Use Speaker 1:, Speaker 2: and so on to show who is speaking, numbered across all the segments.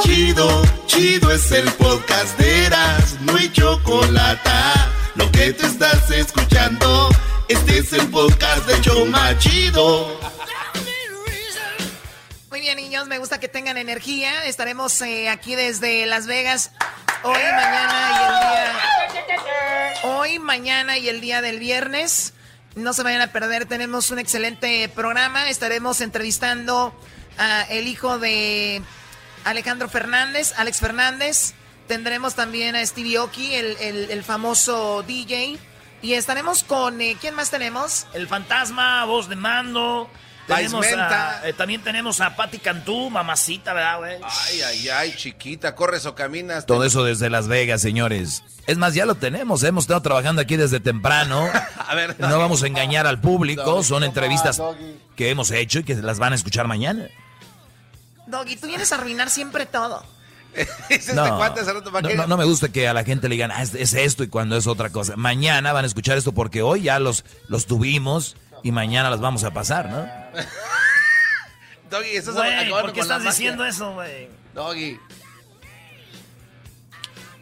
Speaker 1: Chido, chido es el podcast de Eras, no hay chocolate. Lo que te estás escuchando, este es el podcast de Choma Chido.
Speaker 2: Muy bien, niños, me gusta que tengan energía. Estaremos eh, aquí desde Las Vegas hoy, mañana y el día. Hoy, mañana y el día del viernes. No se vayan a perder, tenemos un excelente programa. Estaremos entrevistando a el hijo de Alejandro Fernández, Alex Fernández. Tendremos también a Stevie Oki, el, el- el famoso DJ. Y estaremos con. eh, ¿Quién más tenemos?
Speaker 3: El fantasma, voz de mando.
Speaker 1: Vice
Speaker 3: Tenemos
Speaker 1: Menta.
Speaker 3: a- eh, también tenemos a Patti Cantú, mamacita, ¿verdad, güey?
Speaker 1: Ay, ay, ay, chiquita, corres o caminas.
Speaker 4: Todo eso desde Las Vegas, señores. Es más, ya lo tenemos. ¿eh? Hemos estado trabajando aquí desde temprano.
Speaker 1: A ver,
Speaker 4: No vamos a engañar al público. Son entrevistas que hemos hecho y que las van a escuchar mañana.
Speaker 2: Doggy, tú vienes a arruinar siempre todo.
Speaker 1: dice
Speaker 4: No,
Speaker 1: este cuate hace rato, ¿para
Speaker 4: no,
Speaker 1: qué?
Speaker 4: no, no me gusta que a la gente le digan, "Ah, es, es esto y cuando es otra cosa. Mañana van a escuchar esto porque hoy ya los, los tuvimos y mañana las vamos a pasar, ¿no?
Speaker 1: Doggy, estás
Speaker 3: Güey,
Speaker 1: acabando
Speaker 3: ¿Por qué
Speaker 1: con la
Speaker 3: estás
Speaker 1: magia.
Speaker 3: diciendo eso, güey?
Speaker 1: Doggy,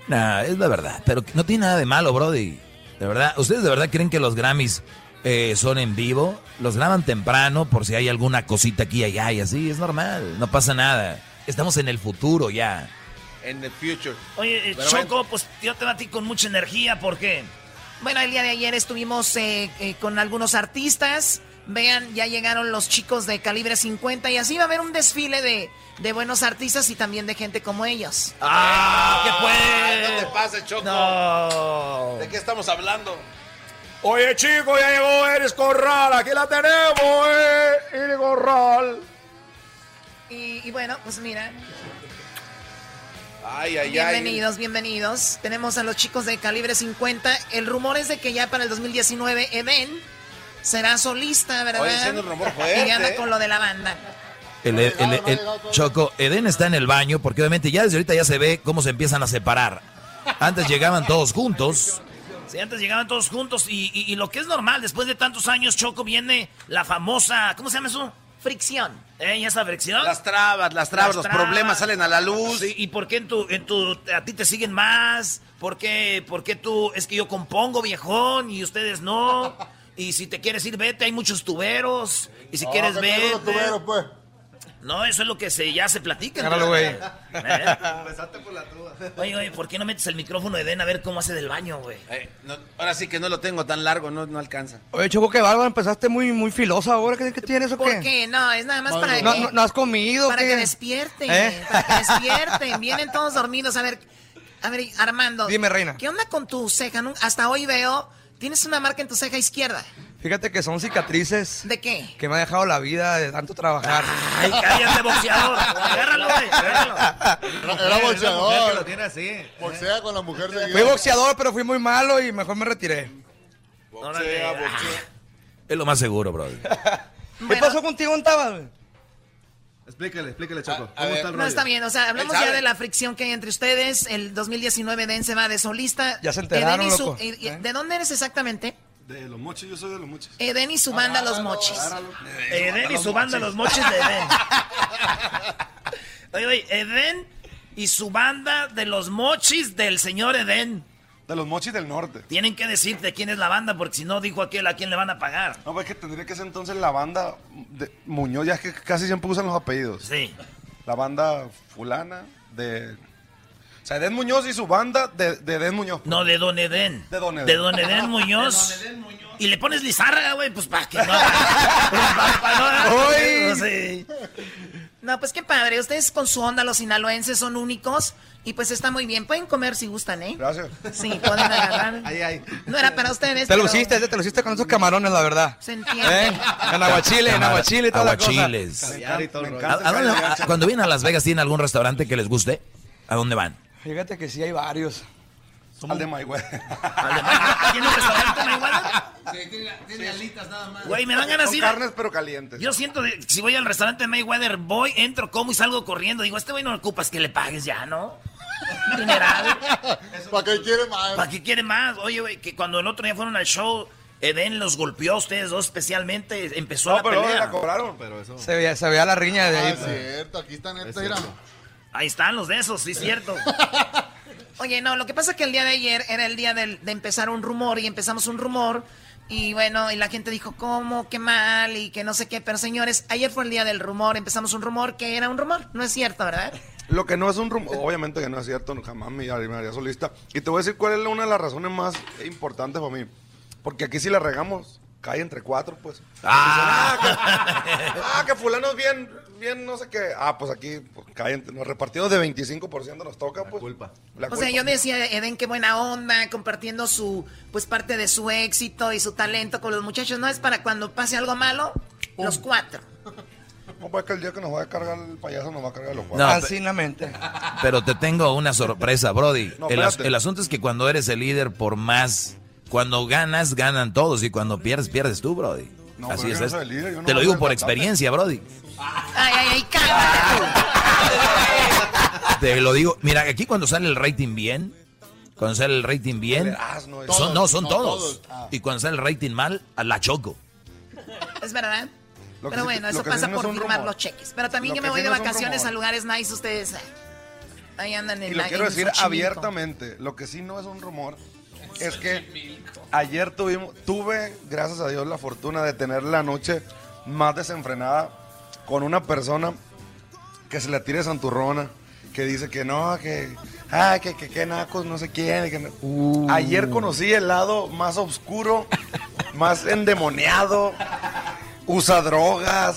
Speaker 4: Nah, es la verdad. Pero no tiene nada de malo, Brody. De verdad, ¿ustedes de verdad creen que los Grammys eh, son en vivo? Los graban temprano por si hay alguna cosita aquí y allá y así. Es normal, no pasa nada. Estamos en el futuro ya.
Speaker 1: en the future.
Speaker 3: Oye, eh,
Speaker 1: Pero
Speaker 3: Choco, pues yo te batí con mucha energía, ¿por qué?
Speaker 2: Bueno, el día de ayer estuvimos eh, eh, con algunos artistas. Vean, ya llegaron los chicos de calibre 50 y así va a haber un desfile de, de buenos artistas y también de gente como ellos.
Speaker 3: ¡Ah! ¿Qué
Speaker 1: Ay, no
Speaker 3: pues?
Speaker 1: te pases, Choco.
Speaker 3: No.
Speaker 1: ¿De qué estamos hablando?
Speaker 5: Oye, chico, ya llegó Eris Corral. Aquí la tenemos, eh. Eris Corral.
Speaker 2: Y, y bueno, pues mira,
Speaker 1: Ay, ay, ay.
Speaker 2: bienvenidos, bienvenidos. Tenemos a los chicos de calibre 50. El rumor es de que ya para el 2019 Eben será solista, ¿verdad?
Speaker 1: Oye, ese es un rumor
Speaker 2: y
Speaker 1: fuerte,
Speaker 2: ya anda
Speaker 1: ¿eh?
Speaker 2: con lo de la banda.
Speaker 4: El, el- el- el- Choco, Eden está en el baño porque obviamente ya desde ahorita ya se ve cómo se empiezan a separar. Antes llegaban todos juntos.
Speaker 3: Si antes llegaban todos juntos y, y- y lo que es normal, después de tantos años, Choco, viene la famosa. ¿Cómo se llama eso?
Speaker 2: Fricción.
Speaker 3: ¿Eh? ¿Y esa fricción?
Speaker 1: Las trabas, las trabas,
Speaker 3: Las
Speaker 1: los
Speaker 3: trabas.
Speaker 1: problemas salen a la luz.
Speaker 3: Sí, ¿Y por qué en tu, en tu, a ti te siguen más? ¿Por qué, por qué tú, es que yo compongo viejón y ustedes no? Y si te quieres ir, vete, hay muchos tuberos. Y si quieres
Speaker 5: Ah,
Speaker 3: vete. No, eso es lo que se, ya se platica.
Speaker 5: Agárralo,
Speaker 3: güey.
Speaker 5: güey.
Speaker 3: Oye, oye, ¿por qué no metes el micrófono de Eden a ver cómo hace del baño, güey?
Speaker 1: Eh, no, ahora sí que no lo tengo tan largo, no, no alcanza.
Speaker 5: Oye, Choco, qué bárbaro. Empezaste muy, muy filosa ahora. ¿Qué, qué tienes o
Speaker 2: ¿Por
Speaker 5: qué?
Speaker 2: qué? No, es nada más para
Speaker 5: No,
Speaker 2: que-
Speaker 5: no, no has comido.
Speaker 2: Para
Speaker 5: ¿qué?
Speaker 2: que despierten,
Speaker 5: ¿Eh?
Speaker 2: para que despierten. Vienen todos dormidos. A ver, a ver, Armando.
Speaker 5: Dime, reina.
Speaker 2: ¿Qué onda con tu ceja? Nun- Hasta hoy veo, tienes una marca en tu ceja izquierda.
Speaker 5: Fíjate que son cicatrices
Speaker 2: ¿De qué?
Speaker 5: que me ha dejado la vida de tanto trabajar.
Speaker 3: Ay, cállate, boxeador. Agárralo, güey, agárralo.
Speaker 6: Era boxeador. Lo tiene así. Boxea con la mujer de
Speaker 5: Fui boxeador, pero fui muy malo y mejor me retiré.
Speaker 3: Órale.
Speaker 4: Es lo más seguro, brother.
Speaker 5: ¿Qué
Speaker 2: Bueno,
Speaker 5: pasó contigo en Tabas? güey?
Speaker 6: Explícale, explícale, Choco.
Speaker 1: A- a ver.
Speaker 2: No está bien, o sea, hablamos
Speaker 1: Él sabe.
Speaker 2: ya de la fricción que hay entre ustedes. El 2019 Den se va de solista.
Speaker 5: Ya se enteraron,
Speaker 2: Eden y su-
Speaker 5: loco.
Speaker 2: y- y-
Speaker 5: ¿Eh?
Speaker 2: ¿De dónde eres exactamente?
Speaker 6: De los mochis, yo soy de los mochis.
Speaker 2: Eden y su banda Los Mochis.
Speaker 3: Eden y su banda, los moches de Eden. Oye, oye, Eden y su banda de los mochis del señor Eden.
Speaker 6: De los mochis del norte.
Speaker 3: Tienen que decirte quién es la banda, porque si no dijo aquel a quién le van a pagar.
Speaker 6: No, pues es que tendría que ser entonces la banda de Muñoz, ya que casi siempre usan los apellidos.
Speaker 3: Sí.
Speaker 7: la banda fulana de... O sea, Edén Muñoz y su banda de, de Edén Muñoz.
Speaker 3: No, de Don Edén.
Speaker 7: De Don Edén.
Speaker 3: De Don Edén Muñoz. Y le pones Lizárraga, güey, pues para que no. pa- pa- no-
Speaker 7: Uy.
Speaker 3: no sé.
Speaker 2: No, pues qué padre. Ustedes con su onda, los sinaloenses, son únicos. Y pues está muy bien. Pueden comer si gustan, ¿eh?
Speaker 7: Gracias.
Speaker 2: Sí, pueden agarrar.
Speaker 5: Ahí, ahí.
Speaker 2: No era para ustedes.
Speaker 5: Te
Speaker 2: pero
Speaker 5: lo luciste, te lo hiciste con esos canarones, la verdad.
Speaker 2: Se entiende.
Speaker 5: ¿Eh? En aguachile, en aguachile y toda la cosa.
Speaker 4: Aguachiles. Ah,
Speaker 8: Caviar y todo el rollo.
Speaker 4: ¿A- a dónde- a- cuando vienen a Las Vegas, ¿tienen algún restaurante que les guste? ¿A dónde van?
Speaker 5: Fíjate que sí hay varios.
Speaker 7: Al de Mayweather.
Speaker 3: ¿Tiene un restaurante Mayweather?
Speaker 5: Tiene alitas nada más.
Speaker 3: Güey, me dan ganas de
Speaker 7: Son
Speaker 3: ir. a-
Speaker 7: carnes pero calientes.
Speaker 3: Yo siento de, si voy al restaurante de Mayweather, voy, entro, como y salgo corriendo. Digo, este güey no ocupas que le pagues ya, ¿no? Dineral.
Speaker 8: ¿Para qué quiere más?
Speaker 3: ¿Para qué quiere más? Oye, güey, que cuando el otro día fueron al show, Eden los golpeó a ustedes dos especialmente. Empezó
Speaker 7: No,
Speaker 3: la
Speaker 7: pero luego
Speaker 3: pelea.
Speaker 7: la cobraron.
Speaker 8: Pero eso.
Speaker 5: Se veía, se veía la riña de
Speaker 8: Ah,
Speaker 5: ahí.
Speaker 7: pues.
Speaker 5: pues.
Speaker 8: es cierto, aquí están estos, mira.
Speaker 3: Ahí están los de esos, sí, cierto.
Speaker 2: Oye, no, lo que pasa es que el día de ayer era el día del- de empezar un rumor y empezamos un rumor. Y bueno, y la gente dijo, ¿cómo? ¿Qué mal? Y que no sé qué. Pero señores, ayer fue el día del rumor. Empezamos un rumor que era un rumor. No es cierto, ¿verdad?
Speaker 7: Lo que no es un rumor, obviamente que no es cierto, jamás me haría, me haría solista. Y te voy a decir cuál es una de las razones más importantes para mí. Porque aquí si la regamos, cae entre cuatro, pues. Ah, que, ah, que fulano es bien, bien, no sé qué. Ah, pues aquí pues, cae entre, nos repartimos de 25% nos toca, pues.
Speaker 8: culpa.
Speaker 7: La
Speaker 2: O sea,
Speaker 7: culpa.
Speaker 2: yo decía, Eden, qué buena onda, compartiendo su, pues parte de su éxito y su talento con los muchachos. No es para cuando pase algo malo, los cuatro.
Speaker 7: No, pues que el día que nos va a cargar el payaso nos va a cargar los cuatro.
Speaker 4: No,
Speaker 5: Así en la mente.
Speaker 4: Pero te tengo una sorpresa, Brody.
Speaker 7: No,
Speaker 4: el, as-
Speaker 7: espérate.
Speaker 4: el asunto es que cuando eres el líder, por más. Cuando ganas, ganan todos. Y cuando pierdes, pierdes tú, Brody.
Speaker 7: No,
Speaker 4: Así
Speaker 7: pero
Speaker 4: es.
Speaker 7: yo no
Speaker 4: esto.
Speaker 7: soy el líder, yo no
Speaker 4: te lo
Speaker 7: voy a
Speaker 4: digo
Speaker 7: ser
Speaker 4: por
Speaker 7: cantante.
Speaker 4: experiencia, Brody.
Speaker 2: Ay, ay, ay, cállate.
Speaker 4: Te lo digo. Mira, aquí cuando sale el rating bien. Cuando sale el rating bien.
Speaker 7: Erasmo,
Speaker 8: Todos,
Speaker 4: son, no, son
Speaker 8: no,
Speaker 4: todos.
Speaker 8: todos. Ah.
Speaker 4: Y cuando sale el rating mal, a la choco.
Speaker 2: tú. Es verdad.
Speaker 7: Lo que
Speaker 2: Pero
Speaker 7: sí-
Speaker 2: bueno,
Speaker 7: lo
Speaker 2: eso
Speaker 7: que
Speaker 2: pasa
Speaker 7: sí no es
Speaker 2: por
Speaker 7: un
Speaker 2: firmar
Speaker 7: rumor.
Speaker 2: los cheques. Pero también
Speaker 7: Lo
Speaker 2: yo me
Speaker 7: que
Speaker 2: voy
Speaker 7: sí
Speaker 2: de
Speaker 7: no es un
Speaker 2: vacaciones
Speaker 7: rumor.
Speaker 2: a lugares nice, ustedes. ah, Ahí andan en
Speaker 7: Y lo
Speaker 2: la-
Speaker 7: quiero
Speaker 2: en
Speaker 7: decir
Speaker 2: Xochimilco.
Speaker 7: abiertamente, lo que sí no es un rumor es que ayer tuvimos, tuve, gracias a Dios, la fortuna de tener la noche más desenfrenada con una persona que se la tire santurrona, ah, que dice que no, que, ay, que, que, que nacos, no sé quién. que no. Ayer conocí el lado más oscuro, más endemoniado, usa drogas.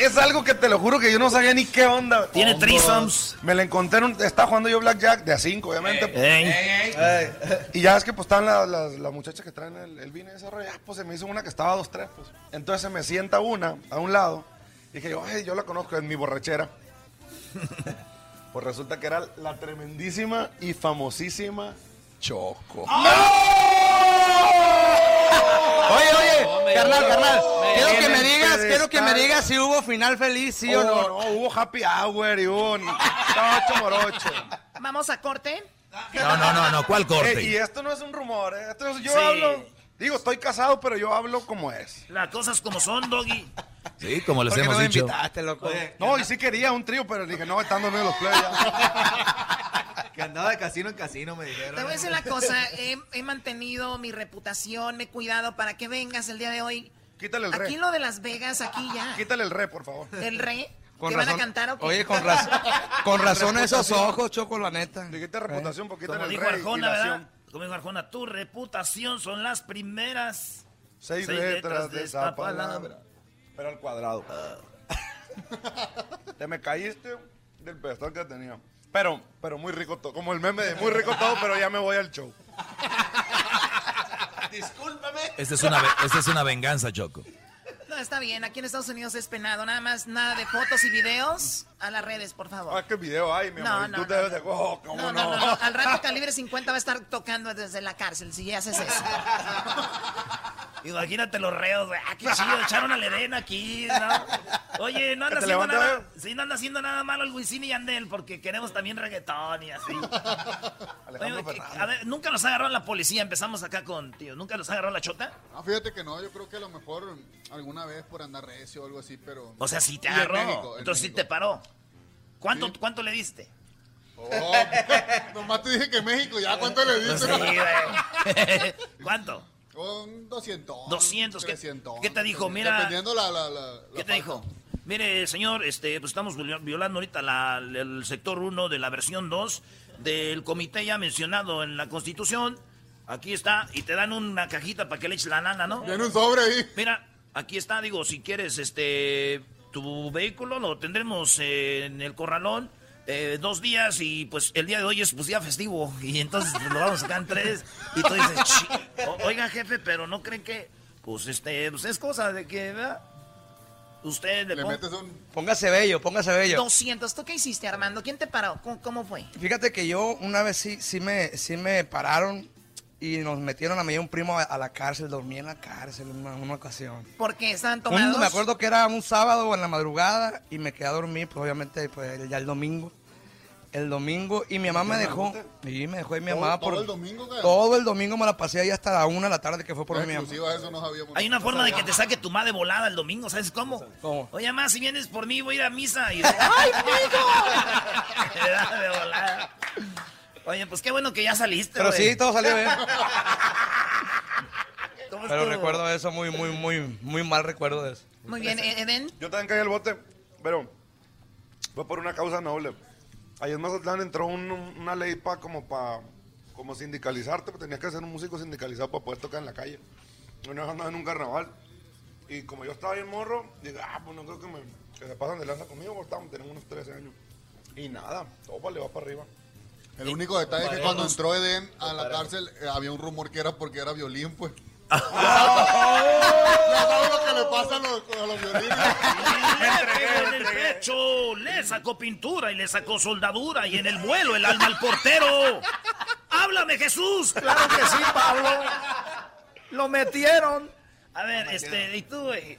Speaker 7: es, es algo que te lo juro que yo no sabía ni qué onda.
Speaker 3: Tiene
Speaker 7: Hombros.
Speaker 3: threesomes.
Speaker 7: Me la encontré, en un, está jugando yo Blackjack de a 5, obviamente.
Speaker 3: Ey.
Speaker 7: Y ya es que pues estaban las, las, las muchachas que traen el, el vino y ese rollo, ah, pues se me hizo una que estaba a dos, tres, pues. Entonces se me sienta una a un lado. Y dije yo, ay, yo la conozco, es mi borrachera. pues resulta que era la tremendísima y famosísima Choco.
Speaker 5: Oye, oye, carnal, carnal. Quiero que me
Speaker 7: tienen
Speaker 5: digas, quiero que me
Speaker 7: pedestal.
Speaker 5: digas si hubo final feliz, sí
Speaker 7: Oh,
Speaker 5: o no.
Speaker 7: no, hubo happy hour y hubo chocho morocho.
Speaker 2: Vamos a corte.
Speaker 4: No, no, no, no. ¿Cuál
Speaker 7: Eh, y
Speaker 4: corte?
Speaker 7: esto no es un rumor, ¿eh? Esto es- yo
Speaker 3: Sí.
Speaker 7: hablo, digo, estoy casado, pero yo hablo como es.
Speaker 3: Las cosas como son, doggy.
Speaker 4: Sí, como les
Speaker 5: Porque no
Speaker 4: hemos
Speaker 5: me
Speaker 4: dicho.
Speaker 5: invitaste, loco.
Speaker 7: No, y sí quería un trío, pero dije, no, están dormidos los plebes ya.
Speaker 5: Que andaba de casino en casino, me
Speaker 2: Te
Speaker 5: dijeron.
Speaker 2: voy a decir la cosa, he, he mantenido mi reputación, me he cuidado para que vengas el día de hoy.
Speaker 7: Quítale el
Speaker 2: Aquí
Speaker 7: re.
Speaker 2: lo de Las Vegas, aquí ya.
Speaker 7: Quítale el re, por favor.
Speaker 2: El rey.
Speaker 5: Con
Speaker 2: ¿Te van a
Speaker 5: razón-
Speaker 2: cantar o qué?
Speaker 5: Oye, con razón. Con razón esos ojos, Choco, la neta.
Speaker 7: Dijiste reputación, porque
Speaker 3: Como
Speaker 7: quítale el
Speaker 3: dijo
Speaker 7: re. y
Speaker 3: Arjona,
Speaker 7: la
Speaker 3: ¿verdad?
Speaker 7: acción.
Speaker 3: Como dijo Arjona, tu reputación son las primeras.
Speaker 7: Seis, letras de esa palabra. Ah. Pero al cuadrado. Te me caíste del pedestal que tenía. Pero, pero muy rico todo. Como el meme de muy rico todo, pero ya me voy al show.
Speaker 4: Esta es, una, ve- esta es una venganza, Choco.
Speaker 2: No, está bien. Aquí en Estados Unidos es penado. Nada más, nada de fotos y videos a las redes, por
Speaker 7: Ah,
Speaker 2: favor.
Speaker 7: que video hay, mi
Speaker 2: No,
Speaker 7: amor. y
Speaker 2: no,
Speaker 7: Tú te
Speaker 2: no.
Speaker 7: debes de. Oh, cómo
Speaker 2: No, no, no, no. Al rato Calibre 50 va a estar tocando desde la cárcel si haces eso.
Speaker 3: Imagínate los reos, güey. Ah, qué chido, echaron a Ledena aquí, ¿no? Oye, no anda
Speaker 7: te
Speaker 3: haciendo
Speaker 7: levantó,
Speaker 3: nada.
Speaker 7: eh.
Speaker 3: Sí, no anda haciendo nada malo el Wisin y Yandel, porque queremos también reggaetón y así. Oye,
Speaker 7: Alejandro
Speaker 3: que-
Speaker 7: Fernández.
Speaker 3: a ver, nunca los agarró la policía. Empezamos acá con, tío. ¿Nunca los agarró la chota?
Speaker 8: Ah, fíjate que no, yo creo que a lo mejor alguna vez por andar recio o algo así, pero.
Speaker 3: O sea, sí te
Speaker 8: Y en
Speaker 3: agarró.
Speaker 8: México, en
Speaker 3: Entonces sí
Speaker 8: México.
Speaker 3: te paró. ¿Cuánto, ¿cuánto Ah, le diste?
Speaker 8: Oh, nomás te dije que México, ya cuánto le
Speaker 3: Sí,
Speaker 8: diste.
Speaker 3: güey. ¿Cuánto?
Speaker 8: Un 200.
Speaker 3: 200. ¿Qué,
Speaker 8: 300.
Speaker 3: qué te dijo? Mira.
Speaker 8: Dependiendo la. la, la- la
Speaker 3: ¿Qué
Speaker 8: falta.
Speaker 3: te dijo? Mire, señor, este, pues estamos viol- violando ahorita la- el sector 1 de la versión 2 del comité ya mencionado en la Constitución. Aquí está, y te dan una cajita para que le eches la nana, ¿no?
Speaker 9: Viene un sobre ahí.
Speaker 3: Mira, aquí está, digo, si quieres, este, tu vehículo lo tendremos eh, en el corralón eh, dos días y pues el día de hoy es pues día festivo y entonces pues, lo vamos a sacar en tres y tú dices, "Chi, o- oiga jefe, pero no creen que, pues este, pues es cosa de que, ¿verdad? Usted le
Speaker 9: Le
Speaker 3: pon-
Speaker 9: metes un.
Speaker 5: Póngase bello, póngase bello.
Speaker 2: 200. ¿Tú qué hiciste, Armando? ¿Quién te paró? ¿Cómo, cómo fue?
Speaker 5: Fíjate que yo una vez sí, sí, me, sí me pararon y nos metieron a mí y un primo a, a la cárcel. Dormí en la cárcel en una, una ocasión.
Speaker 2: Porque estaban
Speaker 5: Un-
Speaker 2: tomados.
Speaker 5: me acuerdo que era un sábado en la madrugada y me quedé a dormir, pues obviamente pues, ya el domingo. El domingo y mi mamá me dejó. Y me dejó y mi
Speaker 9: Todo-
Speaker 5: mamá
Speaker 9: todo
Speaker 5: por.
Speaker 9: el domingo, güey.
Speaker 5: Todo el domingo me la pasé ahí hasta la una de la tarde que fue por
Speaker 9: Era
Speaker 5: mi mamá.
Speaker 9: exclusiva, eso no sabíamos.
Speaker 3: Hay una forma de que te saque tu madre volada el domingo, ¿sabes cómo?
Speaker 5: ¿Cómo?
Speaker 3: Oye, más, si vienes por mí, voy a ir a misa. Y... ¡Ay, amigo! de volada. Oye, pues qué bueno que ya saliste,
Speaker 5: Pero
Speaker 3: güey.
Speaker 5: sí, todo salió bien.
Speaker 3: ¿Cómo
Speaker 5: Pero
Speaker 9: Este-
Speaker 3: estuvo?
Speaker 5: recuerdo eso, muy, muy, muy, muy mal recuerdo de eso.
Speaker 2: Muy bien, ¿E- Eden.
Speaker 7: Yo también caí al bote, pero fue por una causa noble. Ahí en Mazatlán entró un- un- una ley para como para como sindicalizarte, pues tenías que ser un músico sindicalizado para poder tocar en la calle. Una vez andaba en un carnaval y como yo estaba bien morro, dije, ah, pues no creo que, me, que se pasan de lanza conmigo, porque estábamos- tenemos unos 13 años. Y nada, todo le va para arriba.
Speaker 9: El único detalle es que cuando entró Eden a la cárcel eh, había un rumor que era porque era violín, pues. Ya sabes lo que le pasa a los, a los violines.
Speaker 3: Le pegó en el pecho, le sacó pintura y le sacó soldadura y en el vuelo el alma al portero. ¡Háblame, Jesús!
Speaker 10: Claro que sí, Pablo. Lo metieron.
Speaker 3: A ver, este, ¿y tú, güey?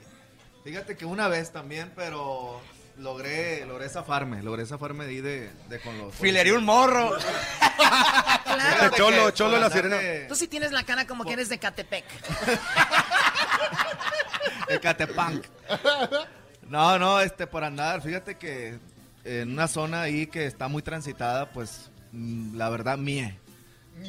Speaker 11: Fíjate que una vez también, pero logré, logré zafarme, logré zafarme de ahí de, de con los...
Speaker 5: Filería un morro.
Speaker 2: Claro.
Speaker 7: Este cholo, cholo de la
Speaker 11: Por andar
Speaker 7: sirena.
Speaker 2: Tú sí tienes la cara como que eres de Catepec.
Speaker 11: El Catepunk. No, no, este, por andar, fíjate que en una zona ahí que está muy transitada, pues, mm, la verdad, mía.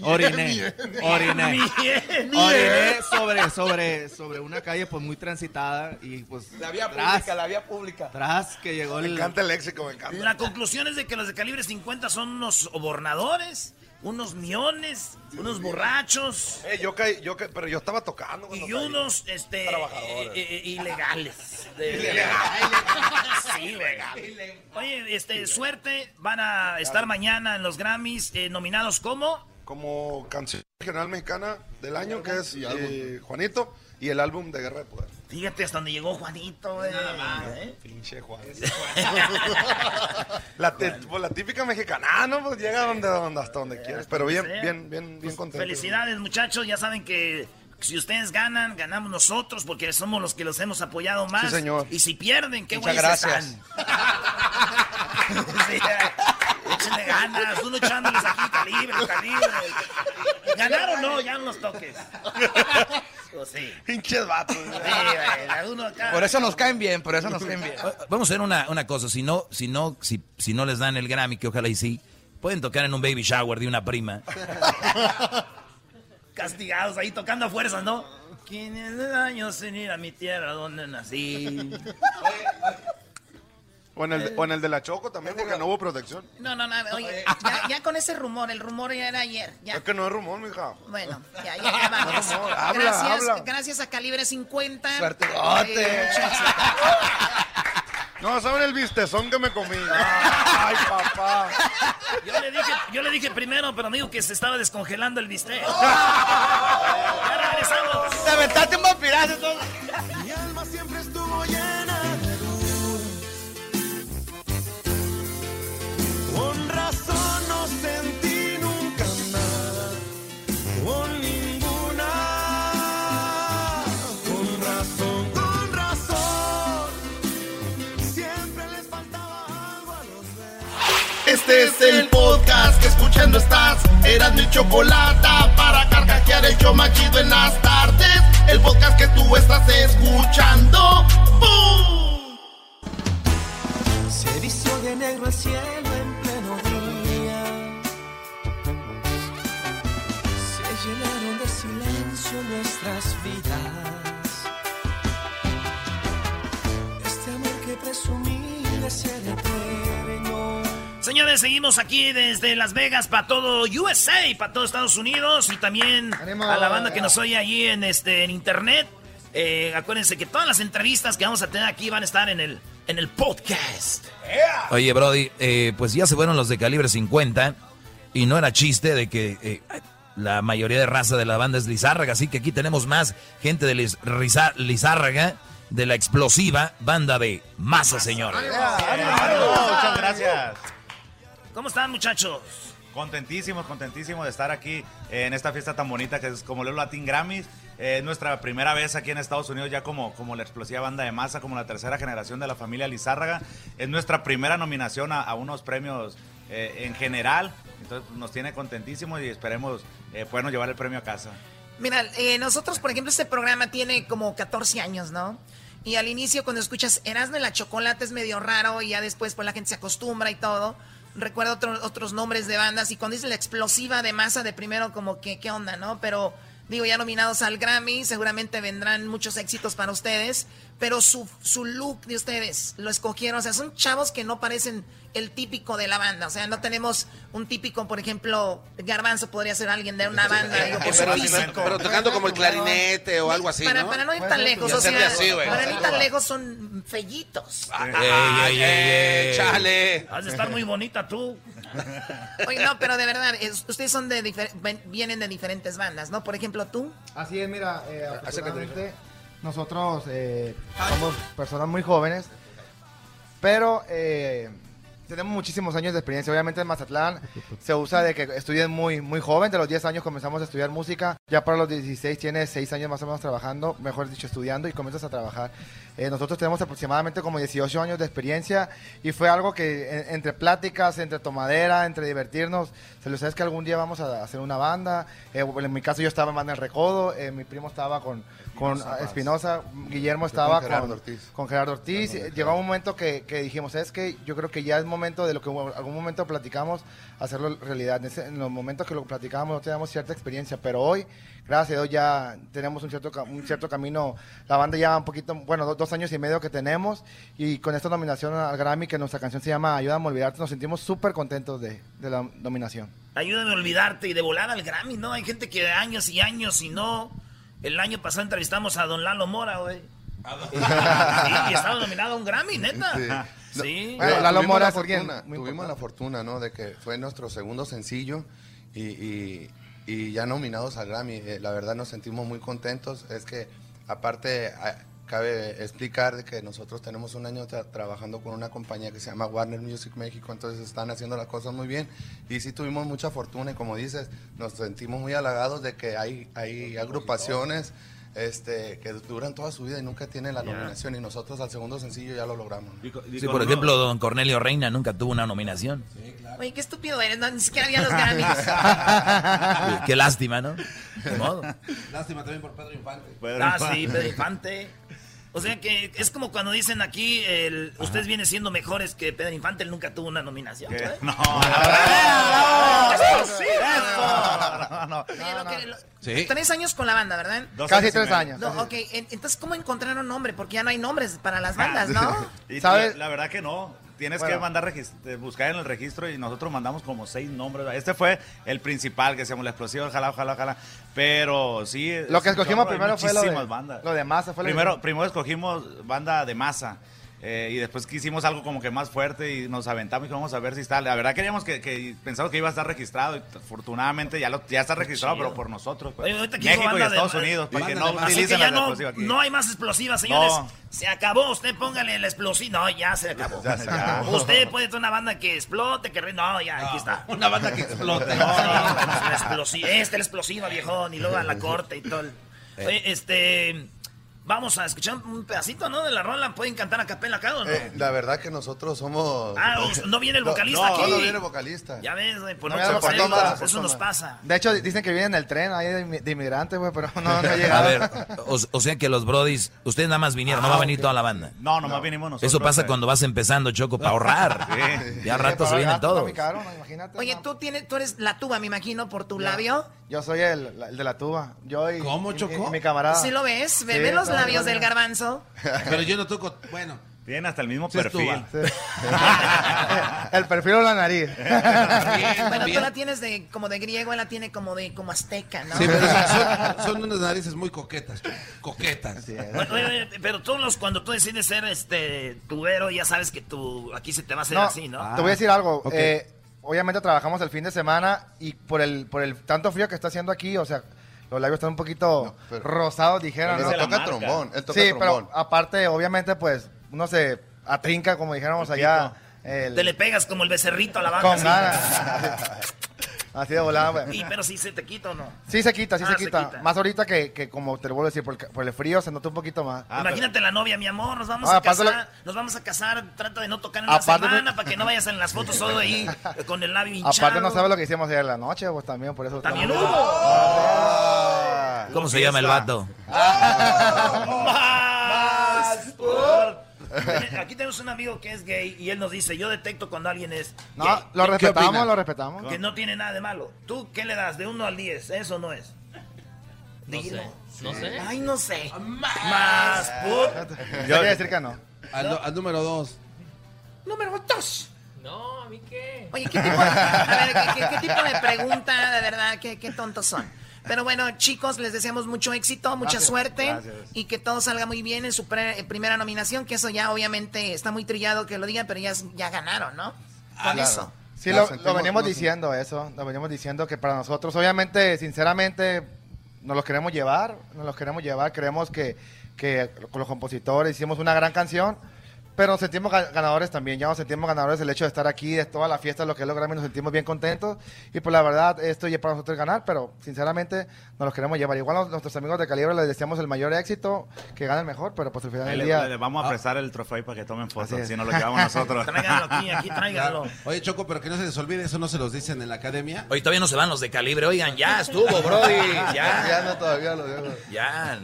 Speaker 11: Oriné, oriné.
Speaker 3: Bien.
Speaker 11: Oriné sobre, sobre, sobre una calle, pues, muy transitada y, pues,
Speaker 5: La vía
Speaker 11: tras,
Speaker 5: pública, la vía pública.
Speaker 11: tras que llegó
Speaker 7: Me
Speaker 11: el...
Speaker 7: encanta el léxico, me encanta.
Speaker 3: La conclusión es de que los de calibre 50 son unos obornadores, unos miones, unos borrachos
Speaker 7: Eh, yo caí, yo caí- pero yo estaba tocando. cuando
Speaker 3: y
Speaker 7: caí.
Speaker 3: unos, este,
Speaker 7: Trabajadores.
Speaker 3: eh, eh, eh, ilegales. De- Sí, güey. Oye, este, suerte, van a estar mañana en los Grammys eh, nominados como...
Speaker 7: como canción regional mexicana del año, que es
Speaker 9: Y álbum.
Speaker 7: eh, Juanito, y el álbum de Guerra de Poder.
Speaker 3: Fíjate hasta donde llegó Juanito, güey. ¿Eh?
Speaker 7: Pinche Juan. la, te- pues, la típica mexicana, ¿no? Pues llega donde, donde- hasta donde quieres. Pero bien,
Speaker 3: Eh, sea.
Speaker 7: bien, bien, bien
Speaker 3: Pues,
Speaker 7: contento.
Speaker 3: Felicidades, muchachos. Ya saben que si ustedes ganan, ganamos nosotros porque somos los que los hemos apoyado más.
Speaker 7: señor.
Speaker 3: Y si pierden, qué
Speaker 5: Muchas
Speaker 3: güeyes
Speaker 5: gracias.
Speaker 3: están. Sí, échenle ganas, uno echándoles aquí calibre, calibre. Ganaron, no, ya no los toques. Pues sí.
Speaker 7: Pinches vatos.
Speaker 3: Sí, güey, uno acá.
Speaker 5: Por eso nos caen bien, por eso nos caen bien.
Speaker 4: Vamos a hacer una, una cosa, si no, si no, si, si no les dan el Grammy, que ojalá y sí, pueden tocar en un baby shower de una prima.
Speaker 3: castigados ahí tocando a fuerzas, ¿no? 500 años sin ir a mi tierra donde nací.
Speaker 7: O en,
Speaker 3: Eh.
Speaker 7: el, o en el de la Choco también, porque no hubo protección.
Speaker 2: No, no, no. Oye, ya, ya con ese rumor, el rumor ya era ayer. Ya.
Speaker 7: Es que no es rumor, mija.
Speaker 2: Bueno, ya, ya, ya vamos.
Speaker 7: No, no, habla,
Speaker 2: gracias,
Speaker 7: habla.
Speaker 2: gracias a Calibre 50.
Speaker 5: Suerteote.
Speaker 2: muchas-
Speaker 7: Ah, No, ¿saben el vistezón que me comí?
Speaker 3: Ah.
Speaker 7: Ay, papá.
Speaker 3: Yo le dije, yo le dije primero, pero me dijo que se estaba descongelando el bistec.
Speaker 12: Oh.
Speaker 3: ya regresamos.
Speaker 5: Te aventaste un vampirazo, entonces.
Speaker 1: Mi alma siempre estuvo llena de luz. Con razón no sentí nunca nada, con ninguna. Con razón, con razón. Siempre les faltaba algo a los demás. Este es el podcast que escuchando estás. Eran mi chocolate para carcajear el yo machido en las tardes. El podcast que tú estás escuchando. ¡Bum!
Speaker 11: Se vistió de negro el cielo en pleno día. Se llenaron de silencio nuestras vidas. Este amor que presumí
Speaker 3: señores, seguimos aquí desde Las Vegas para todo USA, para todo Estados Unidos y también a la banda que nos oye allí en, este, en internet. Eh, acuérdense que todas las entrevistas que vamos a tener aquí van a estar en el, en el podcast.
Speaker 4: Oye, Brody, eh, pues ya se fueron los de calibre 50 y no era chiste de que eh, la mayoría de raza de la banda es Lizárraga, así que aquí tenemos más gente de Liz- Riza- Lizárraga, de la explosiva banda de Masa, señores.
Speaker 3: Eh,
Speaker 13: Muchas gracias.
Speaker 3: ¿Cómo están, muchachos?
Speaker 13: Contentísimos, contentísimos de estar aquí eh, en esta fiesta tan bonita que es como los Latin Grammys. Eh, es nuestra primera vez aquí en Estados Unidos, ya como, como la explosiva banda de masa, como la tercera generación de la familia Lizárraga. Es nuestra primera nominación a, a unos premios eh, en general. Entonces nos tiene contentísimos y esperemos eh, podernos llevar el premio a casa.
Speaker 2: Mira, eh, nosotros, por ejemplo, este programa tiene como 14 años, ¿no? Y al inicio, cuando escuchas Erasmo y la Chocolate es medio raro y ya después pues la gente se acostumbra y todo. Recuerdo otro- otros nombres de bandas y cuando dice la explosiva de masa de primero como que qué onda, ¿no? Pero digo, ya nominados al Grammy, seguramente vendrán muchos éxitos para ustedes, pero su, su look de ustedes lo escogieron, o sea, son chavos que no parecen el típico de la banda, o sea, no tenemos un típico, por ejemplo, Garbanzo podría ser alguien de una banda, digo, por su
Speaker 11: pero,
Speaker 2: físico.
Speaker 11: pero tocando como el clarinete o algo así,
Speaker 2: Para,
Speaker 11: ¿no?
Speaker 2: para no ir tan lejos,
Speaker 11: Y
Speaker 2: o
Speaker 11: hacerle
Speaker 2: sea,
Speaker 11: así, güey.
Speaker 2: para no ir tan lejos son fellitos.
Speaker 11: Ay, eh, chale.
Speaker 3: Has de estar muy bonita tú.
Speaker 2: Oye, no, pero de verdad, es- ustedes son de difer- ven- vienen de diferentes bandas, ¿no? Por ejemplo, tú.
Speaker 14: Así es, mira, eh,
Speaker 2: Acércate,
Speaker 14: afortunadamente, nosotros eh, somos personas muy jóvenes, pero eh, tenemos muchísimos años de experiencia. Obviamente en Mazatlán se usa de que estudien muy, muy joven, de los 10 años comenzamos a estudiar música, ya para los 16 tienes 6 años más o menos trabajando, mejor dicho, estudiando y comienzas a trabajar. Eh, nosotros tenemos aproximadamente como 18 años de experiencia y fue algo que en- entre pláticas, entre tomadera, entre divertirnos, se lo sabes que algún día vamos a hacer una banda. Eh, en mi caso yo estaba en Banda El Recodo, eh, mi primo estaba con, con
Speaker 6: Espinosa Paz.
Speaker 14: Espinosa, Guillermo
Speaker 6: Yo
Speaker 14: estaba
Speaker 6: con Gerardo
Speaker 14: con-
Speaker 6: Ortiz.
Speaker 14: con Gerardo Ortiz. Eh, Llegó un momento que, que dijimos, es que yo creo que ya es momento de lo que en algún momento platicamos, hacerlo realidad. En, ese- en los momentos que lo platicábamos no teníamos cierta experiencia, pero hoy, gracias a Dios, ya tenemos un cierto, ca- un cierto camino. La banda ya un poquito, bueno, do- dos, años y medio que tenemos y con esta nominación al Grammy, que nuestra canción se llama Ayúdame a olvidarte, nos sentimos súper contentos de, de la nominación.
Speaker 3: Ayúdame a olvidarte y de volada al Grammy, ¿no? Hay gente que años y años y no. El año pasado entrevistamos a don Lalo Mora, güey. Sí, y estaba nominado a un Grammy, neta.
Speaker 15: Sí.
Speaker 3: Sí.
Speaker 15: Bueno, Lalo
Speaker 6: tuvimos
Speaker 15: Mora
Speaker 6: la
Speaker 15: es alguien
Speaker 6: fortuna,
Speaker 15: muy
Speaker 6: Tuvimos la fortuna, ¿no? De que fue nuestro segundo sencillo y, y- y ya nominados al Grammy. Eh, la verdad nos sentimos muy contentos. Es que, aparte, a- cabe explicar de que nosotros tenemos un año tra- trabajando con una compañía que se llama Warner Music México, entonces están haciendo las cosas muy bien. Y sí tuvimos mucha fortuna y, como dices, nos sentimos muy halagados de que hay, hay agrupaciones. Este, que duran toda su vida y nunca tienen la
Speaker 13: Ya.
Speaker 6: nominación y nosotros al segundo sencillo ya lo logramos.
Speaker 4: Sí, por ejemplo, don Cornelio Reina nunca tuvo una nominación.
Speaker 2: Oye, qué estúpido eres, no, ni siquiera había los Grammys.
Speaker 4: Qué lástima, ¿no? De modo.
Speaker 11: Lástima también por Pedro Infante.
Speaker 3: ah, sí, Pedro Infante. O sea que es como cuando dicen aquí, el, ustedes vienen siendo mejores que Pedro Infante, él nunca tuvo una nominación. güey. Ah,
Speaker 13: No,
Speaker 3: Eso sí.
Speaker 13: no, no.
Speaker 2: Oye, lo que- lo-
Speaker 13: Sí.
Speaker 2: Tres años con la banda, ¿verdad?
Speaker 13: Dos Casi años y tres medio. años.
Speaker 2: No, ok, en- entonces, ¿cómo encontraron nombre? Porque ya no hay nombres para las bandas, ¿no?
Speaker 13: Y
Speaker 2: ¿Sabes?
Speaker 13: La, la verdad que no. Tienes
Speaker 2: Bueno.
Speaker 13: que mandar regis- eh, buscar en el registro y nosotros mandamos como seis nombres. Este fue el principal que decíamos, la explosiva, ojalá, ojalá, ojalá. Pero sí. es
Speaker 14: Lo que
Speaker 13: un
Speaker 14: escogimos
Speaker 13: chorro, hay
Speaker 14: primero fue lo
Speaker 13: muchísimas
Speaker 14: de,
Speaker 13: bandas.
Speaker 14: lo de masa. Fue lo
Speaker 13: Primero, primero escogimos banda de masa. eh, y después quisimos algo como que más fuerte y nos aventamos y dijimos, vamos a ver si está. La verdad queríamos que, que pensamos que iba a estar registrado y afortunadamente ya, lo, ya está registrado,
Speaker 3: chido.
Speaker 13: pero por nosotros. pues.
Speaker 3: Oye, ahorita aquí dijo
Speaker 13: México y
Speaker 3: banda de-
Speaker 13: Estados Unidos, para que
Speaker 3: banda
Speaker 13: no
Speaker 3: de- Así
Speaker 13: utilicen
Speaker 3: que ya
Speaker 13: la
Speaker 3: no,
Speaker 13: explosiva aquí.
Speaker 3: no hay más explosivas, señores.
Speaker 13: No.
Speaker 3: Se acabó, usted póngale la explosiva. No, ya se acabó.
Speaker 13: Ya se acabó.
Speaker 3: Usted puede tener una banda que explote, que re... No, ya, aquí está.
Speaker 13: Una banda que explote.
Speaker 3: La explosi- esta es la explosiva, viejón, y luego a la corte y todo. el-
Speaker 13: Eh.
Speaker 3: Oye, este. Vamos a escuchar un pedacito, ¿no? De la rola. ¿Pueden cantar a capela acá o no?
Speaker 6: Eh, la verdad que nosotros somos.
Speaker 3: Ah, o- no viene el vocalista
Speaker 6: no,
Speaker 3: aquí.
Speaker 6: No, viene el vocalista.
Speaker 3: Ya ves, güey, por
Speaker 6: No,
Speaker 3: no,
Speaker 6: ya lo
Speaker 3: conocerlo,
Speaker 6: cortó más,
Speaker 3: eso
Speaker 6: cortó
Speaker 3: nos
Speaker 6: más.
Speaker 3: pasa.
Speaker 14: De hecho, dicen que vienen en el tren ahí de, inmi- de inmigrantes, güey, pero no, no ha
Speaker 4: A
Speaker 14: llegado. Ah,
Speaker 4: ver, o, o sea que los Brodis, ustedes nada más vinieron, no va a venir toda la banda.
Speaker 13: No, nomás vinimos nosotros.
Speaker 4: Eso pasa
Speaker 13: eh.
Speaker 4: cuando vas empezando, Choco, para ahorrar. Ya al rato se vienen todos.
Speaker 2: Oye, tú, tienes, tú eres la tuba, me imagino, por tu labio.
Speaker 14: Yo soy el, la- el de la tuba. Yo y, ¿Cómo, Chocó? Mi, camarada.
Speaker 2: ¿Sí lo ves? ¿Ve,
Speaker 14: Sí,
Speaker 2: ve los
Speaker 14: está
Speaker 2: labios
Speaker 14: bien.
Speaker 2: del garbanzo?
Speaker 11: Pero yo no toco. Bueno,
Speaker 13: Tienen hasta el mismo
Speaker 14: Sí,
Speaker 13: perfil.
Speaker 14: estuvo. El perfil o la nariz.
Speaker 2: Bueno, tú la tienes de, como de griego, él la tiene como de como azteca, ¿no?
Speaker 11: Sí, pero son, son unas narices muy coquetas, chico, coquetas.
Speaker 3: Bueno, oye, oye, pero todos los, cuando tú decides ser este tubero, ya sabes que tú, aquí se te va a hacer
Speaker 14: No,
Speaker 3: así, ¿no?
Speaker 13: Ah.
Speaker 14: Te voy a decir algo. eh, obviamente trabajamos el fin de semana y por el, por el tanto frío que está haciendo aquí, o sea, los labios están un poquito
Speaker 6: pero-
Speaker 14: rosados, dijeron.
Speaker 6: Pero
Speaker 14: ¿no?
Speaker 6: él toca Esa es la marca. trombón, él toca
Speaker 14: sí,
Speaker 6: trombón.
Speaker 14: pero aparte, obviamente, pues, uno se atrinca, como dijéramos allá. el-
Speaker 3: Te le pegas como el becerrito a la banca.
Speaker 14: con
Speaker 3: así.
Speaker 14: ganas. Así de volada, güey.
Speaker 3: Y, pero si se te quita o no.
Speaker 14: Sí se quita, sí
Speaker 3: Ah,
Speaker 14: se, quita. Más ahorita que, que como te lo vuelvo a decir, por el, por el frío se notó un poquito más.
Speaker 3: Imagínate la novia, mi amor, nos vamos
Speaker 14: Ah,
Speaker 3: a
Speaker 14: aparte
Speaker 3: casar,
Speaker 14: la-
Speaker 3: nos vamos a casar, trata de no tocar en la
Speaker 14: Aparte-
Speaker 3: semana para que no vayas en las fotos todo ahí eh, con el labio hinchado.
Speaker 14: Aparte no sabes lo que hicimos ayer en la noche, pues también por eso.
Speaker 3: También
Speaker 14: estamos-
Speaker 3: hubo.
Speaker 14: Ah.
Speaker 4: ¿Cómo se llama el vato?
Speaker 3: Más por- Aquí tenemos un amigo que es gay y él nos dice, yo detecto cuando alguien es
Speaker 14: No,
Speaker 3: gay".
Speaker 14: lo
Speaker 3: ¿Qué- qué
Speaker 14: respetamos,
Speaker 3: opinas?
Speaker 14: lo respetamos.
Speaker 3: Que no tiene nada de malo. ¿Tú qué le das? De 1 al 10, ¿eso no es?
Speaker 1: No
Speaker 3: Dilo.
Speaker 1: sé, no sé.
Speaker 3: Ay, no sé. Más por...
Speaker 14: Yo quería decir que no.
Speaker 11: Al, nu- al número dos.
Speaker 2: Número dos.
Speaker 15: No, a mí qué.
Speaker 2: Oye, ¿qué tipo, a ver, ¿qué, qué- qué tipo de pregunta, de verdad? ¿Qué, qué tontos son? Pero bueno, chicos, les deseamos mucho éxito, mucha
Speaker 8: Gracias,
Speaker 2: suerte
Speaker 8: gracias.
Speaker 2: y que todo salga muy bien en su pre- eh, primera nominación, que eso ya obviamente está muy trillado que lo digan, pero ya, es- ya ganaron, ¿no? Con
Speaker 14: Claro.
Speaker 2: eso.
Speaker 14: Sí,
Speaker 2: Nos
Speaker 14: lo,
Speaker 2: sentimos-
Speaker 14: lo venimos
Speaker 2: nos-
Speaker 14: diciendo eso, lo venimos diciendo que para nosotros, obviamente, sinceramente, nos los queremos llevar, nos los queremos llevar, creemos que, que con los compositores hicimos una gran canción, pero nos sentimos ga- ganadores también, ya nos sentimos ganadores el hecho de estar aquí, de toda la fiesta, lo que es los Grammy, nos sentimos bien contentos y pues la verdad, esto ya es para nosotros ganar, pero sinceramente nos los queremos llevar. Igual a nuestros amigos de Calibre les deseamos el mayor éxito, que ganen mejor, pero pues al final
Speaker 13: Ahí
Speaker 14: del
Speaker 13: le,
Speaker 14: día...
Speaker 13: le vamos a prestar el trofeo ahí para que tomen
Speaker 14: Así
Speaker 13: fotos,
Speaker 14: es.
Speaker 13: si no lo llevamos nosotros.
Speaker 11: Claro. Oye, Choco, pero que no se les olvide, eso no se los dicen en la academia.
Speaker 4: Hoy todavía no se van los de calibre. Oigan, ya estuvo, Brody. Ya.
Speaker 11: Ya no, todavía lo digo.
Speaker 4: Ya.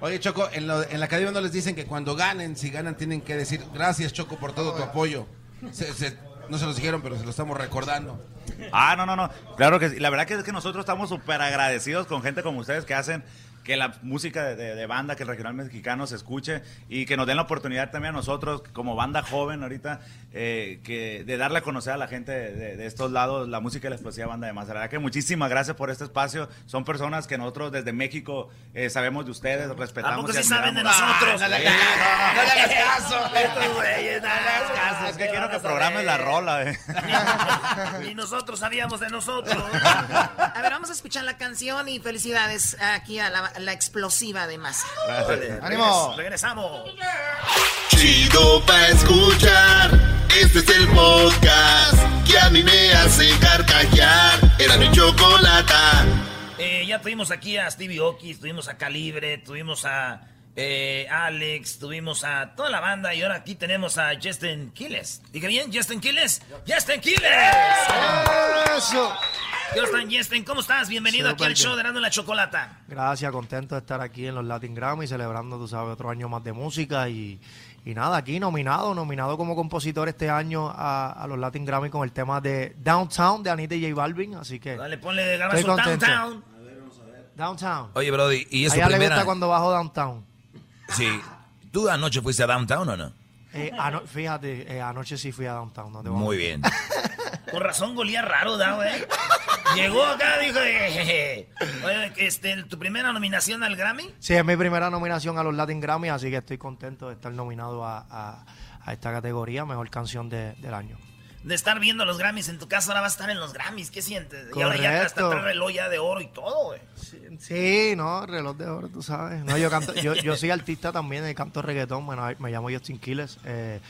Speaker 11: Oye, Choco, en, lo- en la academia no les dicen que cuando ganen, si ganan, tienen que decir gracias, Choco, por todo tu apoyo. Se- se- no se los dijeron, pero se lo estamos recordando.
Speaker 13: Ah, no, no, no. Claro que sí. La verdad que es que nosotros estamos súper agradecidos con gente como ustedes que hacen que la música de, de- de banda, que el regional mexicano se escuche y que nos den la oportunidad también a nosotros, como banda joven ahorita, eh, que de darle a conocer a la gente de, de- de estos lados la música de la explosiva banda de más. La verdad que muchísimas gracias por este espacio. Son personas que nosotros desde México eh, sabemos de ustedes, respetamos.
Speaker 3: Tampoco
Speaker 13: y
Speaker 3: se saben de
Speaker 13: admiramos.
Speaker 3: nosotros.
Speaker 13: Ah, no le hagas caso.
Speaker 3: No le hagas caso. Estos güeyes, no le hagas caso.
Speaker 13: Es que quiero que programes la rola. eh.
Speaker 3: Ni nosotros sabíamos de nosotros.
Speaker 2: A ver, vamos a escuchar la canción y felicidades aquí a la, la explosiva de masa.
Speaker 3: Vale,
Speaker 2: ¡Ánimo!
Speaker 3: regres- Regresamos.
Speaker 1: Chido pa escuchar. Este es el podcast que a mí me hace carcajear. Era mi chocolata.
Speaker 3: Eh, ya tuvimos aquí a Stevie Oki, tuvimos a Calibre, tuvimos a eh, Alex, tuvimos a toda la banda y ahora aquí tenemos a Justin Quiles. Dije bien, Justin Quiles. Justin Quiles. Eso. Justin, Justin, ¿cómo estás? Bienvenido
Speaker 16: Sí,
Speaker 3: aquí al
Speaker 16: porque-
Speaker 3: show de Erasmo y la Chocolata.
Speaker 16: Gracias, contento de estar aquí en los Latin Grammy, celebrando, tú sabes, otro año más de música y, y nada, aquí nominado, nominado como compositor este año a, a los Latin Grammy con el tema de Downtown de Anita y J Balvin, así que
Speaker 3: Dale, ponle, graba
Speaker 16: estoy
Speaker 3: su
Speaker 16: contento.
Speaker 3: downtown.
Speaker 16: Downtown.
Speaker 4: Oye, Brody, ¿y es
Speaker 16: a
Speaker 4: tu
Speaker 16: ella le
Speaker 4: primera?
Speaker 16: gusta cuando bajo Downtown.
Speaker 4: Sí. ¿Tú anoche fuiste a Downtown o no?
Speaker 16: Eh, ano- fíjate, eh, anoche sí fui a Downtown. No te voy a
Speaker 4: Muy bien.
Speaker 3: Con razón golía raro, ¿no, eh? Llegó acá, dijo, eh, oye, este, tu primera nominación al Grammy.
Speaker 16: Sí, es mi primera nominación a los Latin Grammy, así que estoy contento de estar nominado a, a- a esta categoría, mejor canción de- del año.
Speaker 3: De estar viendo los Grammys, en tu caso ahora vas a estar en los Grammys, ¿qué sientes? Y ahora ya
Speaker 16: Correcto.
Speaker 3: hasta trae reloj ya de oro y todo, güey.
Speaker 16: Sí, no, reloj de oro, tú sabes. No, yo canto, yo, yo soy artista también, eh, canto reggaetón, bueno, ay, me llamo Justin Quiles. eh,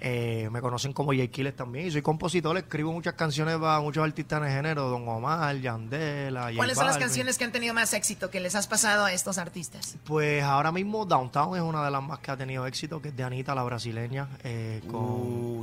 Speaker 16: eh, me conocen como Jay Quiles también. Y soy compositor, escribo muchas canciones para muchos artistas en el género, Don Omar, Yandela, J
Speaker 2: ¿Cuáles son las
Speaker 16: Balvin.
Speaker 2: canciones que han tenido más éxito que les has pasado a estos artistas?
Speaker 16: Pues ahora mismo Downtown es una de las más que ha tenido éxito, que es de Anita, la brasileña, eh, con,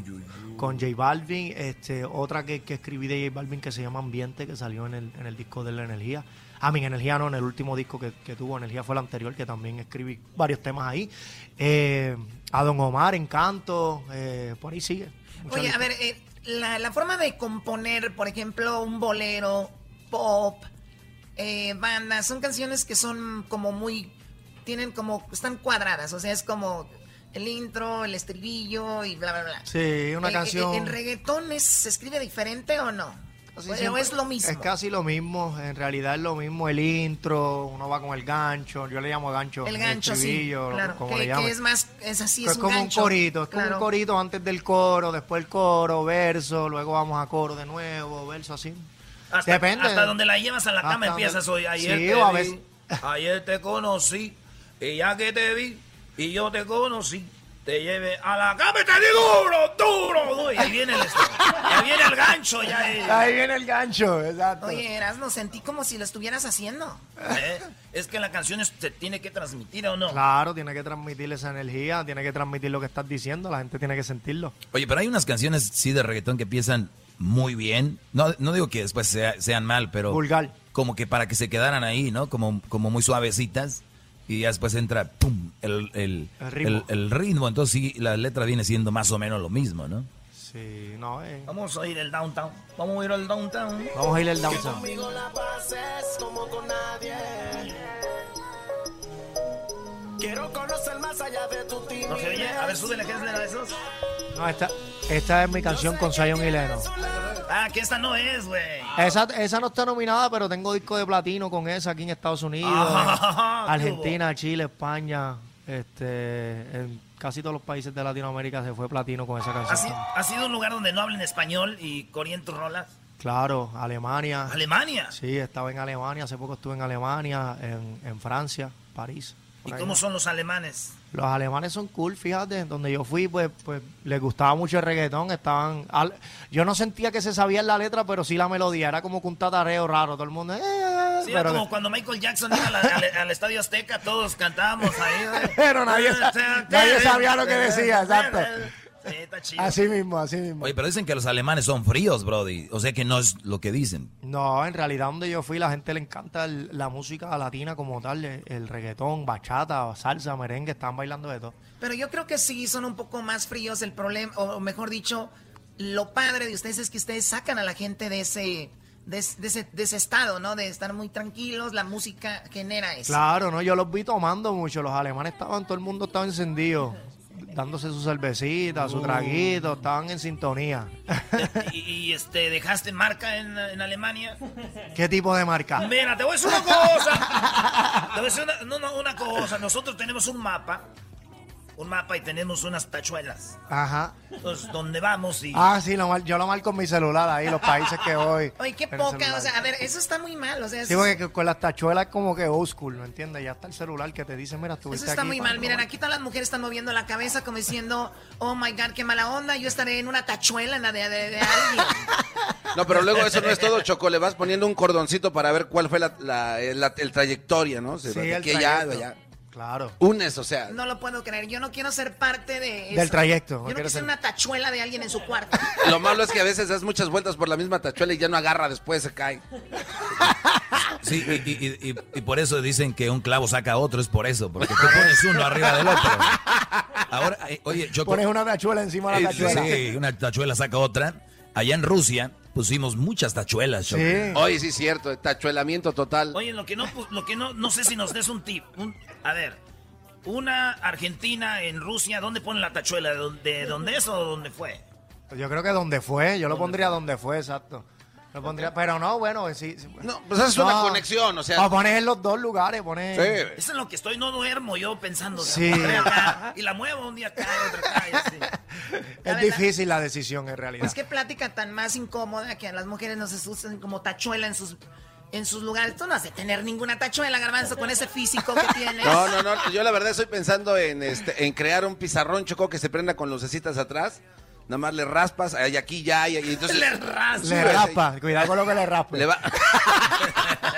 Speaker 16: con J Balvin. Este, otra que, que escribí de J Balvin que se llama Ambiente, que salió en el, en el disco de La Energía. A mí, Energía no, en el último disco que, que tuvo, Energía fue el anterior, que también escribí varios temas ahí. Eh, a Don Omar, Encanto, eh, por ahí sigue. Mucha
Speaker 2: Oye,
Speaker 16: lista.
Speaker 2: a ver, eh, la, la forma de componer, por ejemplo, un bolero, pop, eh, bandas, son canciones que son como muy, tienen como, están cuadradas, o sea, es como, el intro, el estribillo y bla, bla, bla.
Speaker 16: Sí, una
Speaker 2: Eh, eh,
Speaker 16: canción.
Speaker 2: ¿En reggaetón es- se escribe diferente o no? o,
Speaker 16: siempre-
Speaker 2: es lo mismo.
Speaker 16: Es casi lo mismo, en realidad es lo mismo el intro, uno va con el gancho, yo le llamo gancho.
Speaker 2: el gancho, sí.
Speaker 16: estribillo,
Speaker 2: Claro,
Speaker 16: como
Speaker 2: que,
Speaker 16: le
Speaker 2: que
Speaker 16: llamen.
Speaker 2: es más, es así, es,
Speaker 16: es como un,
Speaker 2: gancho,
Speaker 16: corito, es como
Speaker 2: claro.
Speaker 16: un corito antes del coro, después el coro, verso, luego vamos a coro de nuevo, verso así.
Speaker 3: Hasta,
Speaker 16: Depende.
Speaker 3: hasta donde la llevas a la
Speaker 16: Hasta
Speaker 3: cama empiezas
Speaker 16: donde-
Speaker 3: hoy. Ayer,
Speaker 16: Sí,
Speaker 3: te
Speaker 16: o a
Speaker 3: vi,
Speaker 16: veces-
Speaker 3: ayer te conocí. Y ya que te vi y yo te conocí, te lleve a la cama y te di duro, duro, duro. Y ahí viene el, ahí viene el gancho. Ya, eh.
Speaker 16: Ahí viene el gancho, exacto.
Speaker 2: Oye, Erasmo, sentí como si lo estuvieras haciendo.
Speaker 3: Eh, Es que la canción es- se tiene que transmitir o no.
Speaker 16: Claro, tiene que transmitir esa energía, tiene que transmitir lo que estás diciendo, la gente tiene que sentirlo.
Speaker 4: Oye, pero hay unas canciones, sí, de reggaetón que empiezan muy bien. No, no digo que después sea- sean mal, pero...
Speaker 16: Vulgar.
Speaker 4: Como que para que se quedaran ahí, ¿no? Como, como muy suavecitas. Y ya después entra, pum, el, el,
Speaker 16: El ritmo.
Speaker 4: el- el ritmo. Entonces sí, la letra viene siendo más o menos lo mismo, ¿no?
Speaker 16: Sí, no, eh.
Speaker 3: Vamos a ir al downtown. Vamos a ir al downtown.
Speaker 16: Vamos a ir al downtown.
Speaker 3: Conmigo la pases como con nadie.
Speaker 1: Quiero conocer más allá de tu timidez.
Speaker 3: No se oye. A ver, súbele, ¿qué es la de esos?
Speaker 16: No, esta, esta es mi canción con Zion y Leno.
Speaker 3: Ah, que esta no es, güey.
Speaker 16: Esa, esa no está nominada, pero tengo disco de platino con esa aquí en Estados Unidos,
Speaker 3: Ah,
Speaker 16: en Argentina, Chile, España, este, en casi todos los países de Latinoamérica se fue platino con esa
Speaker 3: ¿Ha, si-
Speaker 16: canción.
Speaker 3: ha sido un lugar donde no hablen español y corrían tus rolas?
Speaker 16: Claro, Alemania.
Speaker 3: ¿Alemania?
Speaker 16: Sí, estaba en Alemania, hace poco estuve en Alemania, en, en Francia, París.
Speaker 3: ¿Y
Speaker 16: por ahí.
Speaker 3: cómo son los alemanes?
Speaker 16: Los alemanes son cool, fíjate, donde yo fui, pues, pues les gustaba mucho el reggaetón, estaban... al- yo no sentía que se sabían la letra, pero sí la melodía, era como que un tatareo raro, todo el mundo... "Eh, eh",
Speaker 3: Sí, era
Speaker 16: pero,
Speaker 3: como cuando Michael Jackson iba a la- al, al Estadio Azteca, todos cantábamos ahí. güey.
Speaker 16: pero nadie, sa-
Speaker 3: ¿eh?
Speaker 16: nadie sabía lo que decía, exacto.
Speaker 3: Sí, está chido.
Speaker 16: Así mismo, así mismo.
Speaker 4: Oye, pero dicen que los alemanes son fríos, Brody. O sea que no es lo que dicen.
Speaker 16: No, en realidad donde yo fui la gente le encanta el- la música latina como tal, el, el reggaetón, bachata, salsa, merengue, están bailando de todo.
Speaker 2: Pero yo creo que sí, son un poco más fríos el problema, o mejor dicho, lo padre de ustedes es que ustedes sacan a la gente de ese, de, es- de ese, de ese estado, ¿no? De estar muy tranquilos, la música genera eso.
Speaker 16: Claro, no, yo los vi tomando mucho, los alemanes estaban, todo el mundo estaba encendido, dándose su cervecita, su
Speaker 3: Uh.
Speaker 16: traguito, estaban en sintonía.
Speaker 3: Y, y, este, dejaste marca en, en Alemania.
Speaker 16: ¿Qué tipo de marca?
Speaker 3: Mira, te voy a decir una cosa. Te voy a decir una, no, no, una cosa. Nosotros tenemos un mapa. Un mapa y tenemos unas tachuelas.
Speaker 16: Ajá.
Speaker 3: Entonces, donde vamos y.
Speaker 16: Ah, sí, lo mar- yo lo marco en mi celular ahí, los países que voy.
Speaker 2: Oye, qué
Speaker 16: en el
Speaker 2: poca,
Speaker 16: celular.
Speaker 2: o sea, a ver, eso está muy mal, o sea,
Speaker 16: Sí,
Speaker 2: eso-
Speaker 16: porque que- con las tachuelas es como que old school, ¿no entiendes? Ya está el celular que te dice, mira, estuviste
Speaker 2: Eso está
Speaker 16: aquí,
Speaker 2: muy
Speaker 16: pan,
Speaker 2: mal. Miren,
Speaker 16: pan.
Speaker 2: aquí todas las mujeres están moviendo la cabeza como diciendo, oh my God, qué mala onda, yo estaré en una tachuela en la de, de- de alguien.
Speaker 15: No, pero luego eso no es todo, Choco. Le vas poniendo un cordoncito para ver cuál fue la, la- eh, la- el trayectoria, ¿no? Se
Speaker 16: Sí,
Speaker 15: va de
Speaker 16: el
Speaker 15: aquí a allá,
Speaker 16: trayecto.
Speaker 15: de allá.
Speaker 16: Claro.
Speaker 15: Unes, o sea.
Speaker 2: No lo puedo creer, yo no quiero ser parte de eso.
Speaker 15: Del trayecto, no
Speaker 2: Yo no quiero
Speaker 15: quiero
Speaker 2: ser
Speaker 15: ser-
Speaker 2: una tachuela de alguien en su cuarto.
Speaker 15: Lo malo es que a veces das muchas vueltas por la misma tachuela y ya no agarra, después se cae.
Speaker 4: Sí, y, y- y- y- y por eso dicen que un clavo saca a otro, es por eso, porque tú pones uno arriba del otro. Ahora, eh, oye, Choco,
Speaker 16: Pones una tachuela encima de la
Speaker 4: eh,
Speaker 16: tachuela.
Speaker 4: sí, una tachuela saca otra. Allá en Rusia pusimos muchas tachuelas, Choco.
Speaker 15: Oye, sí, cierto, tachuelamiento total.
Speaker 3: Oye, lo que no, pu- lo que no, no sé si nos des un tip. Un- a ver, una Argentina en Rusia, ¿dónde pone la tachuela? ¿De dónde, de dónde es o dónde fue?
Speaker 16: Yo creo que donde fue, yo lo pondría donde fue, exacto. Lo pondría, pero no, bueno, sí. sí. No,
Speaker 15: pues haces una conexión, o sea-
Speaker 16: O pones en los dos lugares, pones.
Speaker 3: Eso es lo que estoy, no duermo yo pensando.
Speaker 16: Sí.
Speaker 3: la pondré acá, y la muevo un día acá, otra acá. y así.
Speaker 16: Es difícil la decisión en realidad.
Speaker 2: Pues qué plática tan más incómoda que a las mujeres nos usan como tachuela en sus en sus lugares. Tú no has de tener ninguna tachuela, garbanzo, con ese físico que tienes.
Speaker 15: No, no, no. Yo la verdad estoy pensando en, este, en crear un pizarrón choco que se prenda con lucecitas atrás. Nada más le raspas, ay, aquí ya, y, y entonces.
Speaker 3: Le raspas.
Speaker 16: Le raspa, cuidado con lo que le raspa.
Speaker 15: Le, va-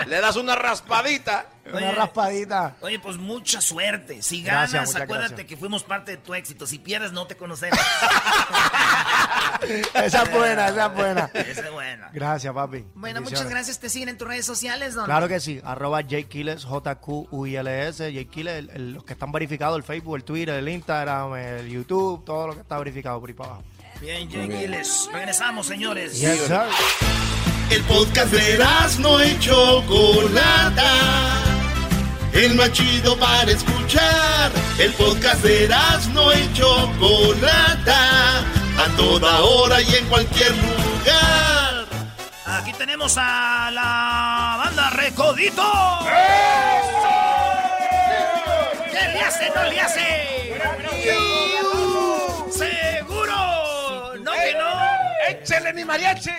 Speaker 15: le das una raspadita.
Speaker 16: Una raspadita.
Speaker 3: Oye, pues mucha suerte. Si ganas,
Speaker 16: Gracias, muchas
Speaker 3: acuérdate
Speaker 16: gracias.
Speaker 3: que fuimos parte de tu éxito. Si pierdes, no te conocemos.
Speaker 16: Esa es buena, esa es buena.
Speaker 3: Esa es buena.
Speaker 16: Gracias, papi.
Speaker 2: Bueno, muchas
Speaker 16: Bendiciones.
Speaker 2: gracias. Te siguen en tus redes sociales, don.
Speaker 16: Claro que sí, arroba jquiles, J-Q-U-I-L-S, jquiles, el- el- los que están verificados, el Facebook, el Twitter, el Instagram, el YouTube, todo lo que está verificado por ahí para abajo.
Speaker 3: Bien, Jengiles. Regresamos, señores.
Speaker 16: Yes, sir.
Speaker 1: El podcast de no y Chocolata. el más chido para escuchar. El podcast de Erasmo y Chocolata, a toda hora y en cualquier lugar.
Speaker 3: Aquí tenemos a la banda Recodito. ¿Qué le hace? ¿No le hace? ¡Seguro! ¡No que no!
Speaker 1: ¡Échale mi mariachi!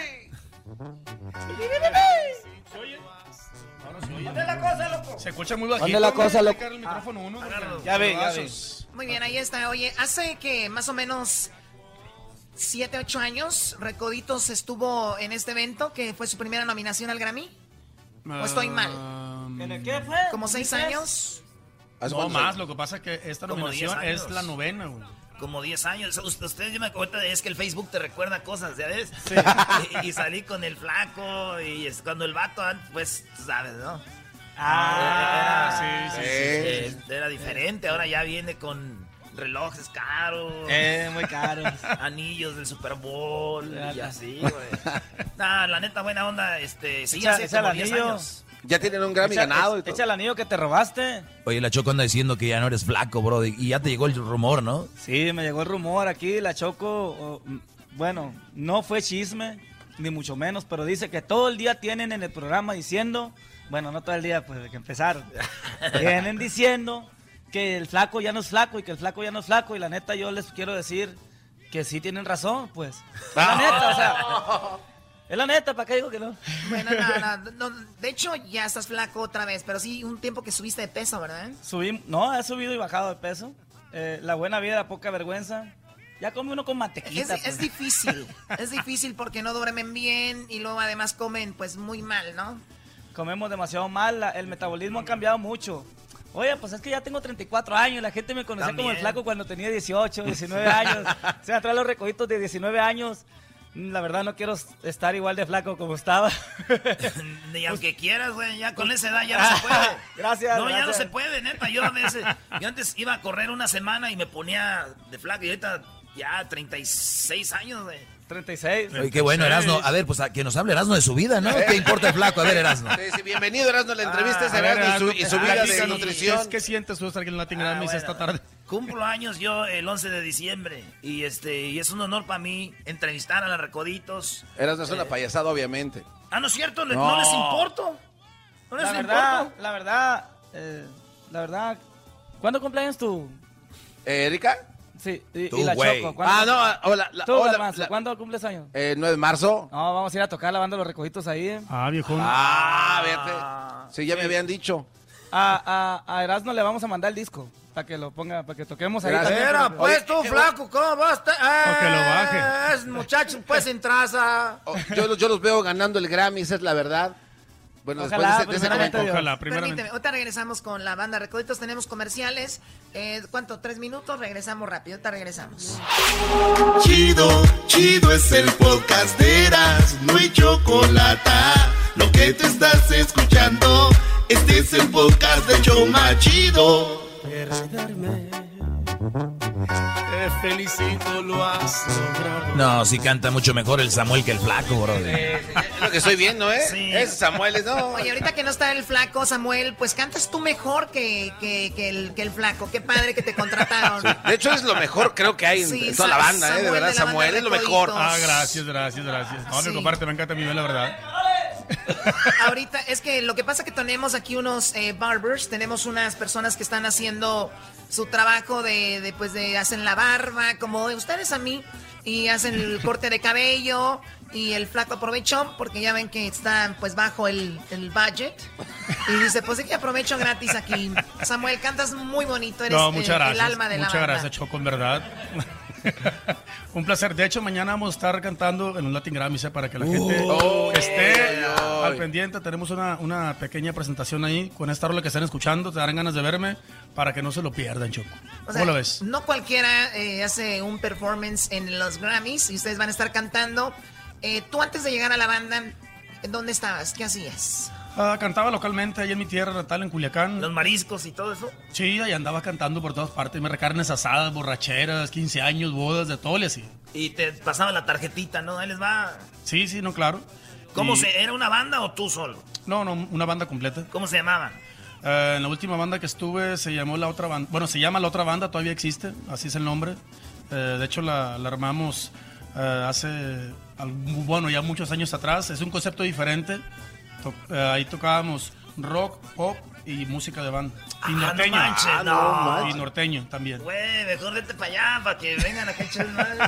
Speaker 8: la cosa, loco? Se escucha muy bajito.
Speaker 17: ¿Dónde la cosa,
Speaker 8: ¿no?
Speaker 17: loco?
Speaker 8: Sacar el micrófono uno,
Speaker 3: Ah,
Speaker 8: güey.
Speaker 17: Ya ve, ya ve.
Speaker 8: Brazos.
Speaker 2: Muy bien, ahí está. Oye, hace que más o menos 7, 8 años, Recoditos estuvo en este evento, que fue su primera nominación al Grammy. ¿O estoy mal?
Speaker 8: ¿En el qué fue?
Speaker 2: Como 6
Speaker 8: ¿Dices?
Speaker 2: años.
Speaker 8: Um, No más, lo que pasa es que esta
Speaker 3: Como 10
Speaker 8: nominación
Speaker 3: años.
Speaker 8: es la novena, güey.
Speaker 3: Como 10 años. U- Ustedes yo me cuenta es que el Facebook te recuerda cosas, ¿ya ves? Y, y salí con el flaco y es cuando el vato, ah, pues, tú sabes, ¿no?
Speaker 8: Ah, sí, sí,
Speaker 3: eh,
Speaker 8: sí, sí.
Speaker 3: Era diferente, ahora ya viene con relojes caros.
Speaker 8: Eh, muy caros.
Speaker 3: Anillos del Super Bowl y
Speaker 8: Ya.
Speaker 3: así, güey. Nah, la neta, buena onda, este, sí,
Speaker 17: Echa-
Speaker 3: hace
Speaker 17: echa el
Speaker 3: como 10
Speaker 17: anillo.
Speaker 3: años.
Speaker 15: Ya tienen un Grammy
Speaker 17: Echa-
Speaker 15: ganado y todo.
Speaker 17: Echa el anillo que te robaste.
Speaker 4: Oye, la Choco anda diciendo que ya no eres flaco, bro. Y ya te llegó el rumor, ¿no?
Speaker 17: Sí, me llegó el rumor aquí, la Choco, o, mm, bueno, no fue chisme, ni mucho menos, pero dice que todo el día tienen en el programa diciendo, bueno, no todo el día, pues de que empezaron, tienen diciendo que el flaco ya no es flaco y que el flaco ya no es flaco, y la neta yo les quiero decir que sí tienen razón, pues. Es la neta, o sea, es la neta, ¿para qué digo que no?
Speaker 2: Bueno, no, no, no, De hecho, ya estás flaco otra vez, pero sí un tiempo que subiste de peso, ¿verdad?
Speaker 17: Subí, no, he subido y bajado de peso, Eh, la buena vida, la poca vergüenza, ya come uno con
Speaker 2: Es,
Speaker 17: mantequita.
Speaker 2: es
Speaker 17: pues.
Speaker 2: difícil, es difícil porque no duermen bien y luego además comen pues muy mal, ¿no?
Speaker 17: comemos demasiado mal, la- el metabolismo ha cambiado mucho. Oye, pues es que ya tengo 34 años, la gente me conocía como el
Speaker 8: También.
Speaker 17: flaco cuando tenía 18, 19 años. o sea, atrás los recogitos de 19 años. mm, La verdad no quiero s- estar igual de flaco como estaba.
Speaker 3: Ni aunque quieras, güey, ya con esa edad ya no se puede.
Speaker 17: Gracias,
Speaker 3: No, ya no
Speaker 17: gracias.
Speaker 3: se puede, neta. Yo a veces, yo antes iba a correr una semana y me ponía de flaco y ahorita ya 36 años, güey.
Speaker 17: 36.
Speaker 4: Oye, qué bueno, Erasno. A ver, pues a que nos hable Erasno de su vida, ¿no? ¿Qué importa el flaco? A ver, Erasno.
Speaker 15: Sí, sí, bienvenido, Erasmo.
Speaker 3: Ah,
Speaker 15: La entrevista es
Speaker 4: a ver,
Speaker 15: Erasmo y
Speaker 4: Erasmo,
Speaker 15: su, y su
Speaker 4: ah,
Speaker 15: vida de
Speaker 4: platícanos,
Speaker 15: nutrición.
Speaker 17: ¿qué- ¿Qué sientes tú estar aquí en Latin
Speaker 3: Ah,
Speaker 17: Grammys
Speaker 3: bueno.
Speaker 17: esta tarde?
Speaker 3: Cumplo años yo el 11 de diciembre y este y es un honor para mí entrevistar a las Recoditos. Eh,
Speaker 15: Erasmo es una payasada, obviamente.
Speaker 3: Ah, no es cierto, le- no,
Speaker 15: No.
Speaker 3: les importo. No les
Speaker 17: La verdad,
Speaker 3: importo.
Speaker 17: la verdad, eh, la verdad. ¿Cuándo cumpleaños tú?
Speaker 15: Eh, ¿Erika?
Speaker 17: Sí, y,
Speaker 15: Tú,
Speaker 17: y la
Speaker 15: güey.
Speaker 17: Choco. ¿cuándo-
Speaker 15: Ah, no, hola. la-
Speaker 17: Tú,
Speaker 15: hola,
Speaker 17: Garbanzo,
Speaker 15: la-
Speaker 17: ¿cuándo cumples años?
Speaker 15: eh, 9 de marzo.
Speaker 17: No, vamos a ir a tocar la banda de los recogitos ahí. eh.
Speaker 8: Ah, viejo.
Speaker 15: Ah, verte. Sí, ya me habían dicho.
Speaker 17: A, a, a Erasmo le vamos a mandar el disco para que lo ponga, para que toquemos ahí.
Speaker 15: Gracias.
Speaker 17: también.
Speaker 15: Era, pues,
Speaker 17: Oye,
Speaker 15: tú,
Speaker 17: qué-
Speaker 15: flaco,
Speaker 3: ¿cómo vas?
Speaker 15: que lo baje.
Speaker 3: Es muchacho, pues, sin traza.
Speaker 15: Yo, los- yo los veo ganando el Grammy, esa es la verdad. Bueno,
Speaker 17: Ojalá,
Speaker 15: después de ese- de ese,
Speaker 17: primeramente
Speaker 15: comentario.
Speaker 17: Dios. Ojalá, primeramente.
Speaker 2: Permíteme, ahorita regresamos con la banda Recoditos, tenemos comerciales. Eh, ¿Cuánto? ¿Tres minutos? Regresamos rápido, ahorita regresamos.
Speaker 1: Chido, chido es el podcast de Eras, no hay chocolate. Lo que te estás escuchando, este es el podcast de Choma Chido.
Speaker 8: Te felicito, lo has logrado.
Speaker 4: No, sí canta mucho mejor el Samuel que el flaco, bro.
Speaker 15: Es lo que estoy viendo, ¿eh? Es Samuel, es- no.
Speaker 2: Oye, ahorita que no está el flaco, Samuel, pues cantas tú mejor que, que, que el, que el flaco. Qué padre que te contrataron.
Speaker 15: De hecho, es lo mejor, creo que hay en
Speaker 2: Sí,
Speaker 15: en toda la
Speaker 2: Sa-
Speaker 15: banda, ¿eh?
Speaker 2: Samuel
Speaker 15: De verdad,
Speaker 2: de la
Speaker 15: Samuel
Speaker 2: banda
Speaker 15: es lo mejor.
Speaker 2: Recoditos.
Speaker 8: Ah, gracias, gracias, gracias. No,
Speaker 2: Sí.
Speaker 8: mi compadre, me encanta mi bien, la verdad.
Speaker 2: Ahorita, es que lo que pasa que tenemos aquí unos eh, barbers, tenemos unas personas que están haciendo su trabajo de, de, pues, de hacen la barba, como de ustedes a mí, y hacen el corte de cabello, y el flaco aprovechó, porque ya ven que está, pues, bajo el, el budget, y dice, pues, sí que aprovecho gratis aquí. Samuel, cantas muy bonito, eres
Speaker 8: No,
Speaker 2: eh,
Speaker 8: muchas gracias.
Speaker 2: el alma de la
Speaker 8: muchas
Speaker 2: banda.
Speaker 8: gracias, Choco, en verdad. un placer. De hecho, mañana vamos a estar cantando en un Latin Grammy ¿eh? para que la gente
Speaker 15: Oh,
Speaker 8: esté
Speaker 15: ay,
Speaker 8: al pendiente. Tenemos una, una pequeña presentación ahí con esta rola que están escuchando. Te darán ganas de verme para que no se lo pierdan, Choco.
Speaker 2: O sea,
Speaker 8: ¿Cómo lo ves?
Speaker 2: No cualquiera eh, hace un performance en los Grammys y ustedes van a estar cantando. Eh, tú antes de llegar a la banda, ¿dónde estabas? ¿Qué hacías?
Speaker 8: Ah, cantaba localmente ahí en mi tierra natal, en Culiacán.
Speaker 3: Los mariscos y todo eso.
Speaker 8: Sí, ahí andaba cantando por todas partes. Me recarnes asadas, borracheras, 15 años, bodas, de todo le hacía.
Speaker 3: Y te pasaba la tarjetita, ¿no? Ahí les va.
Speaker 8: Sí, sí, no, claro.
Speaker 3: ¿Cómo
Speaker 8: Y-
Speaker 3: se? ¿Era una banda o tú solo?
Speaker 8: No, no, una banda completa.
Speaker 3: ¿Cómo se llamaban?
Speaker 8: Eh, en la última banda que estuve se llamó La Otra Banda. Bueno, se llama La Otra Banda, todavía existe, así es el nombre. Eh, de hecho, la, la armamos eh, hace, algún- bueno, ya muchos años atrás. Es un concepto diferente. To- eh, ahí tocábamos rock, pop y música de banda. Y
Speaker 3: no
Speaker 8: norteño.
Speaker 3: manches, Ah, no no. manches.
Speaker 8: Y norteño también.
Speaker 3: Güey, mejor vete para allá para que vengan acá a echar madre.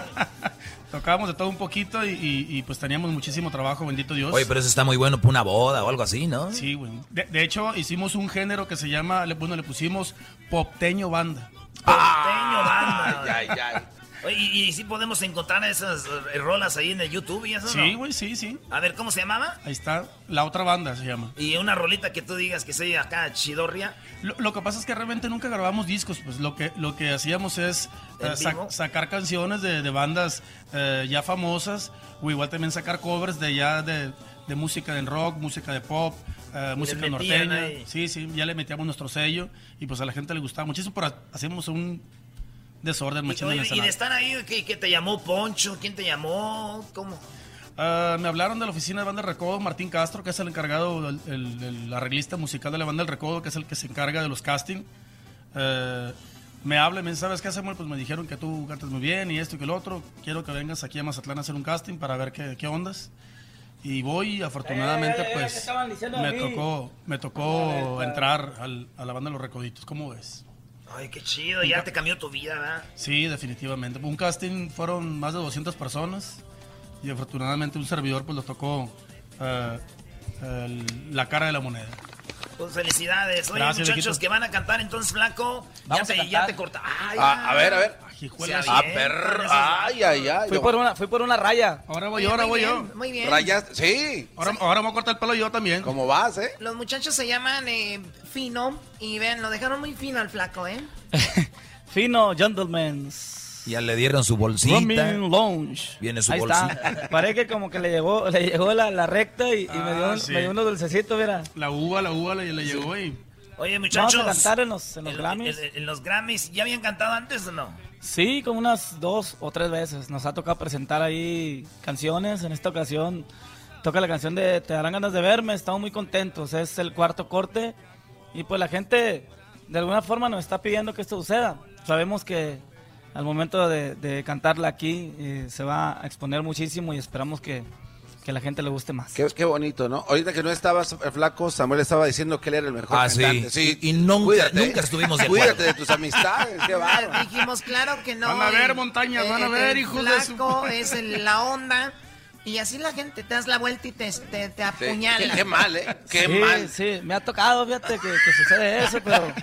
Speaker 8: Tocábamos de todo un poquito y, y- y, pues teníamos muchísimo trabajo, bendito Dios.
Speaker 4: Oye, pero eso está muy bueno para una boda o algo así, ¿no?
Speaker 8: Pues Sí, güey. De, de hecho, hicimos un género que se llama, le- bueno, le pusimos popteño banda.
Speaker 3: Ay, ay, ay. Oye, y, y sí podemos encontrar esas eh, rolas ahí en el YouTube y eso,
Speaker 8: Sí,
Speaker 3: ¿no?
Speaker 8: güey, sí, sí.
Speaker 3: A ver, ¿cómo se llamaba?
Speaker 8: Ahí está, la otra banda se llama.
Speaker 3: Y una rolita que tú digas que soy acá chidorria.
Speaker 8: Lo, lo que pasa es que realmente nunca grabamos discos, pues lo que, lo que hacíamos es
Speaker 3: ¿En
Speaker 8: eh, sac-
Speaker 3: vivo?
Speaker 8: sacar canciones de, de bandas eh, ya famosas, o igual también sacar covers de ya de, de música de rock, música de pop, eh, música
Speaker 3: metían
Speaker 8: norteña.
Speaker 3: ahí.
Speaker 8: Sí, sí, ya le metíamos nuestro sello y pues a la gente le gustaba muchísimo, pero hacíamos un desorden
Speaker 3: Y,
Speaker 8: machín en
Speaker 3: oye,
Speaker 8: la
Speaker 3: y
Speaker 8: sala.
Speaker 3: de estar ahí, que, que te llamó Poncho, ¿quién te llamó? ¿Cómo?
Speaker 8: Ah, me hablaron de la oficina de Banda del Recodo, Martín Castro, que es el encargado, el, el- el arreglista musical de la Banda del Recodo, que es el que se encarga de los casting. Eh, me habla y me dice, ¿sabes qué, Samuel? Pues me dijeron que tú cantas muy bien y esto y que el otro. Quiero que vengas aquí a Mazatlán a hacer un casting para ver qué, qué ondas. Y voy y afortunadamente
Speaker 17: Eh, eh, eh, ¿qué
Speaker 8: pues
Speaker 17: estaban diciendo
Speaker 8: me
Speaker 17: de mí?
Speaker 8: tocó, me
Speaker 17: Ah,
Speaker 8: tocó
Speaker 17: neta.
Speaker 8: entrar al- a la Banda de los Recoditos. ¿Cómo ves?
Speaker 3: Ay, qué chido, ya te cambió tu vida, ¿verdad?
Speaker 8: Sí, definitivamente. Un casting fueron más de 200 personas y afortunadamente un servidor pues lo tocó eh, el- la cara de la moneda.
Speaker 3: Pues felicidades. Oye,
Speaker 8: Gracias,
Speaker 3: muchachos
Speaker 8: viejito.
Speaker 3: que van a cantar entonces, Flaco. Ya
Speaker 17: Vamos a
Speaker 3: te,
Speaker 17: cantar.
Speaker 3: ya te corta. Ay,
Speaker 15: Ah, a ver, a ver.
Speaker 3: hijuela,
Speaker 15: Ah,
Speaker 3: bien.
Speaker 15: perro. Ay, ay, ay.
Speaker 17: Fui por una, fui por una raya.
Speaker 8: Ahora
Speaker 3: voy yo, ahora voy yo. muy bien.
Speaker 15: Rayas, sí.
Speaker 8: Ahora, ahora me voy a cortar el pelo yo también.
Speaker 15: ¿Cómo vas, eh?
Speaker 2: Los muchachos se llaman eh, Fino y ven, lo dejaron muy fino al flaco, ¿eh?
Speaker 17: Fino, gentlemen.
Speaker 4: Ya le dieron su bolsita.
Speaker 17: Roaming Lounge.
Speaker 4: Viene su
Speaker 17: Ahí
Speaker 4: bolsita.
Speaker 17: está. Parece que como que le llegó, le llegó la, la recta y, y me,
Speaker 4: Ah,
Speaker 17: dio,
Speaker 8: sí.
Speaker 17: me dio unos dulcecitos, mira.
Speaker 8: La uva, la uva le, le llegó y...
Speaker 3: Oye, muchachos.
Speaker 17: Vamos a cantar en los, en los Grammys.
Speaker 3: En, en los Grammys. ¿Ya habían cantado antes o no?
Speaker 17: Sí, como unas dos o tres veces. Nos ha tocado presentar ahí canciones. En esta ocasión toca la canción de Te darán ganas de verme. Estamos muy contentos. Es el cuarto corte. Y pues la gente de alguna forma nos está pidiendo que esto suceda. Sabemos que al momento de, de cantarla aquí eh, se va a exponer muchísimo y esperamos que, que la gente le guste más.
Speaker 15: Qué, qué bonito, ¿no? Ahorita que no estabas eh, flaco, Samuel estaba diciendo que él era el mejor
Speaker 4: Ah, sí.
Speaker 15: cantante. Sí.
Speaker 4: Y, y nunca,
Speaker 15: Cuídate.
Speaker 4: nunca estuvimos de acuerdo.
Speaker 15: Cuídate de tus amistades, qué bárbaro.
Speaker 2: Dijimos, claro que no.
Speaker 8: Van a
Speaker 2: el-
Speaker 8: ver, montañas, van a ver,
Speaker 2: el
Speaker 8: hijos de su-
Speaker 2: flaco es el- la onda. Y así la gente te das la vuelta y te, te, te apuñala.
Speaker 15: qué- qué mal, ¿eh? Qué
Speaker 17: sí,
Speaker 15: mal.
Speaker 17: Sí, me ha tocado, fíjate, que, que sucede eso, pero.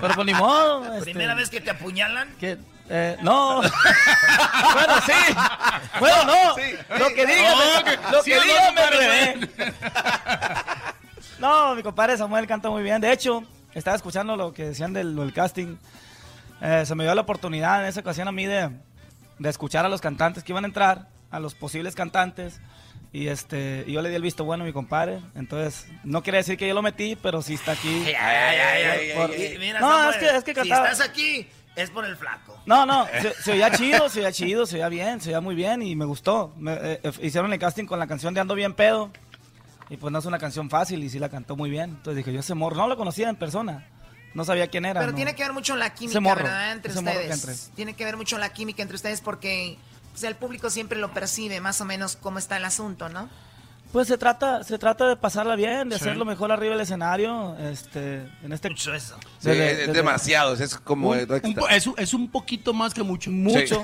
Speaker 17: Pero por ni modo. este,
Speaker 3: ¿Primera vez que te apuñalan?
Speaker 17: que- eh, no. bueno, sí. Bueno, no. Lo que diga,
Speaker 3: No,
Speaker 17: me-
Speaker 3: que-
Speaker 17: lo
Speaker 3: sí
Speaker 17: que
Speaker 3: o no,
Speaker 17: diga me
Speaker 3: compadre.
Speaker 17: atreveré. No, mi compadre Samuel canta muy bien. De hecho, estaba escuchando lo que decían del, del casting. Eh, se me dio la oportunidad en esa ocasión a mí de, de escuchar a los cantantes que iban a entrar, a los posibles cantantes. Y este, y yo le di el visto bueno a mi compadre. Entonces, no quiere decir que yo lo metí, pero sí está aquí. Por-
Speaker 3: Mira,
Speaker 17: no,
Speaker 3: Samuel,
Speaker 17: es que, es que
Speaker 3: Si
Speaker 17: cantaba.
Speaker 3: estás aquí, es por el Flaco.
Speaker 17: No, no, se, se oía chido, se oía chido, se oía bien, se oía muy bien y me gustó. Me, eh, eh, hicieron el casting con la canción de Ando Bien Pedo y pues no es una canción fácil y sí la cantó muy bien. Entonces dije, yo ese morro, no lo conocía en persona, no sabía quién era.
Speaker 2: Pero
Speaker 17: no.
Speaker 2: tiene que ver mucho la química,
Speaker 17: Ese morro,
Speaker 2: ¿verdad? Entre
Speaker 17: ese morro que
Speaker 2: ustedes.
Speaker 17: entre.
Speaker 2: Tiene que ver mucho la química entre ustedes porque o sea, el público siempre lo percibe más o menos cómo está el asunto, ¿no?
Speaker 17: Pues se trata, se trata de pasarla bien, de
Speaker 2: Sí.
Speaker 17: hacer lo mejor arriba del escenario, este, en este...
Speaker 3: Mucho eso.
Speaker 15: Sí, es- es demasiado, Pues es como
Speaker 17: Un-
Speaker 15: el extra.
Speaker 8: es, un- es un poquito más que mucho.
Speaker 17: Mucho.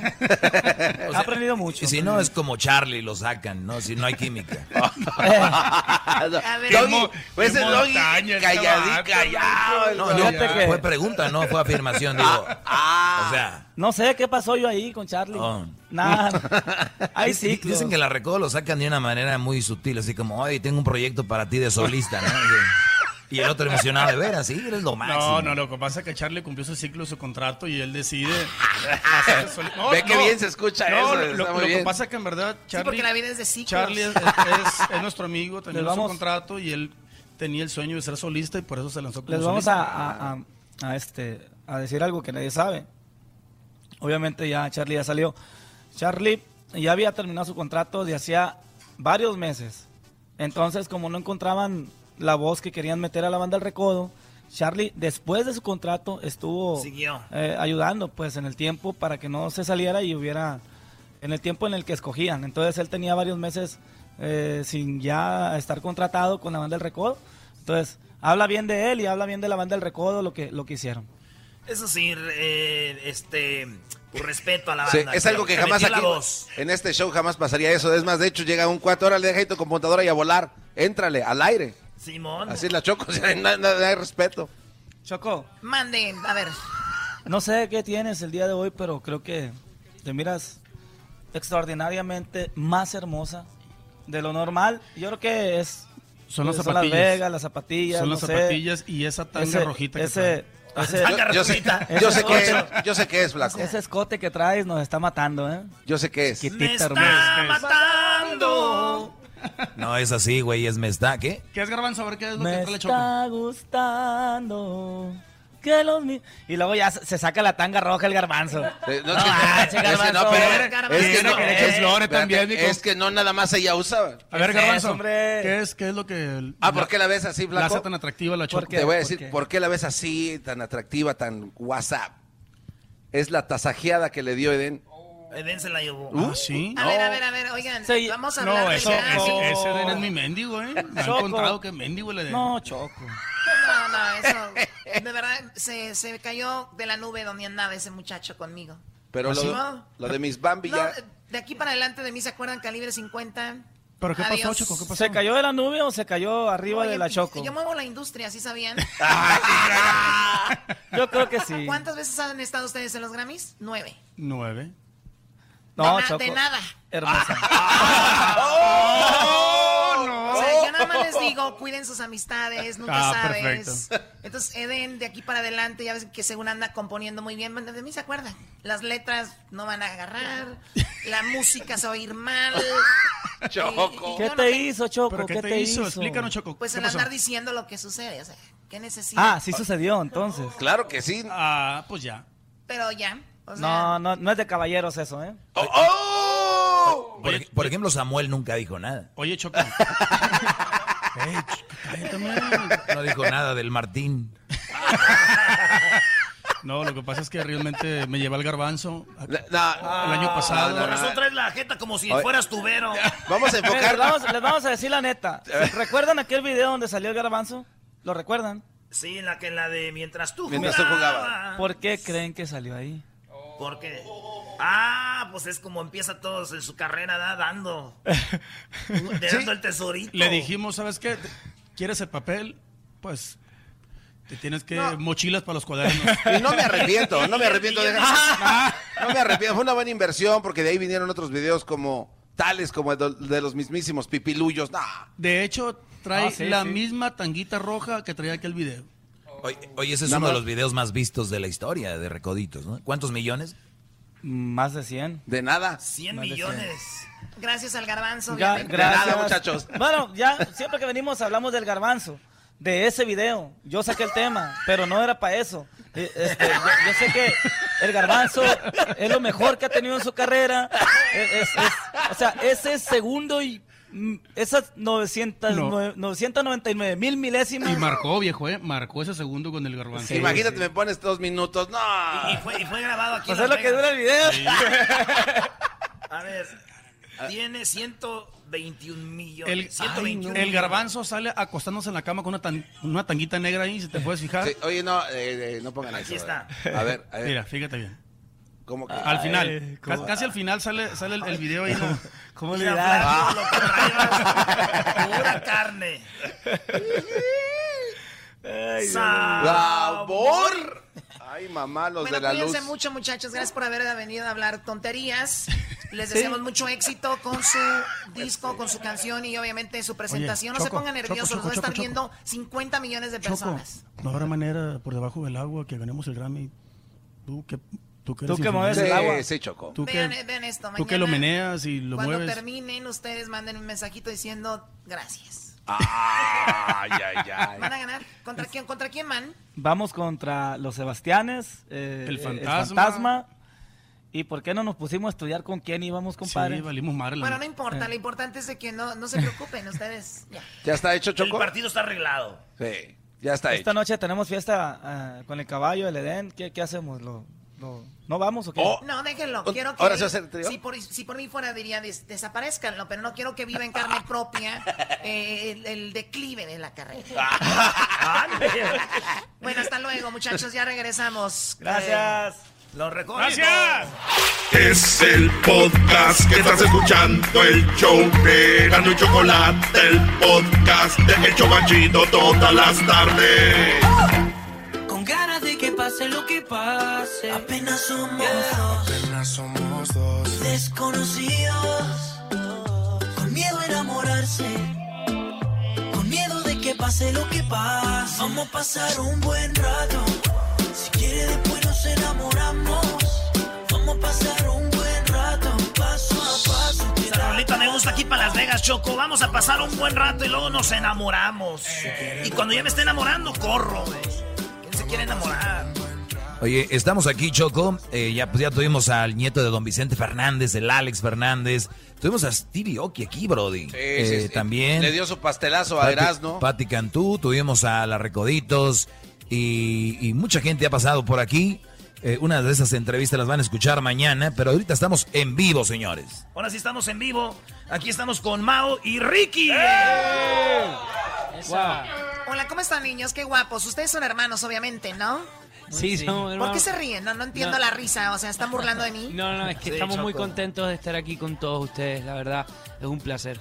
Speaker 17: ha aprendido mucho.
Speaker 4: Y si no, es como Charlie, lo sacan, ¿no? Si no hay química.
Speaker 2: ver,
Speaker 4: Qué
Speaker 15: Doggy,
Speaker 4: mo-
Speaker 15: pues
Speaker 4: qué
Speaker 15: ese Doggy,
Speaker 4: montaña este
Speaker 15: calladí-
Speaker 4: vato,
Speaker 15: callado, el
Speaker 4: No,
Speaker 15: Doggy.
Speaker 4: no,
Speaker 15: Fíjate
Speaker 4: fue
Speaker 15: que-
Speaker 4: pregunta, no fue afirmación, digo.
Speaker 15: Ah,
Speaker 4: O sea,
Speaker 17: No sé qué pasó yo ahí con Charlie.
Speaker 4: Oh.
Speaker 17: Nada. Hay
Speaker 4: dicen-
Speaker 17: ciclos.
Speaker 4: dicen que la recodo lo sacan de una manera muy sutil, así como, oye, tengo un proyecto para ti de solista, ¿no? Así. Y el otro emocionado de ver, así, eres lo máximo.
Speaker 8: No, no, lo que pasa es que Charlie cumplió su ciclo, su contrato y él decide.
Speaker 15: Ve qué bien se escucha eso,
Speaker 8: No, lo-
Speaker 15: está
Speaker 8: lo,
Speaker 15: muy
Speaker 8: lo que
Speaker 15: bien.
Speaker 8: pasa es que en verdad Charlie.
Speaker 2: porque la vida es de ciclos.
Speaker 8: Charlie es, es- es nuestro amigo, terminó su
Speaker 17: vamos-
Speaker 8: contrato y él tenía el sueño de ser solista y por eso se lanzó como
Speaker 17: Les vamos a,
Speaker 8: solista.
Speaker 17: a- a- a, este, a decir algo que nadie sabe. Obviamente ya Charlie ya salió. Charlie ya había terminado su contrato de hacía varios meses. Entonces, como no encontraban la voz que querían meter a la banda del recodo. Charlie, después de su contrato, estuvo
Speaker 3: Siguió.
Speaker 17: eh, ayudando pues en el tiempo para que no se saliera y hubiera en el tiempo en el que escogían. Entonces él tenía varios meses eh, sin ya estar contratado con la banda del recodo. Entonces, habla bien de él y habla bien de la banda del recodo lo que, lo que hicieron.
Speaker 3: Eso sí, eh, este, por respeto a la
Speaker 15: Sí,
Speaker 3: banda.
Speaker 15: es algo que
Speaker 3: Pero
Speaker 15: jamás
Speaker 3: metí la
Speaker 15: aquí,
Speaker 3: voz.
Speaker 15: en este show jamás pasaría eso. Es más, de hecho, llega un cuatro horas, deja ahí tu computadora y a volar. Éntrale, al aire.
Speaker 3: Simón.
Speaker 15: Así es la choco, o sea, na- na- na- hay respeto.
Speaker 17: Choco,
Speaker 2: Mande, a ver.
Speaker 17: No sé qué tienes el día de hoy, pero creo que te miras extraordinariamente más hermosa de lo normal. Yo creo que es eh,
Speaker 8: Son las
Speaker 17: las
Speaker 8: zapatillas.
Speaker 17: Vegas, las zapatillas,
Speaker 8: Son
Speaker 17: no
Speaker 8: las
Speaker 17: sé.
Speaker 8: zapatillas y esa tanga rojita que
Speaker 17: ese,
Speaker 8: trae.
Speaker 17: ese-
Speaker 8: Tanga
Speaker 15: Yo- yo sé- rojita. yo sé qué es,
Speaker 17: escote-
Speaker 15: yo sé qué es, flaco.
Speaker 17: Ese escote que traes nos está matando, ¿eh?
Speaker 15: Yo sé qué es.
Speaker 17: Chiquitita,
Speaker 15: está
Speaker 17: hermosa.
Speaker 3: matando.
Speaker 4: No es así, güey, es me está, ¿qué?
Speaker 8: ¿Qué es Garbanzo? A ver qué es lo
Speaker 17: Me
Speaker 8: que trae la choco.
Speaker 17: está gustando que los mi- Y luego ya se se saca la tanga roja el garbanzo.
Speaker 15: Eh, No,
Speaker 17: manches,
Speaker 15: es que- es que no,
Speaker 17: garbanzo.
Speaker 15: pero- es que
Speaker 17: Quiere
Speaker 15: no,
Speaker 17: que le
Speaker 15: eh,
Speaker 17: eches flores también,
Speaker 15: espérate,
Speaker 17: mijo.
Speaker 15: es que no nada más ella usa.
Speaker 8: A ver,
Speaker 15: Garbanzo.
Speaker 8: Garbanzo, ¿qué es, ¿qué es lo que...
Speaker 15: Ah, ¿por qué la ves así,
Speaker 8: La
Speaker 15: flaco?
Speaker 8: hace tan atractiva la choco.
Speaker 15: Te voy a decir, ¿por qué? la ves así, tan atractiva, tan WhatsApp? Es la tasajeada que le dio Eden.
Speaker 3: Eden se la llevó.
Speaker 15: Uh,
Speaker 2: A
Speaker 15: no.
Speaker 2: ver, a ver, a ver, oigan, vamos a
Speaker 8: No,
Speaker 2: hablar de
Speaker 8: eso,
Speaker 2: Gaby.
Speaker 8: ese, ese Eden es mi mendigo, ¿eh? Me han
Speaker 17: Choco.
Speaker 8: contado que mendigo le
Speaker 17: No, Choco.
Speaker 2: No, no, eso, de verdad, se, se cayó de la nube donde andaba ese muchacho conmigo.
Speaker 15: Pero
Speaker 2: ¿Ah,
Speaker 15: lo,
Speaker 2: sí?
Speaker 15: lo de mis Bambi
Speaker 2: No,
Speaker 15: ya...
Speaker 2: de aquí para adelante de mí se acuerdan Calibre 50.
Speaker 17: ¿Pero
Speaker 2: qué pasó, Adiós. Choco? ¿Qué
Speaker 17: ¿Se cayó de la nube o se cayó arriba
Speaker 2: Oye,
Speaker 17: de la Choco?
Speaker 2: Yo muevo la industria, ¿sí sabían?
Speaker 17: Yo creo que sí.
Speaker 2: ¿Cuántas veces han estado ustedes en los Grammys? Nueve.
Speaker 8: Nueve.
Speaker 2: de, na- de nada. Ah.
Speaker 17: Hermosa.
Speaker 2: O sea, yo nada más les digo, cuiden sus amistades, nunca
Speaker 17: Ah,
Speaker 2: sabes. Entonces, Eden, de aquí para adelante, ya ves que según anda componiendo muy bien, de mí se acuerdan. Las letras no van a agarrar, la música se va a oír mal.
Speaker 17: Choco.
Speaker 2: Yo
Speaker 17: ¿Qué
Speaker 2: no
Speaker 17: te
Speaker 2: te-
Speaker 17: hizo, Choco?
Speaker 8: ¿Pero qué te hizo? Explícanos, Choco.
Speaker 2: Pues
Speaker 8: ¿Qué
Speaker 2: el
Speaker 8: pasó?
Speaker 2: andar diciendo lo que sucede, o sea, ¿qué necesidad?
Speaker 17: Ah, sí sucedió entonces.
Speaker 15: Claro que sí.
Speaker 8: Ah, pues ya.
Speaker 2: Pero ya, o sea,
Speaker 17: No, no, no es de caballeros eso, ¿eh?
Speaker 2: Oh,
Speaker 4: Por, ej- por ejemplo, Samuel nunca dijo nada.
Speaker 8: Oye, Choco.
Speaker 4: No dijo nada del Martín.
Speaker 8: No, lo que pasa es que realmente me lleva el garbanzo a-
Speaker 15: ah, no.
Speaker 8: el año
Speaker 3: Ah,
Speaker 8: pasado.
Speaker 3: Por eso traes la jeta como si
Speaker 8: Oye.
Speaker 3: fueras tubero.
Speaker 17: Mira, Les vamos, les vamos a decir la neta. ¿Recuerdan aquel video donde salió el garbanzo? ¿Lo recuerdan?
Speaker 3: Sí, la que la de mientras tú
Speaker 17: Mientras tú
Speaker 3: jugabas.
Speaker 17: ¿Por qué creen que salió ahí?
Speaker 3: Porque. Ah, pues es como empieza todos en su carrera, ¿da? dando. dando el tesorito.
Speaker 8: Le dijimos, ¿sabes qué? ¿Te- ¿Quieres el papel? Pues te tienes que mochilas para los cuadernos.
Speaker 15: Y no me arrepiento, no me arrepiento. de- No me arrepiento, fue una buena inversión porque de ahí vinieron otros videos como tales como el do- de los mismísimos pipilullos. Nah.
Speaker 8: De hecho, trae
Speaker 4: Ah, sí,
Speaker 8: la
Speaker 4: sí.
Speaker 8: misma tanguita roja que traía aquel video.
Speaker 4: Oye, oye, ese es
Speaker 8: Nada
Speaker 4: uno de
Speaker 8: más.
Speaker 4: los videos más vistos de la historia de Recoditos, ¿no? ¿Cuántos millones?
Speaker 17: Más de 100.
Speaker 15: De nada.
Speaker 3: 100
Speaker 17: Más de
Speaker 3: millones.
Speaker 2: gracias al garbanzo.
Speaker 17: Ga-
Speaker 2: obviamente.
Speaker 17: gracias. Bueno, ya siempre que venimos hablamos del garbanzo, de ese video. Yo saqué el tema, pero no era para eso. Eh, este, yo, yo sé que el garbanzo es lo mejor que ha tenido en su carrera. Eh, es- es- o sea, ese segundo y mm, esas 900,
Speaker 8: No.
Speaker 17: nue- 999 mil milésimas.
Speaker 8: Y marcó, viejo, ¿eh? Marcó ese segundo con el garbanzo.
Speaker 15: Imagínate, me pones dos minutos. No.
Speaker 3: Y fue, y fue grabado aquí.
Speaker 17: Pues
Speaker 3: en
Speaker 17: es
Speaker 3: Las
Speaker 17: lo que
Speaker 3: Vegas.
Speaker 17: dura el video.
Speaker 3: A ver, tiene 121 millones.
Speaker 8: Ah. El,
Speaker 3: 121
Speaker 8: Ay, no. El garbanzo sale acostándose en la cama con una, tan- una tanguita negra ahí, si te puedes fijar.
Speaker 15: Sí, oye, no, eh, eh, no pongan eso.
Speaker 8: Aquí está.
Speaker 15: eh. A ver, a ver.
Speaker 8: Mira, fíjate bien.
Speaker 15: ¿Cómo que?
Speaker 8: Al final,
Speaker 15: Ay,
Speaker 8: ca-
Speaker 15: ¿cómo?
Speaker 8: casi al final sale, sale el, el video ahí. ¿no?
Speaker 17: ¿Cómo
Speaker 3: le das? Pura carne.
Speaker 15: ¡Sabor! Ay, mamá, los
Speaker 2: Bueno,
Speaker 15: de la
Speaker 3: pues,
Speaker 15: luz.
Speaker 2: cuídense mucho, muchachos. Gracias por haber venido a hablar tonterías. Les
Speaker 15: Sí.
Speaker 2: deseamos mucho éxito con su disco, con su canción y obviamente su presentación. no
Speaker 8: Este. Choco,
Speaker 2: se pongan
Speaker 8: Choco,
Speaker 2: nerviosos,
Speaker 8: Choco,
Speaker 2: los
Speaker 8: Choco,
Speaker 2: están
Speaker 8: Choco.
Speaker 2: viendo 50 millones de personas.
Speaker 8: No habrá manera por debajo del agua que ganemos el Grammy. Tú que, tú que,
Speaker 17: Tú
Speaker 8: eres
Speaker 17: que mueves
Speaker 8: influencer.
Speaker 17: el agua.
Speaker 15: Sí, Choco.
Speaker 8: Tú que,
Speaker 2: vean, eh, vean esto.
Speaker 8: tú que
Speaker 2: mañana,
Speaker 8: lo meneas y lo
Speaker 2: Cuando
Speaker 8: mueves.
Speaker 2: terminen, ustedes manden un mensajito diciendo gracias.
Speaker 15: Ay, ay,
Speaker 2: ¿Van a ganar? ¿Contra quién? ¿Contra quién, man?
Speaker 17: Vamos contra los Sebastianes, eh,
Speaker 8: El
Speaker 17: eh,
Speaker 8: fantasma.
Speaker 17: fantasma ¿Y por qué no nos pusimos a estudiar con quién íbamos, compadre? Eh.
Speaker 8: Sí, valimos madre
Speaker 2: Bueno, no
Speaker 8: Eh.
Speaker 2: importa, lo importante es de que no, no se preocupen ustedes. Ya.
Speaker 15: ¿Ya está hecho, Choco?
Speaker 3: El partido está arreglado.
Speaker 15: Sí, ya está
Speaker 17: Esta
Speaker 15: hecho.
Speaker 17: noche tenemos fiesta ah, con el caballo, el Edén. ¿Qué, qué hacemos? ¿Lo, lo- no vamos o qué?
Speaker 15: Oh.
Speaker 2: No, déjenlo. Quiero
Speaker 17: Oh.
Speaker 2: que
Speaker 17: ¿Ahora se va a hacer trío?
Speaker 2: si, por, si por mí fuera, diría des- desaparezcanlo, pero no quiero que viva en carne propia eh, el, el declive de la carrera. bueno, hasta luego, muchachos. Ya regresamos. Eh,
Speaker 3: Gracias. Lo recomiendo.
Speaker 2: Gracias.
Speaker 1: Es el podcast que estás escuchando, el show de Erasmo y Chocolate, el podcast de El Chobachito todas las tardes.
Speaker 9: Con ganas de que pase lo que pase. Apenas somos dos. Apenas somos dos. Desconocidos. Con miedo a enamorarse. Con miedo de que pase lo que pase. Vamos a pasar un buen rato. Si quiere después nos enamoramos. Vamos a pasar un buen rato. Paso a paso. te
Speaker 3: Esta rolita me gusta aquí para Las Vegas, Choco. Vamos a pasar un buen rato y luego nos enamoramos. Y cuando ya me esté enamorando, corro, güey. ¿Quién se quiere enamorar?
Speaker 4: Oye, estamos aquí, Choco. Eh, ya, pues ya tuvimos al nieto de don Vicente Fernández, el Alex Fernández. Tuvimos a Stevie Oki aquí, Brody.
Speaker 15: Sí, sí,
Speaker 4: Eh,
Speaker 15: sí.
Speaker 4: También.
Speaker 15: Le dio su pastelazo a
Speaker 4: Pati-
Speaker 15: Erasmo.
Speaker 4: Pati Cantú, tuvimos a La Recoditos y, y mucha gente ha pasado por aquí. Eh, una de esas entrevistas las van a escuchar mañana, pero ahorita estamos en vivo, señores.
Speaker 3: Ahora sí estamos en vivo. Aquí estamos con Mao y Ricky.
Speaker 18: ¡Eh!
Speaker 2: Esa. Hola, ¿cómo están, niños? Qué guapos. Ustedes son hermanos, obviamente, ¿no?
Speaker 3: Pues
Speaker 18: Sí, somos
Speaker 2: ¿Por qué
Speaker 18: hermanos.
Speaker 2: se ríen? No, no entiendo
Speaker 18: No.
Speaker 2: la risa. O sea, ¿están burlando de mí?
Speaker 18: No, no, es que
Speaker 2: Sí,
Speaker 18: estamos muy
Speaker 2: Choco.
Speaker 18: contentos de estar aquí con todos ustedes, la verdad. Es un placer.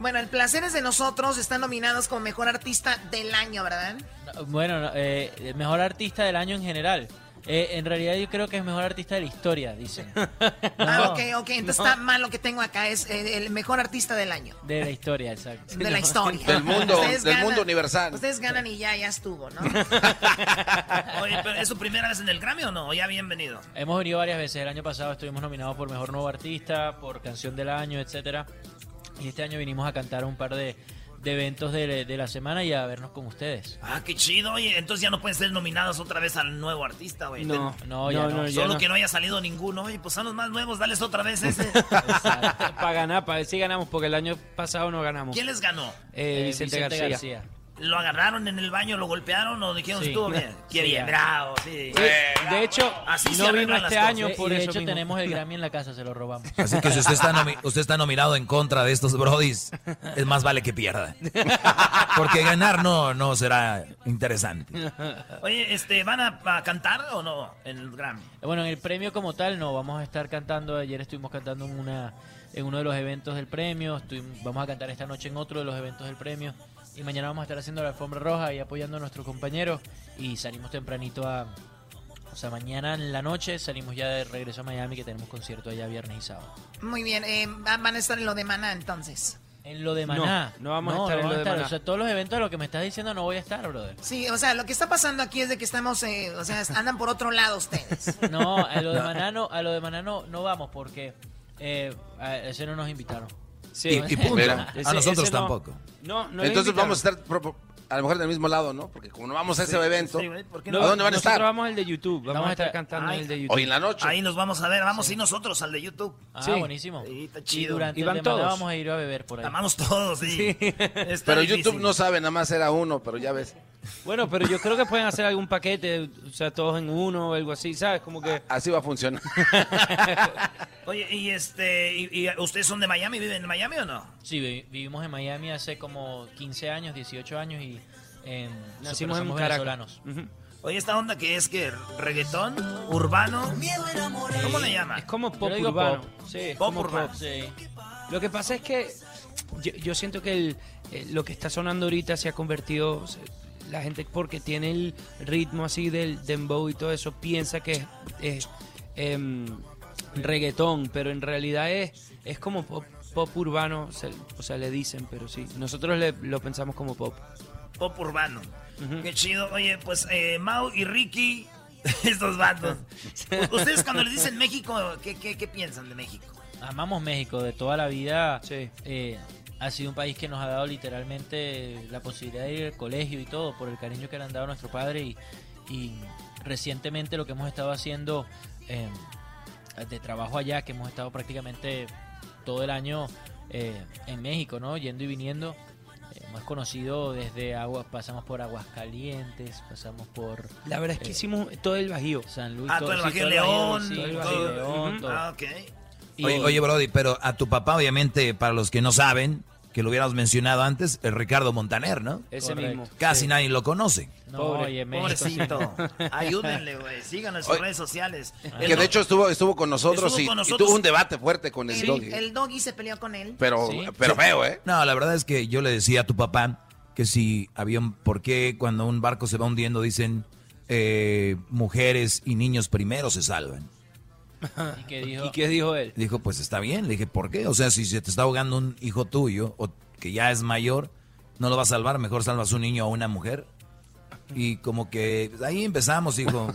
Speaker 2: Bueno, el placer es de nosotros. Están nominados como mejor artista del año, ¿verdad?
Speaker 18: Bueno, no, eh, mejor artista del año en general. Eh, en realidad yo creo que es mejor artista de la historia, dicen.
Speaker 2: Ah, ok, ok. Entonces
Speaker 18: No.
Speaker 2: está mal lo que tengo acá. Es eh, el mejor artista del año.
Speaker 18: De la historia, exacto.
Speaker 2: De la historia.
Speaker 15: Del mundo,
Speaker 2: Ustedes
Speaker 15: del
Speaker 2: ganan.
Speaker 15: mundo universal.
Speaker 2: Ustedes ganan y ya, ya estuvo, ¿no?
Speaker 3: Oye, pero ¿es su primera vez en el Grammy o no? Ya bienvenido.
Speaker 18: Hemos venido varias veces. El año pasado estuvimos nominados por Mejor Nuevo Artista, por Canción del Año, etcétera. Y este año vinimos a cantar un par de, de eventos de, de la semana y a vernos con ustedes.
Speaker 3: Ah, qué chido. Oye, entonces ya no pueden ser nominados otra vez al nuevo artista, güey.
Speaker 18: No,
Speaker 3: Ten-
Speaker 18: no, ya No, no, no, ya
Speaker 3: Solo
Speaker 18: no.
Speaker 3: que no haya salido ninguno. Oye, pues son los más nuevos, dales otra vez ese.
Speaker 18: para ganar, para ver si ganamos, porque el año pasado no ganamos.
Speaker 3: ¿Quién les ganó?
Speaker 18: Eh, Vicente, García.
Speaker 3: ¿Lo agarraron en el baño, lo golpearon o dijeron
Speaker 18: Sí.
Speaker 3: estuvo bien? Qué
Speaker 18: Sí,
Speaker 3: bien,
Speaker 18: ya.
Speaker 3: bravo, sí. Ah,
Speaker 18: Sí, de hecho,
Speaker 3: Así se
Speaker 18: no vino
Speaker 3: arreglan las
Speaker 18: este
Speaker 3: cosas.
Speaker 18: año por y de eso hecho mismo. tenemos el Grammy en la casa, se lo robamos.
Speaker 4: Así que si usted está, nomi- usted está nominado en contra de estos Brodis, es más vale que pierda. Porque ganar no, no será interesante.
Speaker 3: Oye, este, ¿van a, a cantar o no en el Grammy?
Speaker 18: Bueno, en el premio como tal no, vamos a estar cantando, ayer estuvimos cantando en, una, en uno de los eventos del premio, estuvim- vamos a cantar esta noche en otro de los eventos del premio y mañana vamos a estar haciendo la alfombra roja y apoyando a nuestros compañeros y salimos tempranito a... O sea, mañana en la noche salimos ya de regreso a Miami que tenemos concierto allá viernes y sábado.
Speaker 2: Muy bien. eh, van van a estar en lo de Maná, entonces.
Speaker 18: En lo de Maná.
Speaker 2: No, no vamos a estar en lo de Maná.
Speaker 18: O sea, todos los eventos de lo que me estás diciendo no voy a estar, brother.
Speaker 2: Sí, o sea, lo que está pasando aquí es de que estamos, eh, o sea, andan por otro lado ustedes.
Speaker 18: No, a lo de Maná no, a lo de Maná no, no vamos porque eh, a ese no nos invitaron.
Speaker 15: Y- y punto. Mira, a nosotros tampoco.
Speaker 18: No, no
Speaker 15: Entonces vamos a estar pro- pro- a lo mejor del mismo lado, ¿no? Porque como no vamos a ese
Speaker 18: Sí,
Speaker 15: evento,
Speaker 18: sí, güey, ¿por qué
Speaker 15: ¿a
Speaker 18: no?
Speaker 15: dónde van a
Speaker 18: Nosotros
Speaker 15: estar?
Speaker 18: vamos al de YouTube, vamos a estar cantando en el de YouTube.
Speaker 15: Hoy en la noche.
Speaker 3: Ahí nos vamos a ver, vamos a ir nosotros al de YouTube.
Speaker 18: Ah, buenísimo. Y durante
Speaker 3: Y
Speaker 18: el
Speaker 3: van
Speaker 18: de Maná
Speaker 3: todos.
Speaker 18: vamos a ir a beber por ahí.
Speaker 3: Vamos todos, sí. Está
Speaker 15: Pero
Speaker 3: difícil.
Speaker 15: YouTube no sabe, nada más era uno, pero ya ves.
Speaker 18: Bueno, pero yo creo que pueden hacer algún paquete, o sea, todos en uno o algo así, ¿sabes? Como que...
Speaker 15: Así va a funcionar.
Speaker 3: Oye, y este, y, y ustedes son de Miami, viven en Miami o no?
Speaker 18: Sí, vi- vivimos en Miami hace como 15 años, 18 años y em,
Speaker 3: Nacimos
Speaker 18: super-
Speaker 3: en
Speaker 18: somos
Speaker 3: Caracas.
Speaker 18: venezolanos.
Speaker 3: Oye, esta onda que es que reggaetón, urbano, ¿cómo le llama?
Speaker 18: Es como
Speaker 3: Yo
Speaker 18: pop
Speaker 3: le digo
Speaker 18: urbano.
Speaker 3: pop.
Speaker 18: Sí, es
Speaker 3: Pop
Speaker 18: como
Speaker 3: urbano.
Speaker 18: sí. Lo que pasa es que
Speaker 19: yo, yo siento que el- eh, lo que está sonando ahorita se ha convertido se- la gente porque tiene el ritmo así del dembow y todo eso piensa que es, es, em, reggaetón pero en realidad es es como pop, pop urbano se- o sea le dicen pero sí nosotros le- lo pensamos como pop
Speaker 3: Pop urbano. Qué chido. Oye, pues eh, Mau y Ricky, estos bandos. Ustedes cuando les dicen México, ¿qué, qué, qué piensan de México?
Speaker 18: amamos México de toda la vida. Eh, ha sido un país que nos ha dado literalmente la posibilidad de ir al colegio y todo por el cariño que le han dado a nuestro padre y, y recientemente lo que hemos estado haciendo eh, de trabajo allá, que hemos estado prácticamente todo el año eh, en México, ¿no? Yendo y viniendo. Eh, Hemos conocido desde aguas, pasamos por Aguascalientes, pasamos por.
Speaker 19: La verdad es que
Speaker 18: eh,
Speaker 19: hicimos todo el Bajío.
Speaker 18: San Luis,
Speaker 3: Ah, todo el
Speaker 18: sí,
Speaker 3: Bajío
Speaker 18: todo el
Speaker 3: León.
Speaker 18: sí, todo el Bajío
Speaker 3: todo-
Speaker 18: León, todo.
Speaker 3: Ah, ok.
Speaker 4: Oye, oye, Brody, pero a tu papá, obviamente, para los que no saben, que lo hubiéramos mencionado antes, el Ricardo Montaner, ¿no?
Speaker 3: Ese mismo.
Speaker 4: Casi
Speaker 3: Sí.
Speaker 4: nadie lo conoce.
Speaker 18: No,
Speaker 3: Pobre-
Speaker 18: y en México sí.
Speaker 3: pobrecito. Ayúdenle, güey. Síganos en sus
Speaker 15: Oye.
Speaker 3: redes sociales.
Speaker 4: Ah,
Speaker 15: Que de hecho estuvo, estuvo con nosotros,
Speaker 3: Estuvo
Speaker 15: y,
Speaker 3: con
Speaker 15: y
Speaker 3: nosotros.
Speaker 15: tuvo un debate fuerte con el
Speaker 2: El,
Speaker 15: doggy.
Speaker 2: el doggy se peleó con él.
Speaker 15: Pero, pero feo, ¿eh?
Speaker 4: No, la verdad es que yo le decía a tu papá que si había un... ¿Por qué cuando un barco se va hundiendo dicen eh, mujeres y niños primero se salvan?
Speaker 18: ¿Y qué dijo?
Speaker 19: ¿Y qué dijo él?
Speaker 4: Dijo, pues está bien. Le dije, ¿por qué? O sea, si se te está ahogando un hijo tuyo o que ya es mayor, no lo vas a salvar. Mejor salvas un niño o una mujer. Y como que ahí empezamos, hijo.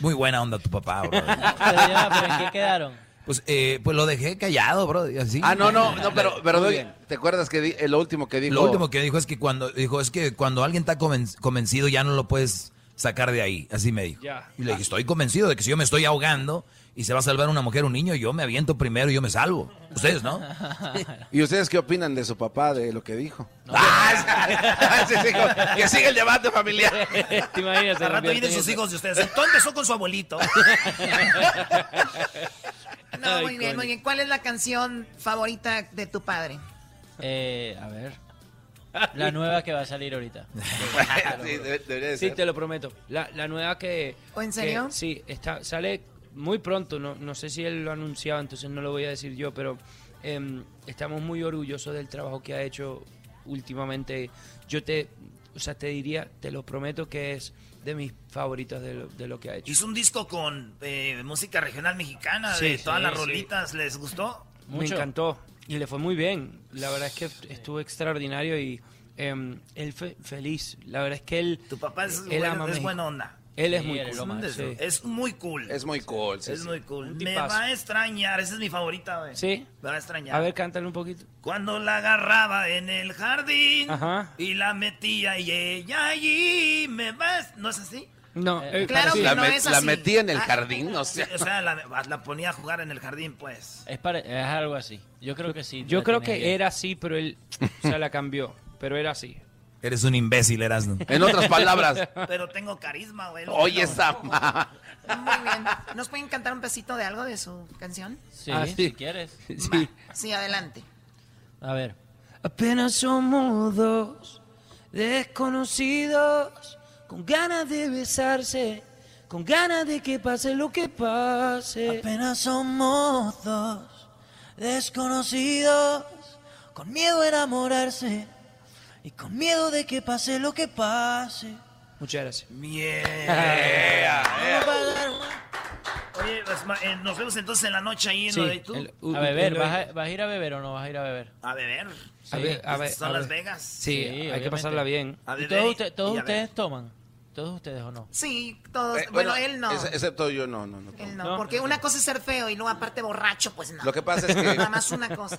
Speaker 4: Muy buena onda tu papá, bro.
Speaker 18: Ah, Pero ya, pero ¿en qué quedaron?
Speaker 4: Pues, eh, pues lo dejé callado, bro. y Así.
Speaker 15: Ah, no, no, no, pero, pero
Speaker 4: Muy
Speaker 15: Doggy,
Speaker 4: bien.
Speaker 15: ¿te acuerdas que di- eh, lo último que dijo?
Speaker 4: Lo último que dijo es que cuando dijo es que cuando alguien está conven- convencido ya no lo puedes sacar de ahí, así me dijo.
Speaker 15: Ya.
Speaker 4: Y le dije, estoy convencido de que si yo me estoy ahogando y se va a salvar una mujer, un niño, yo me aviento primero y yo me salvo. Ustedes, ¿no?
Speaker 15: ¿Y ustedes qué opinan de su papá, de lo que dijo?
Speaker 4: Ah, sí, sí, como- que siga el debate familiar.
Speaker 18: Te imaginas,
Speaker 3: Al rato vienen sus hijos de ustedes. Entonces empezó con su abuelito.
Speaker 2: No, muy bien, muy bien. ¿Cuál es la canción favorita de tu padre?
Speaker 18: Eh, a ver. La nueva que va a salir ahorita.
Speaker 19: Sí,
Speaker 18: de- debería de
Speaker 19: Sí,
Speaker 18: ser.
Speaker 19: te lo prometo. La, la nueva que...
Speaker 2: ¿O en
Speaker 19: que-
Speaker 2: serio?
Speaker 19: sí, está, sale muy pronto. No, no sé si él lo ha anunciado, entonces no lo voy a decir yo, pero em, estamos muy orgullosos del trabajo que ha hecho últimamente. Yo te... O sea, te diría, te lo prometo que es de mis favoritos de lo, de lo que ha hecho.
Speaker 3: Hizo un disco con eh, música regional mexicana, de
Speaker 19: Sí,
Speaker 3: todas
Speaker 19: sí,
Speaker 3: las
Speaker 19: sí.
Speaker 3: rolitas. ¿Les gustó?
Speaker 19: Me encantó y le fue muy bien. La verdad es que estuvo extraordinario y em, él fue feliz. La verdad es que él... Tu papá
Speaker 3: Es, buena- es buena onda. Eh,
Speaker 19: Él es muy cool. sí.
Speaker 3: Es muy cool.
Speaker 15: Es muy cool, sí,
Speaker 3: es
Speaker 15: sí.
Speaker 3: muy cool.
Speaker 19: Un
Speaker 3: Me
Speaker 19: tipazo.
Speaker 3: va a extrañar. Esa es mi favorita, güey.
Speaker 19: Sí.
Speaker 3: Me va a extrañar.
Speaker 19: A ver, cántale un poquito.
Speaker 3: Cuando la agarraba en el jardín
Speaker 19: Ajá.
Speaker 3: y la metía y ella allí me vas. ¿No es así?
Speaker 19: No,
Speaker 3: eh,
Speaker 19: claro
Speaker 3: sí.
Speaker 19: que
Speaker 3: La
Speaker 19: no
Speaker 3: met-
Speaker 19: es
Speaker 3: la
Speaker 19: así.
Speaker 3: metí en el
Speaker 19: Ah,
Speaker 3: jardín, O sea, la, la ponía a jugar en el jardín, pues.
Speaker 18: Es, pare- es algo así. Yo creo que sí.
Speaker 19: Yo
Speaker 18: la
Speaker 19: creo
Speaker 18: tiene
Speaker 19: que era así, pero él o sea, la cambió. Pero era así.
Speaker 4: Eres un imbécil, eras.
Speaker 15: En otras palabras.
Speaker 3: Pero tengo carisma, güey.
Speaker 15: Oye, esa... ma-
Speaker 2: Muy bien. ¿Nos pueden cantar un pedacito de algo de su canción?
Speaker 18: Sí,
Speaker 19: Ah, sí.
Speaker 18: si quieres.
Speaker 19: Sí.
Speaker 2: Sí, adelante.
Speaker 18: A ver.
Speaker 19: Apenas somos dos desconocidos con ganas de besarse, con ganas de que pase lo que pase.
Speaker 9: Apenas somos dos desconocidos, con miedo a enamorarse y con miedo de que pase lo que pase.
Speaker 19: Muchas gracias.
Speaker 15: eh,
Speaker 3: Vamos a dar una- Oye, pues, ma- eh, nos vemos entonces en la noche ahí en
Speaker 19: Sí,
Speaker 3: lo de tú.
Speaker 19: el- uh,
Speaker 18: A beber. ¿Vas a, vas a ir a beber o no vas a ir a beber?
Speaker 3: A beber.
Speaker 19: A ver, a ver,
Speaker 3: Son
Speaker 19: a
Speaker 3: Las
Speaker 19: ver.
Speaker 3: Vegas.
Speaker 19: Sí, hay
Speaker 18: obviamente.
Speaker 19: que pasarla bien.
Speaker 3: A
Speaker 18: ¿Y
Speaker 3: beber
Speaker 18: todos
Speaker 3: y-
Speaker 18: ustedes, todos
Speaker 3: y a ver.
Speaker 18: ustedes toman? ¿Todos ustedes o no?
Speaker 2: Sí, todos.
Speaker 15: Eh,
Speaker 2: bueno, él no.
Speaker 15: ex- Excepto yo, no, no, no.
Speaker 2: Él no, porque una cosa es ser feo y luego aparte borracho, pues no.
Speaker 15: Lo que pasa es que-
Speaker 2: Nada más una cosa.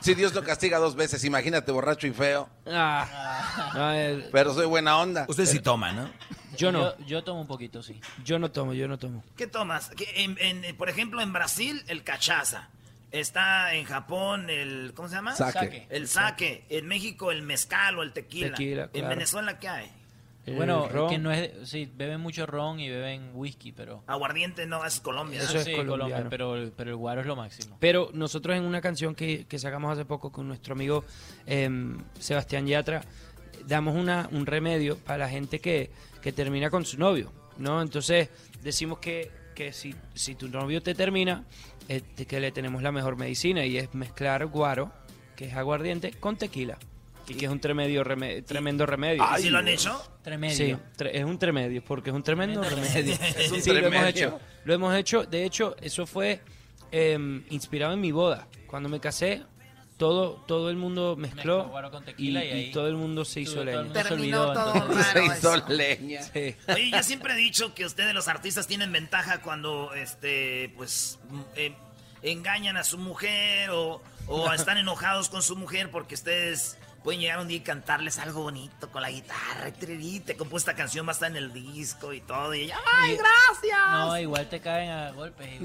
Speaker 15: Si Dios lo castiga dos veces, imagínate, borracho y feo.
Speaker 19: Ah, No, eh,
Speaker 15: Pero soy buena onda.
Speaker 4: Usted sí toma, ¿no?
Speaker 19: Yo no.
Speaker 18: Yo, yo tomo un poquito, sí.
Speaker 19: Yo no tomo, yo no tomo.
Speaker 3: ¿Qué tomas? ¿Qué- en- en- eh, por ejemplo, en Brasil, el cachaza. Está en Japón el. ¿Cómo se llama?
Speaker 19: Sake. Sake.
Speaker 3: El saque. En México, el mezcal o el tequila.
Speaker 19: Tequila,
Speaker 3: En
Speaker 19: claro.
Speaker 3: Venezuela, ¿qué hay?
Speaker 18: bueno,
Speaker 19: ron.
Speaker 18: que no es. de- sí, beben mucho ron y beben whisky, pero.
Speaker 3: Ah, Aguardiente no, es Colombia.
Speaker 19: Eso es
Speaker 18: sí, Colombia,
Speaker 19: colombiano.
Speaker 18: pero, pero el guaro es lo máximo.
Speaker 19: Pero nosotros en una canción que, que sacamos hace poco con nuestro amigo eh, Sebastián Yatra, damos una, un remedio para la gente que, que termina con su novio, ¿no? Entonces decimos que, que si, si tu novio te termina, eh, te- que le tenemos la mejor medicina y es mezclar guaro, que es aguardiente, con tequila. Y que es un tremedio, reme- tremendo remedio.
Speaker 3: ¿Y si ¿Ah, lo han hecho?
Speaker 19: Sí,
Speaker 18: Tremedio.
Speaker 19: tre- es un tremedio, porque es un tremendo
Speaker 3: Tremendo
Speaker 19: remedio.
Speaker 3: remedio. Es un
Speaker 19: Sí, lo hemos
Speaker 3: tremedio.
Speaker 19: hecho. Lo hemos hecho. De hecho, eso fue eh, inspirado en mi boda. Cuando me casé, todo, todo el mundo mezcló
Speaker 18: guaro con
Speaker 19: y,
Speaker 18: tequila y
Speaker 19: y
Speaker 18: ahí
Speaker 19: todo el mundo se hizo
Speaker 18: todo el
Speaker 19: leña.
Speaker 18: mundo se Terminó olvidó, todo entonces.
Speaker 19: se
Speaker 18: raro
Speaker 19: hizo
Speaker 18: eso.
Speaker 19: leña. Sí.
Speaker 3: Oye, yo siempre he dicho que ustedes los artistas tienen ventaja cuando, este, pues, mm, eh, engañan a su mujer o, o están enojados con su mujer porque ustedes Pueden llegar un día y cantarles algo bonito con la guitarra. Y te compuso esta canción, va a estar en el disco y todo. Y ella, ¡ay, gracias!
Speaker 18: No, igual te caen a golpes.
Speaker 3: Pe-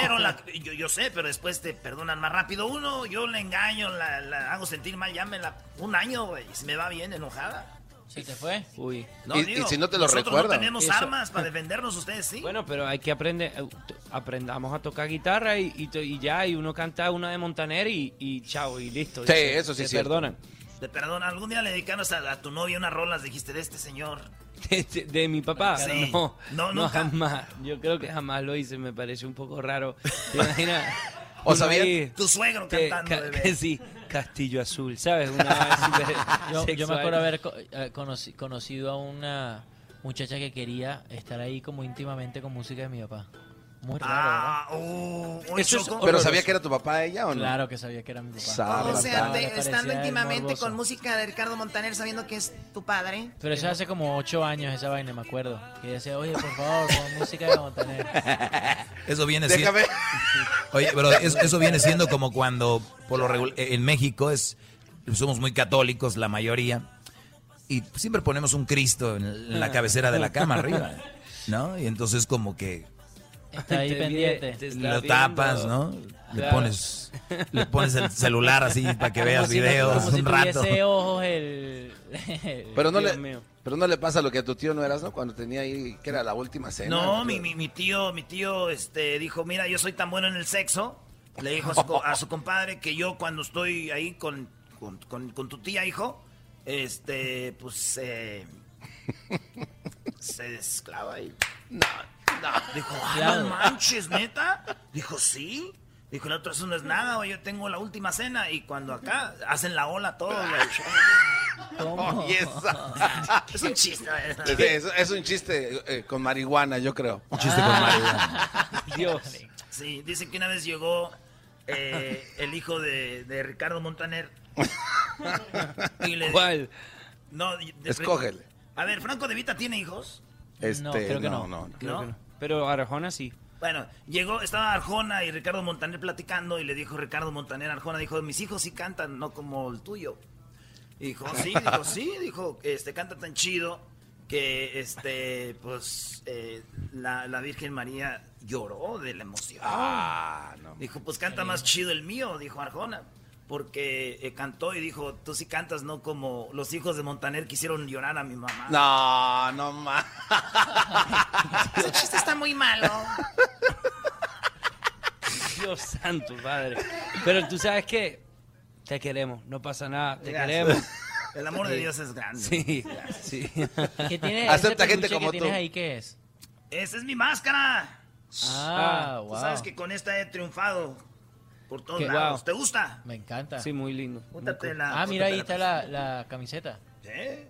Speaker 3: Pero la- yo, yo sé, pero después te perdonan más rápido. Uno, yo la engaño, la, la hago sentir mal, llámela un año, güey. Si me va bien, enojada.
Speaker 18: ¿Se te fue?
Speaker 19: Uy.
Speaker 3: No, digo, nosotros no tenemos
Speaker 19: Eso-
Speaker 3: armas para defendernos, ustedes sí.
Speaker 19: Bueno, pero hay que aprender, eh, t- aprendamos a tocar guitarra y, y to- y ya, y uno canta una de Montaner y, y chao, y listo.
Speaker 15: Sí,
Speaker 19: Y se-
Speaker 15: eso sí
Speaker 19: se
Speaker 15: es cierto.
Speaker 19: perdonan.
Speaker 3: Te perdonan. Algún día le dedicanos a, a tu novia unas rolas, dijiste, de este señor.
Speaker 19: De, de- de mi papá.
Speaker 3: Sí.
Speaker 19: No,
Speaker 3: No,
Speaker 19: no,
Speaker 3: nunca.
Speaker 19: jamás. Yo creo que jamás lo hice, me parece un poco raro. ¿Te imaginas? O Uno sabía- ahí-
Speaker 3: Tu suegro
Speaker 19: que-
Speaker 3: cantando,
Speaker 19: ca-
Speaker 3: bebé.
Speaker 19: que sí, Castillo Azul, ¿sabes? Una vez súper
Speaker 18: yo, yo me
Speaker 19: sexual.
Speaker 18: acuerdo haber co- eh, conoci- conocido a una muchacha que quería estar ahí como íntimamente con música de mi papá. Muy raro,
Speaker 3: Ah,
Speaker 18: ¿verdad?
Speaker 3: oh, oh,
Speaker 15: Eso es
Speaker 3: Choco.
Speaker 15: Pero sabía que era tu papá ella o no?
Speaker 18: Claro que sabía que era mi papá.
Speaker 15: Sabe,
Speaker 2: O sea,
Speaker 15: papá.
Speaker 2: te- estando
Speaker 18: parecía
Speaker 2: íntimamente
Speaker 18: morboso.
Speaker 2: con música de Ricardo Montaner sabiendo que es tu padre.
Speaker 18: Pero eso hace como ocho años esa vaina, me acuerdo. Que decía, oye, por favor, pon música de Montaner.
Speaker 4: Eso viene siendo. Oye, pero eso, eso viene siendo como cuando, por lo regul- en México, es somos muy católicos, la mayoría, y siempre ponemos un Cristo en, en la cabecera de la cama arriba, ¿no? Y entonces, como que
Speaker 18: Está ahí
Speaker 19: Te vi-
Speaker 18: pendiente.
Speaker 19: te está
Speaker 4: lo
Speaker 19: viendo.
Speaker 4: tapas, ¿no? Le
Speaker 19: Claro.
Speaker 4: pones, le pones el celular así para que veas
Speaker 18: Como si no-
Speaker 4: videos
Speaker 18: como si
Speaker 4: un rato.
Speaker 18: tuviese ojos el- el-
Speaker 15: Pero no,
Speaker 18: Dios
Speaker 15: le,
Speaker 18: mío.
Speaker 15: pero no le pasa lo que a tu tío no eras, ¿no? Cuando tenía ahí, que era la última cena.
Speaker 3: No, mi, mi, mi tío, mi tío este, dijo, mira, yo soy tan bueno en el sexo. Le dijo a su, co- a su compadre que yo cuando estoy ahí con, con, con- con tu tía, hijo, este, pues eh, se desclava y... No, no. Dijo, ah, no
Speaker 1: Claro.
Speaker 3: manches, neta. Dijo, sí. Dijo, el otro, eso no es nada, güey, yo tengo la última cena. Y cuando acá hacen la ola todo, güey.
Speaker 15: ¿Cómo? Oye, esa.
Speaker 3: es un chiste,
Speaker 15: Sí,
Speaker 3: güey.
Speaker 15: es, es un chiste eh, con marihuana, yo creo. Un
Speaker 3: chiste con
Speaker 15: marihuana.
Speaker 19: Dios.
Speaker 3: Sí, dicen que una vez llegó eh, el hijo de, de Ricardo Montaner. Y le-
Speaker 15: ¿Cuál?
Speaker 3: No, de- de-
Speaker 15: Escógele.
Speaker 3: A ver, ¿Franco de Vita tiene hijos?
Speaker 15: Este,
Speaker 19: no, creo que no.
Speaker 15: no, no.
Speaker 19: Creo
Speaker 3: ¿No?
Speaker 19: que no. Pero Arjona sí.
Speaker 3: Bueno, llegó, estaba Arjona y Ricardo Montaner platicando y le dijo Ricardo Montaner a Arjona, dijo, mis hijos sí cantan, no como el tuyo. Y dijo, sí, dijo, sí, dijo, este, canta tan chido que, este, pues, eh, la, la Virgen María lloró de la emoción.
Speaker 15: Ah, no.
Speaker 3: Dijo, pues canta más chido el mío, dijo Arjona. Porque eh, cantó y dijo, tú sí cantas, no como los hijos de Montaner quisieron llorar a mi mamá.
Speaker 15: No, no más.
Speaker 2: Ese chiste está muy malo.
Speaker 19: Dios santo, padre. Pero tú sabes que te queremos, no pasa nada, te
Speaker 3: Gracias.
Speaker 19: queremos.
Speaker 3: El amor de
Speaker 19: Sí.
Speaker 3: Dios es grande.
Speaker 19: Sí,
Speaker 3: Gracias.
Speaker 19: sí.
Speaker 18: ¿Qué tiene
Speaker 3: Acepta
Speaker 18: ese
Speaker 3: gente
Speaker 18: peluche
Speaker 3: como
Speaker 18: que tienes
Speaker 3: tú.
Speaker 18: ahí qué es?
Speaker 3: Esa es mi máscara.
Speaker 18: Ah,
Speaker 3: Tú
Speaker 18: wow.
Speaker 3: sabes que con esta he triunfado por todos
Speaker 18: Qué
Speaker 3: lados.
Speaker 18: guau.
Speaker 3: ¿Te gusta?
Speaker 18: Me encanta.
Speaker 19: Sí, muy lindo.
Speaker 3: Júntate
Speaker 18: Muy cool.
Speaker 3: la-
Speaker 18: Ah, mira, ahí
Speaker 3: júntate
Speaker 18: está la, la camiseta.
Speaker 3: ¿Eh?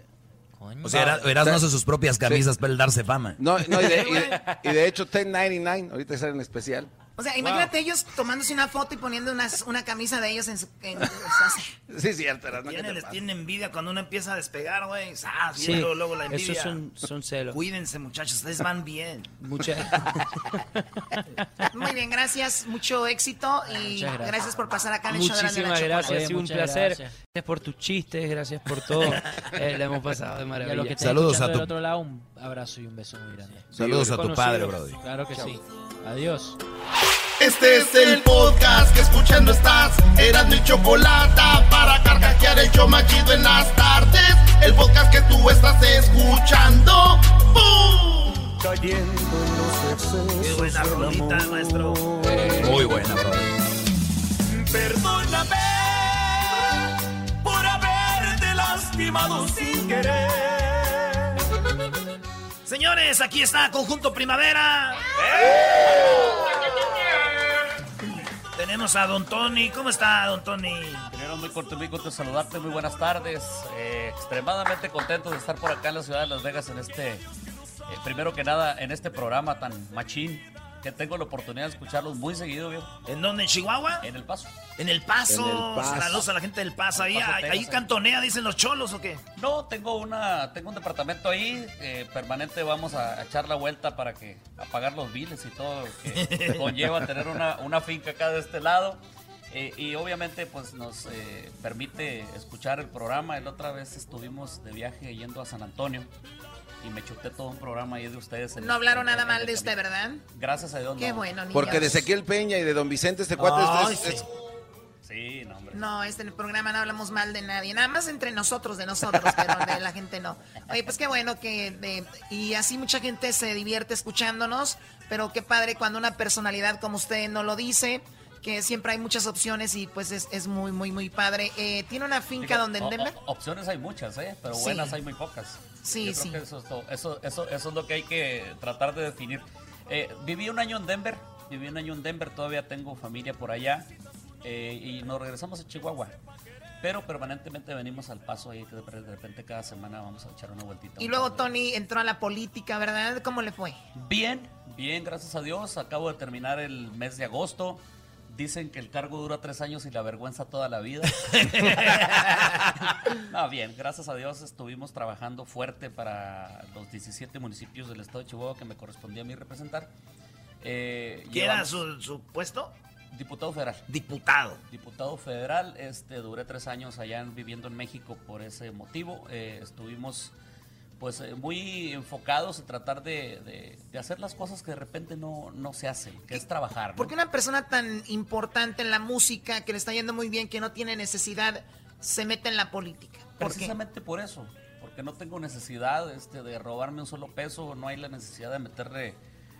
Speaker 4: O sea, era- Erasmo hace sus propias camisas para el darse fama.
Speaker 15: No, no, y, de, y de- y de hecho, 1099, ahorita sale en especial.
Speaker 2: O sea, imagínate ellos tomándose una foto y poniendo unas- una camisa de ellos en su... en- o sea,
Speaker 15: Sí, cierto, Erasmo, ¿qué te
Speaker 3: Tienen, les
Speaker 15: pasa?
Speaker 3: tienen envidia cuando uno empieza a despegar, güey. ¡Sas!
Speaker 19: Sí,
Speaker 3: Viene luego, luego la envidia.
Speaker 19: eso son, son celos.
Speaker 3: Cuídense, muchachos, ustedes van bien.
Speaker 19: Mucha-
Speaker 2: muy bien, gracias, mucho éxito
Speaker 19: Ah,
Speaker 2: y
Speaker 19: Muchas gracias.
Speaker 2: gracias. por pasar acá en el show de la
Speaker 19: Muchísimas
Speaker 2: Nena
Speaker 19: gracias,
Speaker 2: Chocolate.
Speaker 19: ha sido un
Speaker 2: Muchas
Speaker 19: placer.
Speaker 2: gracias.
Speaker 19: Gracias. por tus chistes, gracias por todo. Eh, la hemos pasado de
Speaker 18: Y a los
Speaker 19: maravilla.
Speaker 18: que estén escuchando del otro lado, un abrazo y un beso muy grande.
Speaker 4: Saludos a tu padre,
Speaker 18: Conocidos.
Speaker 4: Brody.
Speaker 18: Claro que sí. Adiós.
Speaker 1: Este es el podcast que escuchando estás. Eran mi chocolate para carcajear el show más chido en las tardes. El podcast que tú estás escuchando. ¡Bum!
Speaker 3: Qué buena rolita, maestro.
Speaker 4: Muy buena, Brody.
Speaker 1: Perdóname por haberte lastimado sin querer.
Speaker 3: Señores, aquí está Conjunto Primavera. Tenemos a Don Tony. ¿Cómo está, Don Tony?
Speaker 20: Primero, muy corto, muy corto saludarte, muy buenas tardes. Eh, extremadamente contentos de estar por acá en la ciudad de Las Vegas en este, eh, primero que nada, en este programa tan machín que tengo la oportunidad de escucharlos muy seguido, viejo.
Speaker 3: ¿En dónde? ¿En Chihuahua?
Speaker 20: En El Paso.
Speaker 3: En El Paso.
Speaker 20: En El Paso.
Speaker 3: Saludos a la gente del Paso. Ahí,
Speaker 20: El Paso,
Speaker 3: ahí-
Speaker 20: Texas,
Speaker 3: ahí
Speaker 20: eh.
Speaker 3: cantonea, dicen los cholos o qué.
Speaker 20: No, tengo una, tengo un departamento ahí, eh, permanente, vamos a, a echar la vuelta para que, a pagar los biles y todo lo que conlleva tener una, una finca acá de este lado. Eh, y obviamente pues nos eh, permite escuchar el programa. La otra vez estuvimos de viaje yendo a San Antonio y me chuté todo un programa ahí de ustedes. en-
Speaker 2: No hablaron
Speaker 20: en-
Speaker 2: nada
Speaker 20: en-
Speaker 2: mal
Speaker 20: en-
Speaker 2: de usted, ¿verdad?
Speaker 20: Gracias a Dios.
Speaker 2: Qué
Speaker 20: no.
Speaker 2: bueno, niños.
Speaker 15: Porque de Ezequiel Peña y de Don Vicente este cuate
Speaker 20: Ay,
Speaker 15: es-
Speaker 20: sí.
Speaker 15: es-
Speaker 20: Sí, no, hombre.
Speaker 2: No, este en el programa no hablamos mal de nadie, nada más entre nosotros, de nosotros, pero de la gente no. Oye, pues qué bueno que de- y así mucha gente se divierte escuchándonos, pero qué padre cuando una personalidad como usted no lo dice, que siempre hay muchas opciones y pues es, es muy, muy, muy padre. Eh, Tiene una finca
Speaker 20: Digo,
Speaker 2: donde en
Speaker 20: o-
Speaker 2: Denver.
Speaker 20: o- opciones hay muchas, ¿eh? pero
Speaker 2: Sí.
Speaker 20: buenas hay muy pocas.
Speaker 2: Sí,
Speaker 20: Yo creo
Speaker 2: sí.
Speaker 20: que eso, es todo. Eso, eso, eso es lo que hay que tratar de definir. Eh, viví un año en Denver, viví un año en Denver, todavía tengo familia por allá eh, y nos regresamos a Chihuahua. Pero permanentemente venimos al paso ahí, que de de repente cada semana vamos a echar una vueltita.
Speaker 2: Y luego Tony entró a la política, ¿verdad? ¿Cómo le fue?
Speaker 20: Bien, bien, gracias a Dios. Acabo de terminar el mes de agosto. Dicen que el cargo dura tres años y la vergüenza toda la vida. no, bien, gracias a Dios estuvimos trabajando fuerte para los 17 municipios del estado de Chihuahua que me correspondía a mí representar. Eh,
Speaker 3: ¿Qué era
Speaker 20: llevamos-
Speaker 3: su, su puesto?
Speaker 20: Diputado federal.
Speaker 3: Diputado.
Speaker 20: Diputado federal, este, duré tres años allá en- viviendo en México por ese motivo. Eh, estuvimos pues eh, muy enfocados en tratar de, de- de hacer las cosas que de repente no, no se hacen, que es trabajar. ¿no?
Speaker 2: Porque una persona tan importante en la música, que le está yendo muy bien, que no tiene necesidad, se mete en la política. ¿Por qué?
Speaker 20: Precisamente por eso, porque no tengo necesidad este, de robarme un solo peso, no hay la necesidad de meterle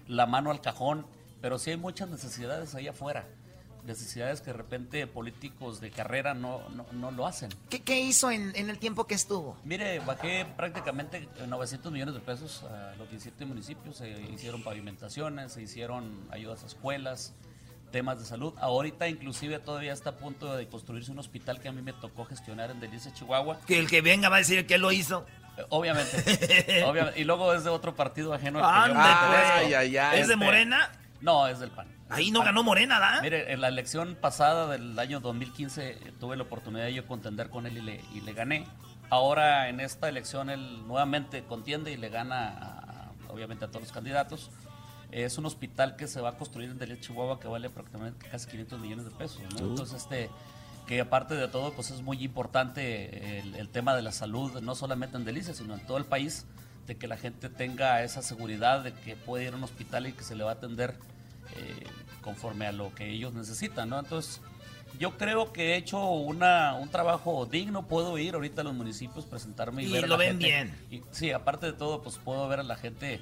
Speaker 20: la mano al cajón, pero sí hay muchas necesidades ahí afuera, necesidades que de repente políticos de carrera no, no, no lo hacen.
Speaker 2: ¿Qué, qué hizo en, en el tiempo que estuvo?
Speaker 20: Mire, bajé prácticamente 900 millones de pesos a los 17 municipios. Se hicieron pavimentaciones, se hicieron ayudas a escuelas, temas de salud. Ahorita inclusive todavía está a punto de construirse un hospital que a mí me tocó gestionar en Delicia, Chihuahua.
Speaker 3: Que el que venga va a decir que él lo hizo.
Speaker 20: Obviamente. Obviamente. Y luego es de otro partido ajeno. al que yo
Speaker 3: Ande,
Speaker 20: pertenezco.
Speaker 3: pues. Ay, ay, ay. ¿Es de Morena?
Speaker 20: No, es del PAN.
Speaker 3: Ahí no ganó Morena, ¿da?
Speaker 20: Mire, en la elección pasada del año 2015 eh, tuve la oportunidad de yo contender con él y le, y le gané. Ahora en esta elección él nuevamente contiende y le gana a- a- obviamente a todos los candidatos. Es un hospital que se va a construir en Delia, Chihuahua, que vale prácticamente casi 500 millones de pesos. ¿no?
Speaker 21: Uh.
Speaker 20: Entonces, este, que aparte de todo, pues es muy importante el, el tema de la salud, no solamente en Delicia, sino en todo el país, de que la gente tenga esa seguridad de que puede ir a un hospital y que se le va a atender eh, conforme a lo que ellos necesitan, ¿no? Entonces, yo creo que he hecho una, un trabajo digno, puedo ir ahorita a los municipios, presentarme y,
Speaker 3: Y
Speaker 20: ver a
Speaker 3: lo
Speaker 20: la
Speaker 3: ven
Speaker 20: gente.
Speaker 3: bien.
Speaker 20: Y, sí, aparte de todo, pues puedo ver a la gente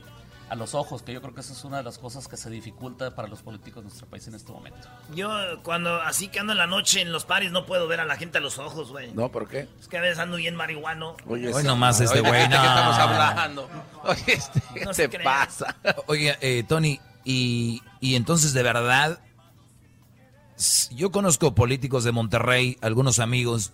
Speaker 20: a los ojos, que yo creo que esa es una de las cosas que se dificulta para los políticos de nuestro país en este momento.
Speaker 3: Yo cuando así que ando en la noche en los pares no puedo ver a la gente a los ojos, güey.
Speaker 15: No, ¿por qué?
Speaker 3: Es que a veces ando bien marihuano.
Speaker 15: Oye,
Speaker 4: Hoy nomás este
Speaker 15: oye,
Speaker 4: güey,
Speaker 15: ¿de qué
Speaker 4: no.
Speaker 15: estamos hablando? Oye, este, ¿qué
Speaker 3: No se
Speaker 15: te
Speaker 3: crea.
Speaker 15: pasa?
Speaker 4: Oye, eh, Tony, y, y entonces de verdad, s- yo conozco políticos de Monterrey, algunos amigos,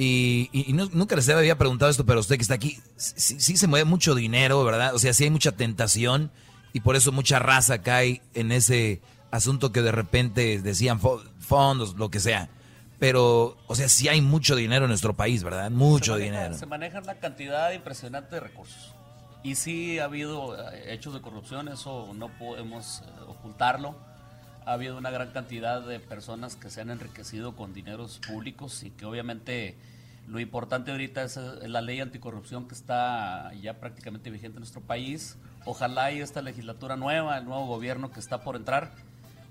Speaker 4: y, y- y no- nunca les había preguntado esto, pero usted que está aquí, s- sí, sí se mueve mucho dinero, ¿verdad? O sea, sí hay mucha tentación y por eso mucha raza cae en ese asunto que de repente decían fo- fondos, lo que sea. Pero, o sea, sí hay mucho dinero en nuestro país, ¿verdad? Mucho
Speaker 20: se maneja-
Speaker 4: dinero.
Speaker 20: Se maneja una cantidad impresionante de recursos. Y sí ha habido eh, hechos de corrupción, eso no podemos eh, ocultarlo. Ha habido una gran cantidad de personas que se han enriquecido con dineros públicos y que obviamente lo importante ahorita es eh, la ley anticorrupción que está ya prácticamente vigente en nuestro país. Ojalá y esta legislatura nueva, el nuevo gobierno que está por entrar,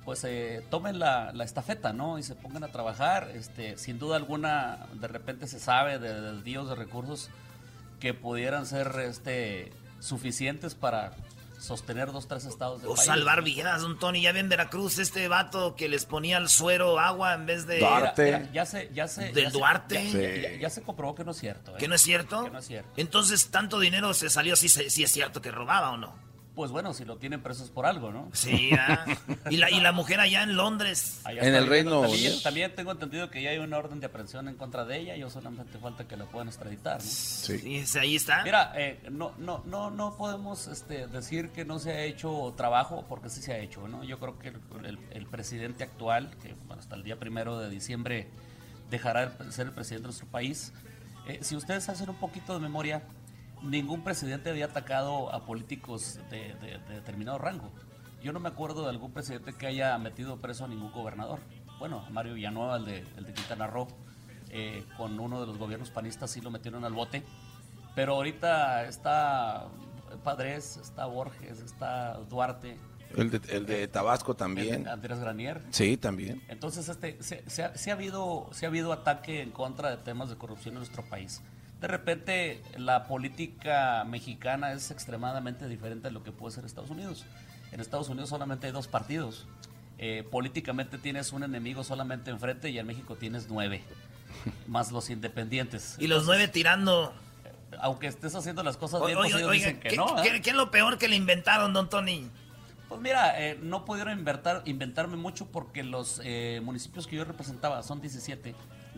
Speaker 20: pues eh, tomen la, la estafeta, ¿no? Y se pongan a trabajar. Este, sin duda alguna, de repente se sabe de desvíos de recursos que pudieran ser este, suficientes para sostener dos, tres estados del
Speaker 3: O
Speaker 20: país.
Speaker 3: salvar vidas, don Tony. Ya ve en Veracruz este vato que les ponía el suero agua en vez de...
Speaker 20: Mira, mira, ya se, ya se,
Speaker 3: Del
Speaker 20: ya se-
Speaker 3: Duarte.
Speaker 20: ya- ya- ya- ya se comprobó que no es cierto. ¿eh?
Speaker 3: ¿Que no es cierto?
Speaker 20: Que no es cierto.
Speaker 3: Entonces, tanto dinero se salió, si es cierto que robaba o no.
Speaker 20: Pues bueno, si lo tienen presos por algo, ¿no?
Speaker 3: Sí, ah. y, la, y la mujer allá en Londres.
Speaker 20: Allá está viviendo También, también tengo entendido que ya hay una orden de aprehensión en contra de ella. Yo solamente falta que la puedan extraditar. ¿no?
Speaker 3: Sí, es- Pues ahí está.
Speaker 20: Mira, eh, no, no, no, no podemos este, decir que no se ha hecho trabajo, porque sí se ha hecho, ¿no? Yo creo que el, el- el presidente actual, que bueno, hasta el día primero de diciembre dejará de ser el presidente de nuestro país, eh, si ustedes hacen un poquito de memoria, ningún presidente había atacado a políticos de, de- de determinado rango. Yo no me acuerdo de algún presidente que haya metido preso a ningún gobernador. bueno, a Mario Villanueva, el de, el de Quintana Roo, eh, con uno de los gobiernos panistas sí lo metieron al bote. Pero ahorita está Padres, está Borges, está Duarte,
Speaker 15: El de, el de Tabasco también.
Speaker 20: Andrés Granier.
Speaker 15: Sí, también.
Speaker 20: Entonces, este, se, se ha, se ha habido, se ha habido ataque en contra de temas de corrupción en nuestro país. De repente, la política mexicana es extremadamente diferente a lo que puede ser Estados Unidos. En Estados Unidos solamente hay dos partidos. Eh, políticamente tienes un enemigo solamente enfrente y en México tienes nueve, más los independientes. Eh,
Speaker 3: Y los nueve tirando.
Speaker 20: Aunque estés haciendo las cosas
Speaker 3: Oye,
Speaker 20: bien, pues
Speaker 3: oye,
Speaker 20: ellos
Speaker 3: oiga,
Speaker 20: dicen que
Speaker 3: ¿qué-
Speaker 20: no. ¿eh?
Speaker 3: qué- qué es lo peor que le inventaron, don Tony?
Speaker 20: Pues mira, eh, no pudieron inventar, inventarme mucho porque los eh, municipios que yo representaba, son 17,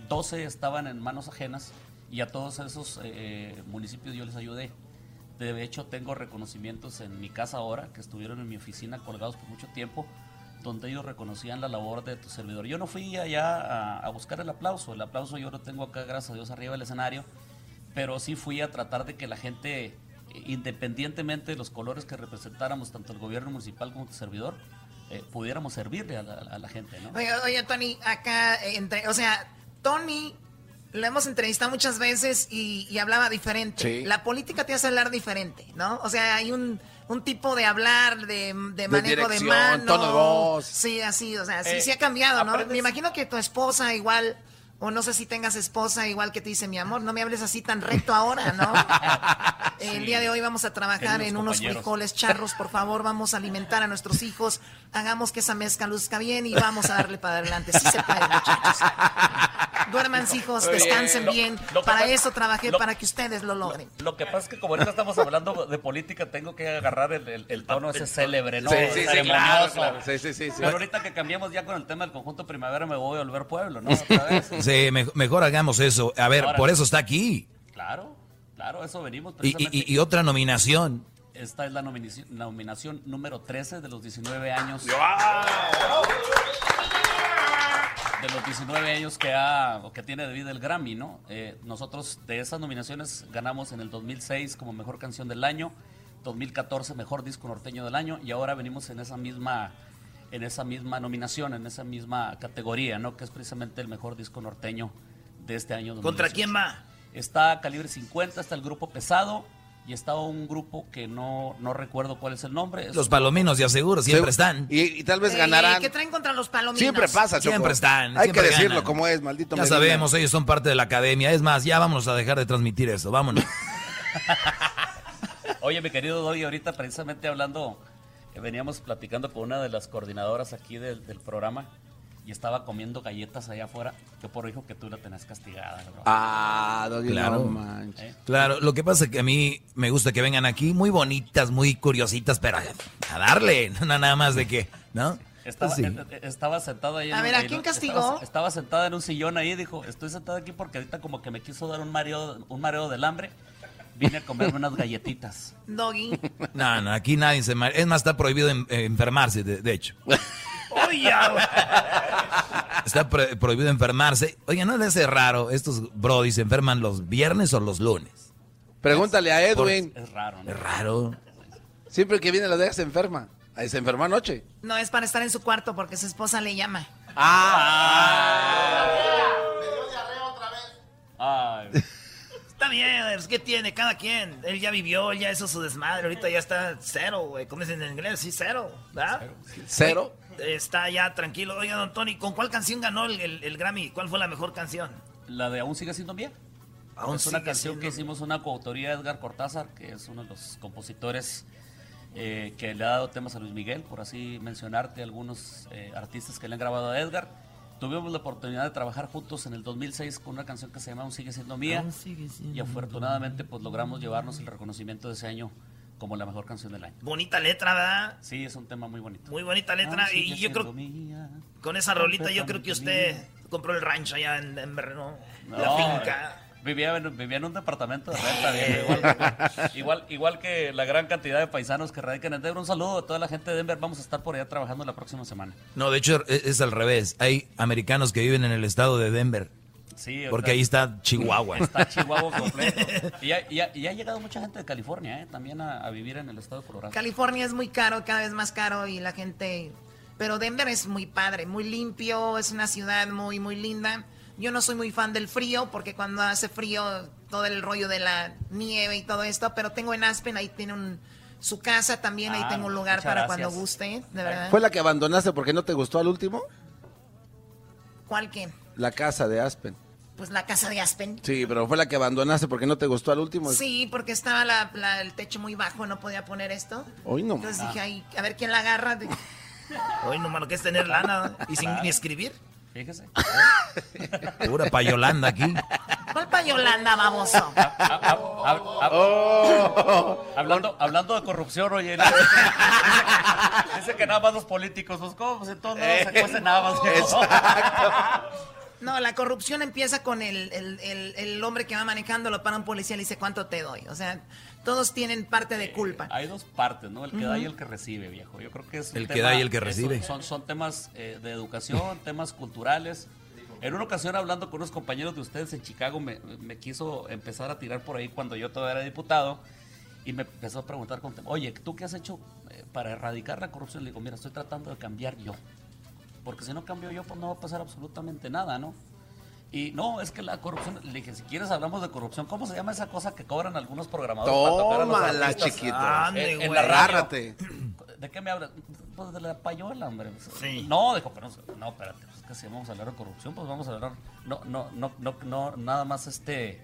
Speaker 20: 12 estaban en manos ajenas y a todos esos eh, municipios yo les ayudé. De hecho, tengo reconocimientos en mi casa ahora, que estuvieron en mi oficina colgados por mucho tiempo, donde ellos reconocían la labor de tu servidor. Yo no fui allá a, a buscar el aplauso, el aplauso yo lo tengo acá, gracias a Dios, arriba del escenario, pero sí fui a tratar de que la gente, eh, independientemente de los colores que representáramos, tanto el gobierno municipal como tu servidor, eh, pudiéramos servirle a la, a la gente, ¿no?
Speaker 2: Oye, oye, Tony, acá, eh, entre, o sea, Tony, lo hemos entrevistado muchas veces y, y hablaba diferente.
Speaker 20: Sí.
Speaker 2: La política te hace hablar diferente, ¿no? O sea, hay un, un tipo de hablar, de, de manejo de,
Speaker 15: dirección,
Speaker 2: mano.
Speaker 15: tono de voz.
Speaker 2: Sí, así, o sea, sí,
Speaker 15: Eh,
Speaker 2: sí ha cambiado, ¿no?
Speaker 15: aprendes-
Speaker 2: Me imagino que tu esposa igual... O no sé si tengas esposa igual que te dice, mi amor, no me hables así tan recto ahora, ¿no? El día de hoy vamos a trabajar
Speaker 21: Queridos
Speaker 2: en unos
Speaker 21: compañeros.
Speaker 2: frijoles charros, por favor, vamos a alimentar a nuestros hijos, hagamos que esa mezcla luzca bien y vamos a darle para adelante. Sí se puede, muchachos. Duerman, hijos,
Speaker 20: Muy bien.
Speaker 2: descansen
Speaker 20: Lo-
Speaker 2: bien.
Speaker 20: lo que
Speaker 2: para
Speaker 20: pasa-
Speaker 2: eso trabajé,
Speaker 20: lo-
Speaker 2: para que ustedes lo logren.
Speaker 20: Lo que pasa es que como ahorita estamos hablando de política, tengo que agarrar el, el- el tono ese célebre, ¿no?
Speaker 15: Sí, sí, sí,
Speaker 20: Ceremonioso.
Speaker 15: claro, claro. Sí, sí, sí, sí.
Speaker 20: Pero ahorita que cambiamos ya con el tema del conjunto primavera, me voy a volver pueblo, ¿no? Otra vez.
Speaker 4: Sí, me- mejor hagamos eso. A ver,
Speaker 20: Ahora.
Speaker 4: por eso está aquí.
Speaker 20: Claro, claro, eso
Speaker 4: Y,
Speaker 20: venimos
Speaker 4: y-
Speaker 20: precisamente.
Speaker 4: y- y otra nominación.
Speaker 20: Esta es la nominici- la nominación número 13 de los 19 años. De los 19 años que, ha, o que tiene de vida el Grammy, ¿no? Eh, nosotros de esas nominaciones ganamos en el 2006 como Mejor Canción del Año, 2014 Mejor Disco Norteño del Año y ahora venimos en esa misma en esa misma nominación, en esa misma categoría, ¿no? Que es precisamente el mejor disco norteño de este año.
Speaker 3: ¿Contra
Speaker 20: 2018.
Speaker 3: quién va?
Speaker 20: Está Calibre 50, está el grupo pesado y está un grupo que no, no recuerdo cuál es el nombre. Es-
Speaker 4: Los palominos, ya seguro, siempre están.
Speaker 15: Y, tal
Speaker 2: Eh, ¿Qué traen contra los palominos?
Speaker 15: Siempre pasa, Choco.
Speaker 4: Siempre están.
Speaker 15: Hay
Speaker 4: siempre
Speaker 15: que decirlo
Speaker 4: ganan.
Speaker 15: como es, maldito.
Speaker 4: Ya
Speaker 15: Medina.
Speaker 4: sabemos, ellos son parte de la academia. Es más, ya vámonos a dejar de transmitir eso. Vámonos.
Speaker 20: Oye, mi querido Doy, ahorita precisamente hablando, eh, veníamos platicando con una de las coordinadoras aquí del, del programa y estaba comiendo galletas allá afuera. Yo por hijo que tú la tenés castigada, bro.
Speaker 15: Ah, Doggy,
Speaker 4: Claro.
Speaker 15: no manches.
Speaker 4: Claro, lo que pasa es que a mí me gusta que vengan aquí muy bonitas, muy curiositas, pero a darle, no nada más de que, ¿no? Pues
Speaker 20: Estaba,
Speaker 4: Sí.
Speaker 20: eh, eh, estaba sentada ahí.
Speaker 2: A
Speaker 20: en
Speaker 2: ver,
Speaker 20: un-
Speaker 2: ¿a
Speaker 20: en
Speaker 2: quién
Speaker 20: un-
Speaker 2: castigó?
Speaker 20: Estaba, estaba sentada en un sillón ahí y dijo, estoy sentada aquí porque ahorita como que me quiso dar un mareo, un mareo del hambre. Vine a comerme unas galletitas.
Speaker 2: Doggy.
Speaker 4: No, no, aquí nadie se... mar- Es más, está prohibido en- eh, enfermarse, de, de hecho.
Speaker 3: Oye,
Speaker 4: Está pro- prohibido enfermarse. Oye, ¿no les hace raro estos brodis se enferman los viernes o los lunes?
Speaker 15: Pregúntale a Edwin.
Speaker 20: Es raro, ¿no?
Speaker 4: Es raro.
Speaker 15: Siempre que viene la deja se enferma. Ahí se enfermó anoche.
Speaker 2: No es para estar en su cuarto porque su esposa le llama.
Speaker 20: Ay.
Speaker 3: Está bien, pues, ¿qué tiene? Cada quien. Él ya vivió, él ya hizo su desmadre. Ahorita ya está cero, güey. ¿Cómo dicen en inglés? Sí, cero, ¿verdad?
Speaker 15: Cero.
Speaker 3: Está ya tranquilo. Oiga, don Tony, ¿con cuál canción ganó el, el- el Grammy? ¿Cuál fue la mejor canción?
Speaker 20: La de Aún sigue siendo mía.
Speaker 3: Aún
Speaker 20: es una
Speaker 3: sigue
Speaker 20: canción
Speaker 3: siendo
Speaker 20: que hicimos una coautoría de Edgar Cortázar, que es uno de los compositores eh, que le ha dado temas a Luis Miguel, por así mencionarte algunos eh, artistas que le han grabado a Edgar. Tuvimos la oportunidad de trabajar juntos en el 2006 con una canción que se llama Aún sigue siendo mía
Speaker 18: Aún sigue siendo
Speaker 20: y afortunadamente pues logramos llevarnos el reconocimiento de ese año como la mejor canción del año.
Speaker 3: Bonita letra, ¿verdad?
Speaker 20: Sí, es un tema muy bonito.
Speaker 3: Muy bonita letra.
Speaker 20: Aún
Speaker 3: y
Speaker 20: sigue
Speaker 3: yo creo
Speaker 20: siendo mía.
Speaker 3: con esa rolita yo creo
Speaker 20: Completamente
Speaker 3: que usted
Speaker 20: mía.
Speaker 3: compró el rancho allá en Denver, ¿no? La
Speaker 20: No,
Speaker 3: finca.
Speaker 20: eh, Vivía en, vivía en un departamento de renta, viejo, igual, igual, igual que la gran cantidad de paisanos que radican en Denver. Un saludo a toda la gente de Denver. Vamos a estar por allá trabajando la próxima semana.
Speaker 4: No, de hecho es, es al revés. Hay americanos que viven en el estado de Denver.
Speaker 20: Sí,
Speaker 4: Porque
Speaker 20: ahorita-
Speaker 4: ahí está Chihuahua.
Speaker 20: Está Chihuahua completo. Y ha, y ha- y ha llegado mucha gente de California eh, también a, a vivir en el estado de Colorado.
Speaker 2: California es muy caro, cada vez más caro y la gente Pero Denver es muy padre, muy limpio, es una ciudad muy, muy linda. Yo no soy muy fan del frío porque cuando hace frío todo el rollo de la nieve y todo esto, pero tengo en Aspen, ahí tiene un- su casa también, ahí
Speaker 15: Ah,
Speaker 2: tengo un lugar
Speaker 15: muchas
Speaker 2: para
Speaker 15: gracias.
Speaker 2: cuando guste, de verdad.
Speaker 15: ¿Fue la que abandonaste porque no te gustó al último?
Speaker 2: ¿Cuál qué?
Speaker 15: La casa de Aspen.
Speaker 2: Pues la casa de Aspen.
Speaker 15: Sí, pero fue la que abandonaste porque no te gustó al último.
Speaker 2: Sí, porque estaba la- la- el techo muy bajo, no podía poner esto.
Speaker 15: Hoy no.
Speaker 2: Entonces
Speaker 15: Ah.
Speaker 2: dije, ay, a ver quién la agarra. De-
Speaker 3: Hoy nomás lo que es tener lana y sin ni escribir.
Speaker 20: Fíjese.
Speaker 4: Pura payolanda aquí.
Speaker 2: ¿Cuál payolanda, baboso?
Speaker 20: Hab- hab-
Speaker 4: Oh.
Speaker 20: hablando, hablando de corrupción, oye. Dice, dice que nada más los políticos. Pues, ¿Cómo? Pues entonces no se cuecen nada más. ¿no?
Speaker 2: No, la corrupción empieza con el, el- el- el hombre que va manejando, lo para un policía y le dice, ¿cuánto te doy? O sea, todos tienen parte de culpa.
Speaker 20: Hay dos partes, ¿no? El que da y
Speaker 2: Ujú.
Speaker 20: el que recibe, viejo. Yo creo que es un
Speaker 4: El que
Speaker 20: tema-
Speaker 4: da y el que
Speaker 20: es-
Speaker 4: recibe.
Speaker 20: Son, son temas eh, de educación, temas culturales. En una ocasión, hablando con unos compañeros de ustedes en Chicago, me, me quiso empezar a tirar por ahí cuando yo todavía era diputado y me empezó a preguntar, con- oye, ¿tú qué has hecho eh, para erradicar la corrupción? Le digo, mira, estoy tratando de cambiar yo. Porque si no cambio yo, pues no va a pasar absolutamente nada, ¿no? Y no, es que la corrupción, le dije, si quieres hablamos de corrupción, ¿cómo se llama esa cosa que cobran algunos programadores? para tocar a los
Speaker 15: Tómala,
Speaker 20: artistas?
Speaker 15: chiquito.
Speaker 20: En- en
Speaker 15: güey.
Speaker 20: la radio.
Speaker 15: Agárrate.
Speaker 20: ¿De qué me hablas? Pues de la payola, hombre. No, dijo, pero no, no, espérate, pues, es que si vamos a hablar de corrupción, pues vamos a hablar. No, no, no, no, no nada más este.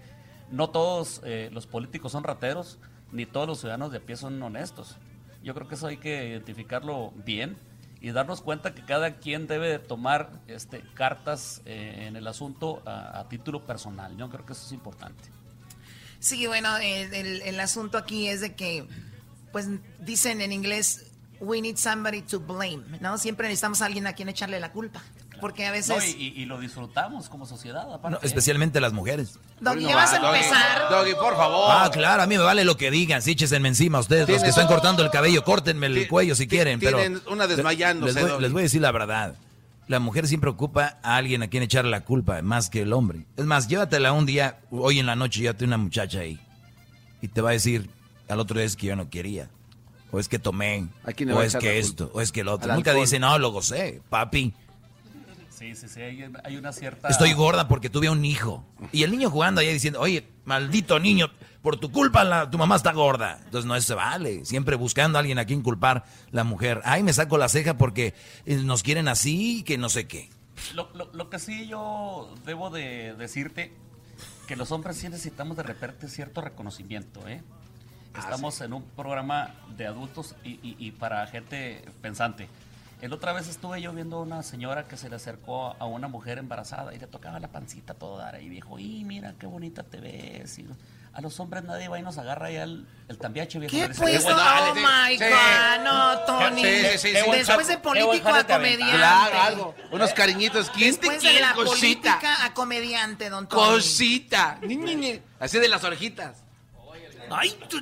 Speaker 20: No todos eh, los políticos son rateros, ni todos los ciudadanos de a pie son honestos. Yo creo que eso hay que identificarlo bien y darnos cuenta que cada quien debe de tomar este, cartas eh, en el asunto a, a título personal. Yo creo que eso es importante.
Speaker 2: Sí, bueno, el, el- el asunto aquí es de que, pues dicen en inglés, we need somebody to blame, ¿no? Siempre necesitamos a alguien a quien echarle la culpa. Porque a
Speaker 20: No,
Speaker 2: veces...
Speaker 20: y, y- y lo disfrutamos como sociedad, aparte. ¿eh?
Speaker 4: No, especialmente las mujeres.
Speaker 2: Doggy,
Speaker 20: no
Speaker 2: ya
Speaker 20: va,
Speaker 2: vas a
Speaker 20: Doggy.
Speaker 2: empezar.
Speaker 15: Doggy, por favor.
Speaker 4: Ah, claro, a mí me vale lo que digan. Sí, échenme encima a ustedes. Los que están cortando el cabello, córtenme el cuello si quieren. Pero
Speaker 15: tienen una desmayándose,
Speaker 4: Les voy,
Speaker 15: Doggy.
Speaker 4: les voy a decir la verdad. La mujer siempre ocupa a alguien a quien echarle la culpa, más que el hombre. Es más, llévatela un día, hoy en la noche, llévate una muchacha ahí. Y te va a decir al otro día es que yo no quería. O es que tomé.
Speaker 15: quién le
Speaker 4: O
Speaker 15: va a
Speaker 4: es
Speaker 15: echar
Speaker 4: que
Speaker 15: la
Speaker 4: esto,
Speaker 15: culpa?
Speaker 4: o es que el otro.
Speaker 15: Al
Speaker 4: Nunca
Speaker 15: alcohol.
Speaker 4: dice, no, lo gocé, papi.
Speaker 20: Sí, sí, sí, hay, hay una cierta...
Speaker 4: Estoy gorda porque tuve un hijo. Y el niño jugando allá diciendo, oye, maldito niño, por tu culpa la- tu mamá está gorda. Entonces no, eso se vale. Siempre buscando a alguien a quien culpar la mujer. Ay, me saco la ceja porque eh, nos quieren así, que no sé qué.
Speaker 20: Lo, lo- lo que sí yo debo de decirte, que los hombres sí necesitamos de repente cierto reconocimiento, ¿eh? Estamos en un programa de adultos y, y- y para gente pensante. El otra vez estuve yo viendo a una señora que se le acercó a una mujer embarazada y le tocaba la pancita a todo dar y dijo, y mira qué bonita te ves. Y a los hombres nadie va y nos agarra ya el, el tambiache viejo.
Speaker 2: ¿Qué
Speaker 20: Le dice,
Speaker 2: pues?
Speaker 20: "Qué buena-
Speaker 2: Oh my God, no, Tony. Después de político a comediante.
Speaker 15: Claro, algo. Unos cariñitos. ¿Quién te
Speaker 2: Después de
Speaker 15: quiere,
Speaker 2: la
Speaker 15: cosita?
Speaker 2: política a comediante, don Tony.
Speaker 15: Cosita. Ni, ni, ni. Así de las orejitas. Ay, tú.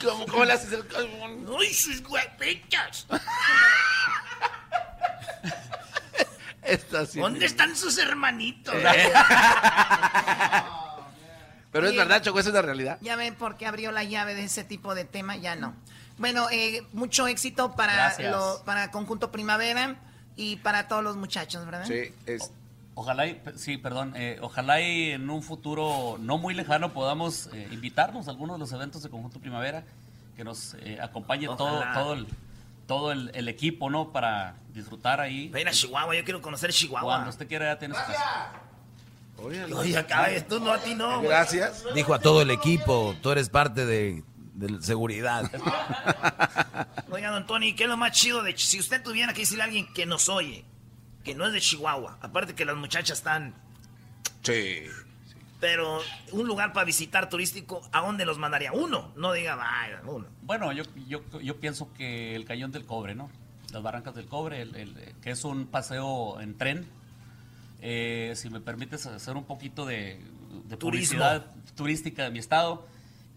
Speaker 15: ¿Cómo, cómo le haces el.?
Speaker 3: ¡Ay, sus guapechas!
Speaker 15: Esta sí.
Speaker 3: ¿Dónde están sus hermanitos?
Speaker 15: Pero es verdad, Choco, esa es la realidad.
Speaker 2: Ya ven por qué abrió la llave de ese tipo de tema, ya no. Bueno, eh, mucho éxito para,
Speaker 20: Gracias.
Speaker 2: lo- para Conjunto Primavera y para todos los muchachos, ¿verdad?
Speaker 20: O- Ojalá, y, pe- sí, perdón, eh, ojalá y en un futuro no muy lejano podamos eh, invitarnos a algunos de los eventos de Conjunto Primavera, que nos eh, acompañe todo,
Speaker 3: Ojalá.
Speaker 20: todo, el, todo el, el equipo, ¿no? Para disfrutar ahí.
Speaker 3: Ven a Chihuahua, yo quiero conocer Chihuahua.
Speaker 20: Cuando usted quiera ya tienes casa.
Speaker 3: Oye, acá esto no a ti no. güey.
Speaker 4: Dijo a todo el equipo, tú eres parte de, de seguridad.
Speaker 3: Oiga, don Tony, ¿qué es lo más chido de Chi- Si usted tuviera que decirle a alguien que nos oye, que no es de Chihuahua, aparte que las muchachas están.
Speaker 15: Sí.
Speaker 3: Pero un lugar para visitar turístico, ¿a dónde los mandaría? Uno, no diga, vaya, uno.
Speaker 20: Bueno, yo, yo, yo pienso que el Cañón del Cobre, ¿no? Las Barrancas del Cobre, el- el- que es un paseo en tren. Eh, si me permites hacer un poquito de, de
Speaker 3: Turismo.
Speaker 20: publicidad turística de mi estado,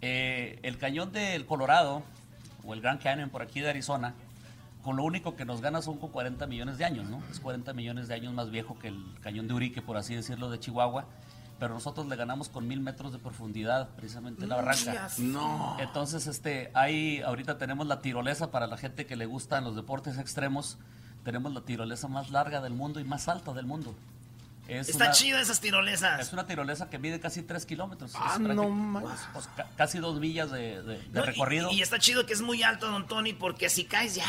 Speaker 20: eh, el Cañón del Colorado, o el Grand Canyon por aquí de Arizona, con lo único que nos gana son con 40 millones de años, ¿no? Es 40 millones de años más viejo que el Cañón de Urique, por así decirlo, de Chihuahua. pero nosotros le ganamos con mil metros de profundidad, precisamente en la
Speaker 1: No
Speaker 20: barranca.
Speaker 1: digas. No.
Speaker 20: Entonces, este, ahí ahorita tenemos la tirolesa para la gente que le gustan los deportes extremos. Tenemos la tirolesa más larga del mundo y más alta del mundo. Es
Speaker 3: Está
Speaker 20: una-
Speaker 3: chida esas tirolesas.
Speaker 20: Es una tirolesa que mide casi 3 kilómetros.
Speaker 3: Ah,
Speaker 20: Es prácti-
Speaker 3: no manches.
Speaker 20: pues, pues, ca- casi dos millas de, de- de
Speaker 3: No, y-
Speaker 20: recorrido.
Speaker 3: Y, está chido que es muy alto, don Tony, porque si caes ya,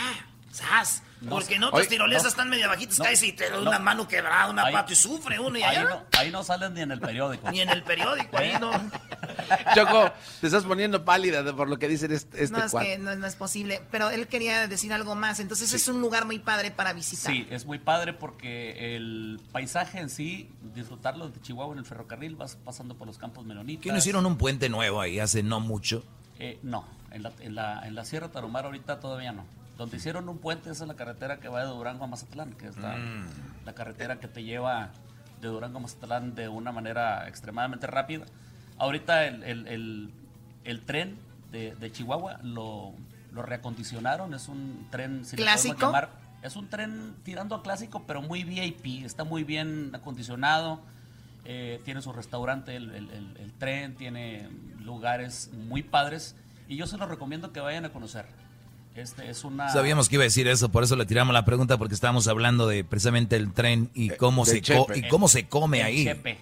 Speaker 3: ¡zas!
Speaker 20: No,
Speaker 3: porque en
Speaker 20: oye,
Speaker 3: otras tirolesas
Speaker 20: no.
Speaker 3: están media bajitas,
Speaker 20: No,
Speaker 3: caes y te da
Speaker 20: no.
Speaker 3: una mano quebrada, una
Speaker 20: Ahí-
Speaker 3: pata y sufre uno y
Speaker 20: ahí,
Speaker 3: allá.
Speaker 20: no, ahí no salen ni en el periódico.
Speaker 3: Ni en el periódico, ahí no.
Speaker 15: Choco, te estás poniendo pálida de por lo que dicen este, este
Speaker 2: no, es
Speaker 15: cuate.
Speaker 2: que no, no es posible. Pero él quería decir algo más. Entonces es un lugar muy padre para visitar.
Speaker 20: Sí, es muy padre porque el paisaje en sí, disfrutarlo de Chihuahua en el ferrocarril, vas pasando por los campos melonitas.
Speaker 4: ¿Qué no hicieron un puente nuevo ahí hace no mucho?
Speaker 20: Eh, no, en la, en, la, en la Sierra Tarumara ahorita todavía no. Donde hicieron un puente, esa es la carretera que va de Durango a Mazatlán, que es la,
Speaker 1: Mm.
Speaker 20: la carretera que te lleva de Durango a Mazatlán de una manera extremadamente rápida. Ahorita el, el- el- el tren de, de Chihuahua lo, lo reacondicionaron, es un tren, si le podemos
Speaker 2: ¿Clásico?
Speaker 20: llamar, es un tren tirando a clásico, pero muy VIP, está muy bien acondicionado. eh, tiene su restaurante, el, el- el- el tren, tiene lugares muy padres. Y yo se los recomiendo que vayan a conocer. Este es una.
Speaker 4: Sabíamos que iba a decir eso, por eso le tiramos la pregunta porque estábamos hablando de precisamente el tren y cómo,
Speaker 20: del
Speaker 4: se, co-
Speaker 20: Chepe.
Speaker 4: y cómo se come
Speaker 20: Del
Speaker 4: ahí.
Speaker 20: Chepe.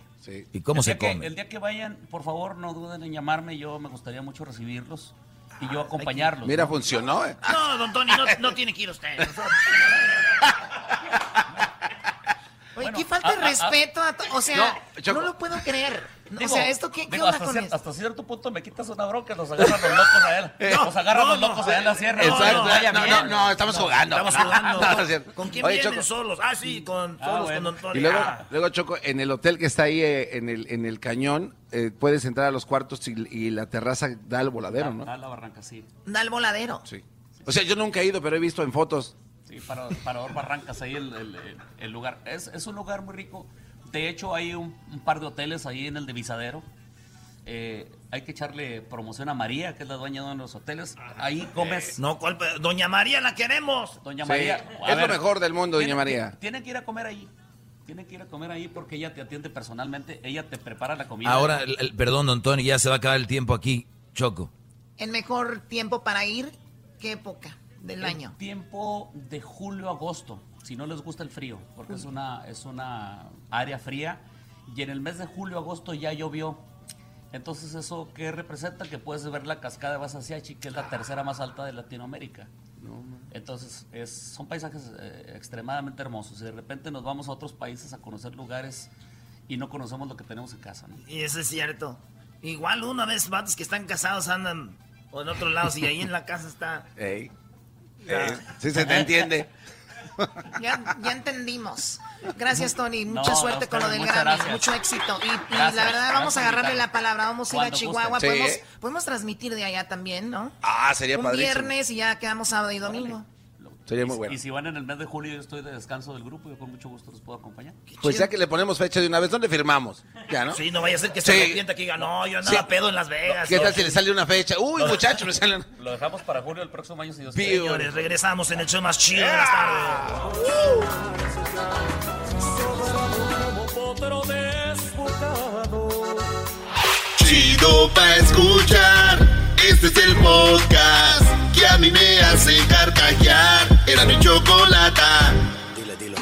Speaker 4: Y cómo
Speaker 20: El
Speaker 4: se
Speaker 20: día que-
Speaker 4: come.
Speaker 20: el día que vayan, por favor, no duden en llamarme. Yo me gustaría mucho recibirlos y yo acompañarlos.
Speaker 15: Mira,
Speaker 20: ¿no?
Speaker 15: funcionó, ¿eh?
Speaker 3: No, don Tony, no, no tiene que ir usted.
Speaker 2: Oye, qué falta de
Speaker 20: ah, ah, ah.
Speaker 2: respeto. a to- o sea, no, lo puedo creer. No,
Speaker 20: Digo,
Speaker 2: o sea, ¿esto qué, qué
Speaker 20: digo,
Speaker 2: onda
Speaker 20: hasta,
Speaker 2: con
Speaker 20: cier-
Speaker 2: esto?
Speaker 20: hasta cierto punto me quitas una bronca, los agarran los locos a él. Los agarran los locos a él en la sierra.
Speaker 15: Exacto.
Speaker 20: No, no, vaya
Speaker 15: No, no,
Speaker 20: bien.
Speaker 15: no, estamos jugando.
Speaker 20: Estamos
Speaker 15: No,
Speaker 20: jugando.
Speaker 15: no es cierto.
Speaker 3: ¿Con quién
Speaker 15: Oye,
Speaker 3: vienen
Speaker 15: Choco.
Speaker 3: solos? Ah, sí, con, solos con don Tony.
Speaker 15: Y luego,
Speaker 3: Ah.
Speaker 15: luego Choco, en el hotel que está ahí eh, en el, en el cañón, eh, puedes entrar a los cuartos y, y la terraza da al voladero, ¿no?
Speaker 20: Da la barranca, sí.
Speaker 2: Da el voladero.
Speaker 15: Sí. O sea, yo nunca he ido, pero he visto en fotos.
Speaker 20: Sí, para, Parador Barrancas, ahí el, el- el- el lugar. Es, es un lugar muy rico. De hecho, hay un, un par de hoteles ahí en el Divisadero. Eh, hay que echarle promoción a María, que es la dueña de uno de los hoteles. Ahí comes.
Speaker 3: Ah, No, ¿cuál pe- Doña María la queremos.
Speaker 20: Doña María. a
Speaker 15: es
Speaker 20: ver,
Speaker 15: lo mejor del mundo, doña
Speaker 20: tienen-
Speaker 15: María.
Speaker 20: Tienen que ir a comer ahí. Tienen que ir a comer ahí porque ella te atiende personalmente. Ella te prepara la comida.
Speaker 4: Ahora, el- el- perdón, don Tony, ya se va a acabar el tiempo aquí, Choco.
Speaker 2: El mejor tiempo para ir, ¿qué época del
Speaker 15: Eh.
Speaker 20: El
Speaker 2: año?
Speaker 20: Tiempo de julio a agosto, si no les gusta el frío, porque es una, es una área fría. Y en el mes de julio agosto ya llovió. Entonces, ¿eso qué representa? Que puedes ver la cascada de Basasiachi, que es la tercera más alta de Latinoamérica. Entonces, es, son paisajes eh, extremadamente hermosos. Y de repente nos vamos a otros países a conocer lugares y no conocemos lo que tenemos en casa. ¿no?
Speaker 3: Y eso es cierto. Igual una vez pues, vatos que están casados andan o en otros lados y ahí en la casa está.
Speaker 15: Ey. Ey. Sí se te entiende.
Speaker 2: Ya, ya entendimos. Gracias, Tony.
Speaker 15: No,
Speaker 2: Mucha
Speaker 15: a
Speaker 2: suerte con lo del
Speaker 15: ustedes, muchas
Speaker 2: Grammy.
Speaker 15: gracias.
Speaker 2: Mucho éxito. Y, y
Speaker 15: Gracias,
Speaker 2: la verdad, vamos
Speaker 15: gracias
Speaker 2: a agarrarle
Speaker 15: por
Speaker 2: la palabra. Vamos a ir a
Speaker 15: Cuando
Speaker 2: Chihuahua.
Speaker 15: gusten. Sí.
Speaker 2: Podemos, podemos transmitir de allá también, ¿no?
Speaker 15: Ah, sería
Speaker 2: Un
Speaker 15: padrísimo.
Speaker 2: viernes y ya quedamos sábado y domingo.
Speaker 15: Sería
Speaker 20: Y-
Speaker 15: muy bueno.
Speaker 20: Y si van en el mes de julio, yo estoy de descanso del grupo, yo con mucho gusto los puedo acompañar.
Speaker 15: Pues ya que le ponemos fecha de una vez, ¿dónde firmamos? Ya, ¿no?
Speaker 3: Sí, no vaya a ser que
Speaker 15: Sí.
Speaker 3: se arrepienta que diga, no, yo andaba
Speaker 15: Sí.
Speaker 3: pedo en Las Vegas.
Speaker 15: ¿Qué
Speaker 3: No,
Speaker 15: tal si le sale una fecha? Uy,
Speaker 3: No.
Speaker 15: muchachos, me salen.
Speaker 20: Lo dejamos para julio del próximo año, si Dios quiere.
Speaker 3: Señores, regresamos en el show más chido de las tardes.
Speaker 1: Chido pa' escuchar. Este es el podcast que a mí me hace carcajear. Era mi chocolata.
Speaker 21: Dile, dilo.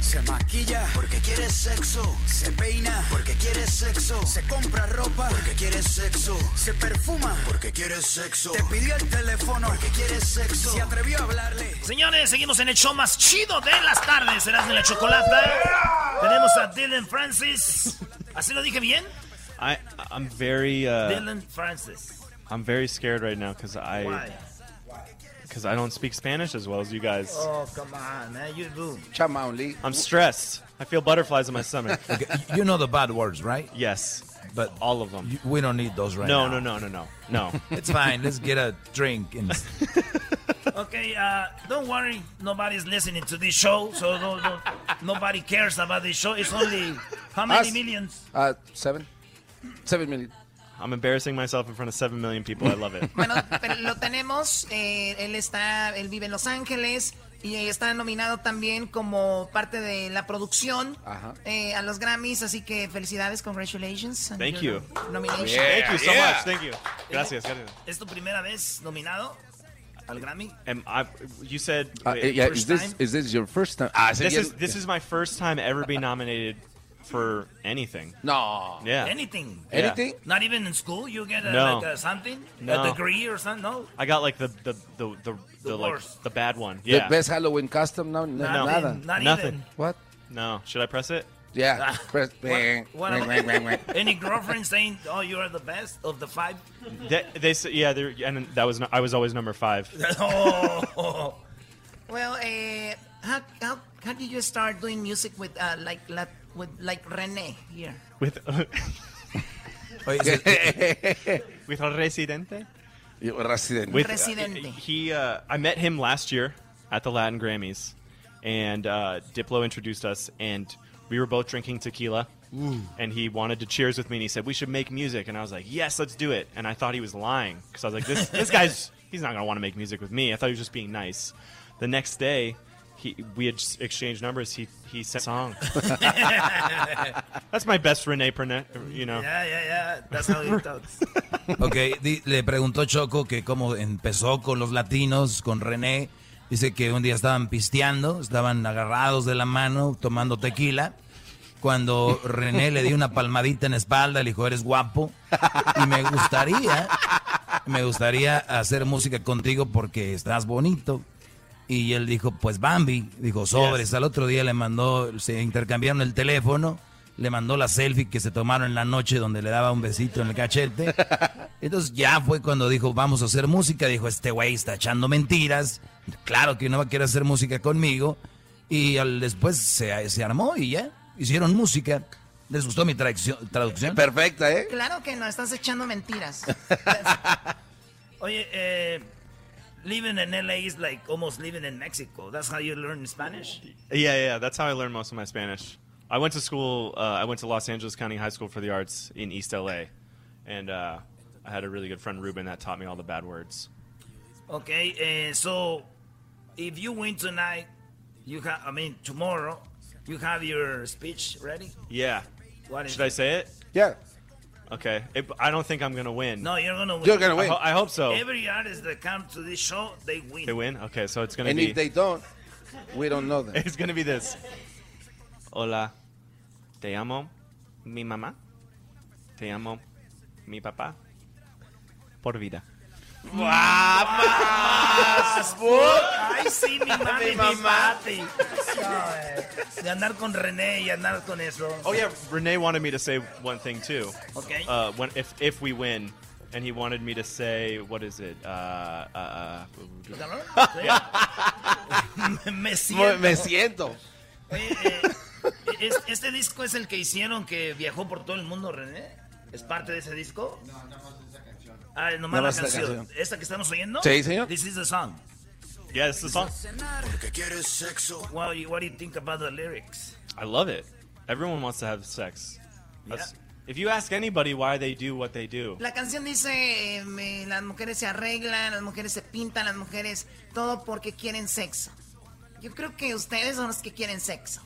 Speaker 21: Se maquilla porque quiere sexo. Se peina porque quiere sexo. Se compra ropa porque quiere sexo. Se perfuma porque quiere sexo. Te pidió el teléfono porque quiere sexo. Se atrevió a hablarle.
Speaker 3: Señores, seguimos en el show más chido de las tardes. Serás de la chocolata. Tenemos a Dylan Francis. ¿Así lo dije bien?
Speaker 22: I I'm very uh,
Speaker 3: Dylan Francis.
Speaker 22: I'm very scared right now because I
Speaker 3: Why?
Speaker 22: because I don't speak Spanish as well as you guys.
Speaker 3: Oh, come on, man. You do.
Speaker 15: Chama only.
Speaker 22: I'm stressed. I feel butterflies in my stomach.
Speaker 4: You know the bad words, right?
Speaker 22: Yes.
Speaker 4: But
Speaker 22: all of them.
Speaker 4: We don't need those right
Speaker 22: no,
Speaker 4: now.
Speaker 22: no, no, no, no, no.
Speaker 4: It's fine. Let's get a drink and
Speaker 3: Okay, uh, don't worry. Nobody's listening to this show, so don't, don't, nobody cares about this show. It's only how
Speaker 22: Ah,
Speaker 3: many
Speaker 15: Us.
Speaker 3: millions?
Speaker 15: Uh, seven. Seven million.
Speaker 22: I'm embarrassing myself in front of seven million people. I love it.
Speaker 2: Pero lo tenemos. eh, él está, él vive en Los Ángeles. Y eh, está nominado también como parte de la producción
Speaker 15: Ajá.
Speaker 2: eh, a los Grammys, así que felicidades, congratulations. on
Speaker 22: Thank
Speaker 2: your
Speaker 22: you.
Speaker 2: Nomination.
Speaker 22: Thank you so
Speaker 3: Yeah.
Speaker 22: much. Thank you. Gracias, gracias.
Speaker 3: ¿Es tu primera vez nominado al Grammy?
Speaker 22: Am I, you said
Speaker 15: Uh,
Speaker 22: wait,
Speaker 15: yeah,
Speaker 22: first
Speaker 15: is this
Speaker 22: time?
Speaker 15: is this your first time? Ah,
Speaker 22: this
Speaker 15: sería-
Speaker 22: is this is my first time ever being nominated for anything.
Speaker 15: No.
Speaker 22: Yeah.
Speaker 3: Anything.
Speaker 22: Ah. Yeah.
Speaker 3: Not even in school. You get a,
Speaker 22: No.
Speaker 3: like a something,
Speaker 22: No.
Speaker 3: a degree or something. No.
Speaker 22: I got like the the the the, the,
Speaker 3: The
Speaker 22: like
Speaker 3: worst.
Speaker 22: the bad one.
Speaker 15: The
Speaker 22: Yeah.
Speaker 15: best Halloween custom? No, no,
Speaker 22: No.
Speaker 15: nada.
Speaker 3: Not
Speaker 22: Nothing.
Speaker 3: even.
Speaker 15: What?
Speaker 22: No. Should I press it? Ah.
Speaker 15: Yeah. Press-
Speaker 3: What about, any girlfriend saying, "Oh, you are the best of the five?
Speaker 22: They, they said yeah, they're- and that was no- I was always number five.
Speaker 3: oh.
Speaker 2: Well, eh, how, how, how did you start doing music with uh, like la, with like René here?
Speaker 22: With with a residente.
Speaker 15: Resident.
Speaker 22: With, uh,
Speaker 2: Residente.
Speaker 22: he, uh, I met him last year at the Latin Grammys, and uh, Diplo introduced us, and we were both drinking tequila.
Speaker 5: Ooh.
Speaker 22: And he wanted to cheers with me, and he said we should make music, and I was like, yes, let's do it. And I thought he was lying because I was like, this this guy's he's not gonna want to make music with me. I thought he was just being nice. The next day. He, we had s- exchanged numbers. He he sent a song. That's my best Rene Pernet, you know.
Speaker 3: Yeah, yeah, yeah. That's how it talks.
Speaker 4: Ok, di- le preguntó Choco que cómo empezó con los latinos, con René. Dice que un día estaban pisteando, estaban agarrados de la mano, tomando tequila. Cuando René le dio una palmadita en la espalda, le dijo, eres guapo. Y me gustaría, me gustaría hacer música contigo porque estás bonito. Y él dijo, pues Bambi. Dijo, sobres. Al otro día le mandó, se intercambiaron el teléfono. Le mandó la selfie que se tomaron en la noche donde le daba un besito en el cachete. Entonces ya fue cuando dijo, vamos a hacer música. Dijo, este güey está echando mentiras. Claro que no va a querer hacer música conmigo. Y al, después se, se armó y ya. Hicieron música. ¿Les gustó mi traducción? traducción?
Speaker 15: Perfecta, ¿eh?
Speaker 2: Claro que no, estás echando mentiras.
Speaker 3: Oye, eh, living in LA is like almost living in Mexico. That's how you learn Spanish.
Speaker 22: Yeah, yeah, that's how I learned most of my Spanish. I went to school. Uh, I went to Los Angeles County High School for the Arts in East LA, and uh, I had a really good friend Ruben that taught me all the bad words.
Speaker 3: Okay, uh, so if you win tonight, you have, I mean, tomorrow, you have your speech ready?
Speaker 22: Yeah.
Speaker 3: What is
Speaker 22: Should I say it?
Speaker 15: Yeah.
Speaker 22: Okay. It, I don't think I'm gonna win.
Speaker 3: No, you're gonna win.
Speaker 22: I, ho- I hope so.
Speaker 3: Every artist that comes to this show, they win.
Speaker 22: They win. Okay, so it's gonna
Speaker 15: and
Speaker 22: be.
Speaker 15: if they don't, we don't know them.
Speaker 22: It's gonna be this. Hola, te amo mi mamá, te amo mi papá, por vida.
Speaker 3: ¡Guapas! ¡Ay, sí, mi mami, mi,
Speaker 9: Mi mamá.
Speaker 3: papi! No, De andar con René y andar con eso.
Speaker 22: Oh yeah, Renee wanted me to say one thing too.
Speaker 3: Okay.
Speaker 22: Uh, when if if we win, and he wanted me to say what is it? Uh, uh, uh,
Speaker 3: me
Speaker 22: Me-
Speaker 3: siento.
Speaker 22: me siento.
Speaker 3: Oye, eh, es- este disco es el que hicieron que viajó por todo el mundo, René. ¿Es parte de ese disco? No, no Ah, nomás
Speaker 15: Nomás
Speaker 3: la
Speaker 15: la
Speaker 3: canción.
Speaker 15: canción.
Speaker 3: ¿Esta que estamos oyendo?
Speaker 15: Sí, señor.
Speaker 3: This is the song.
Speaker 22: yeah, it's the song.
Speaker 3: Porque quieres sexo. What do you, what do you think about the lyrics?
Speaker 22: I love it. Everyone wants to have sex. That's, If you ask anybody why they do what they do,
Speaker 2: La canción dice, eh, me- las mujeres se arreglan, las mujeres se pintan, las mujeres, todo porque quieren sexo. Yo creo que ustedes son los que quieren sexo.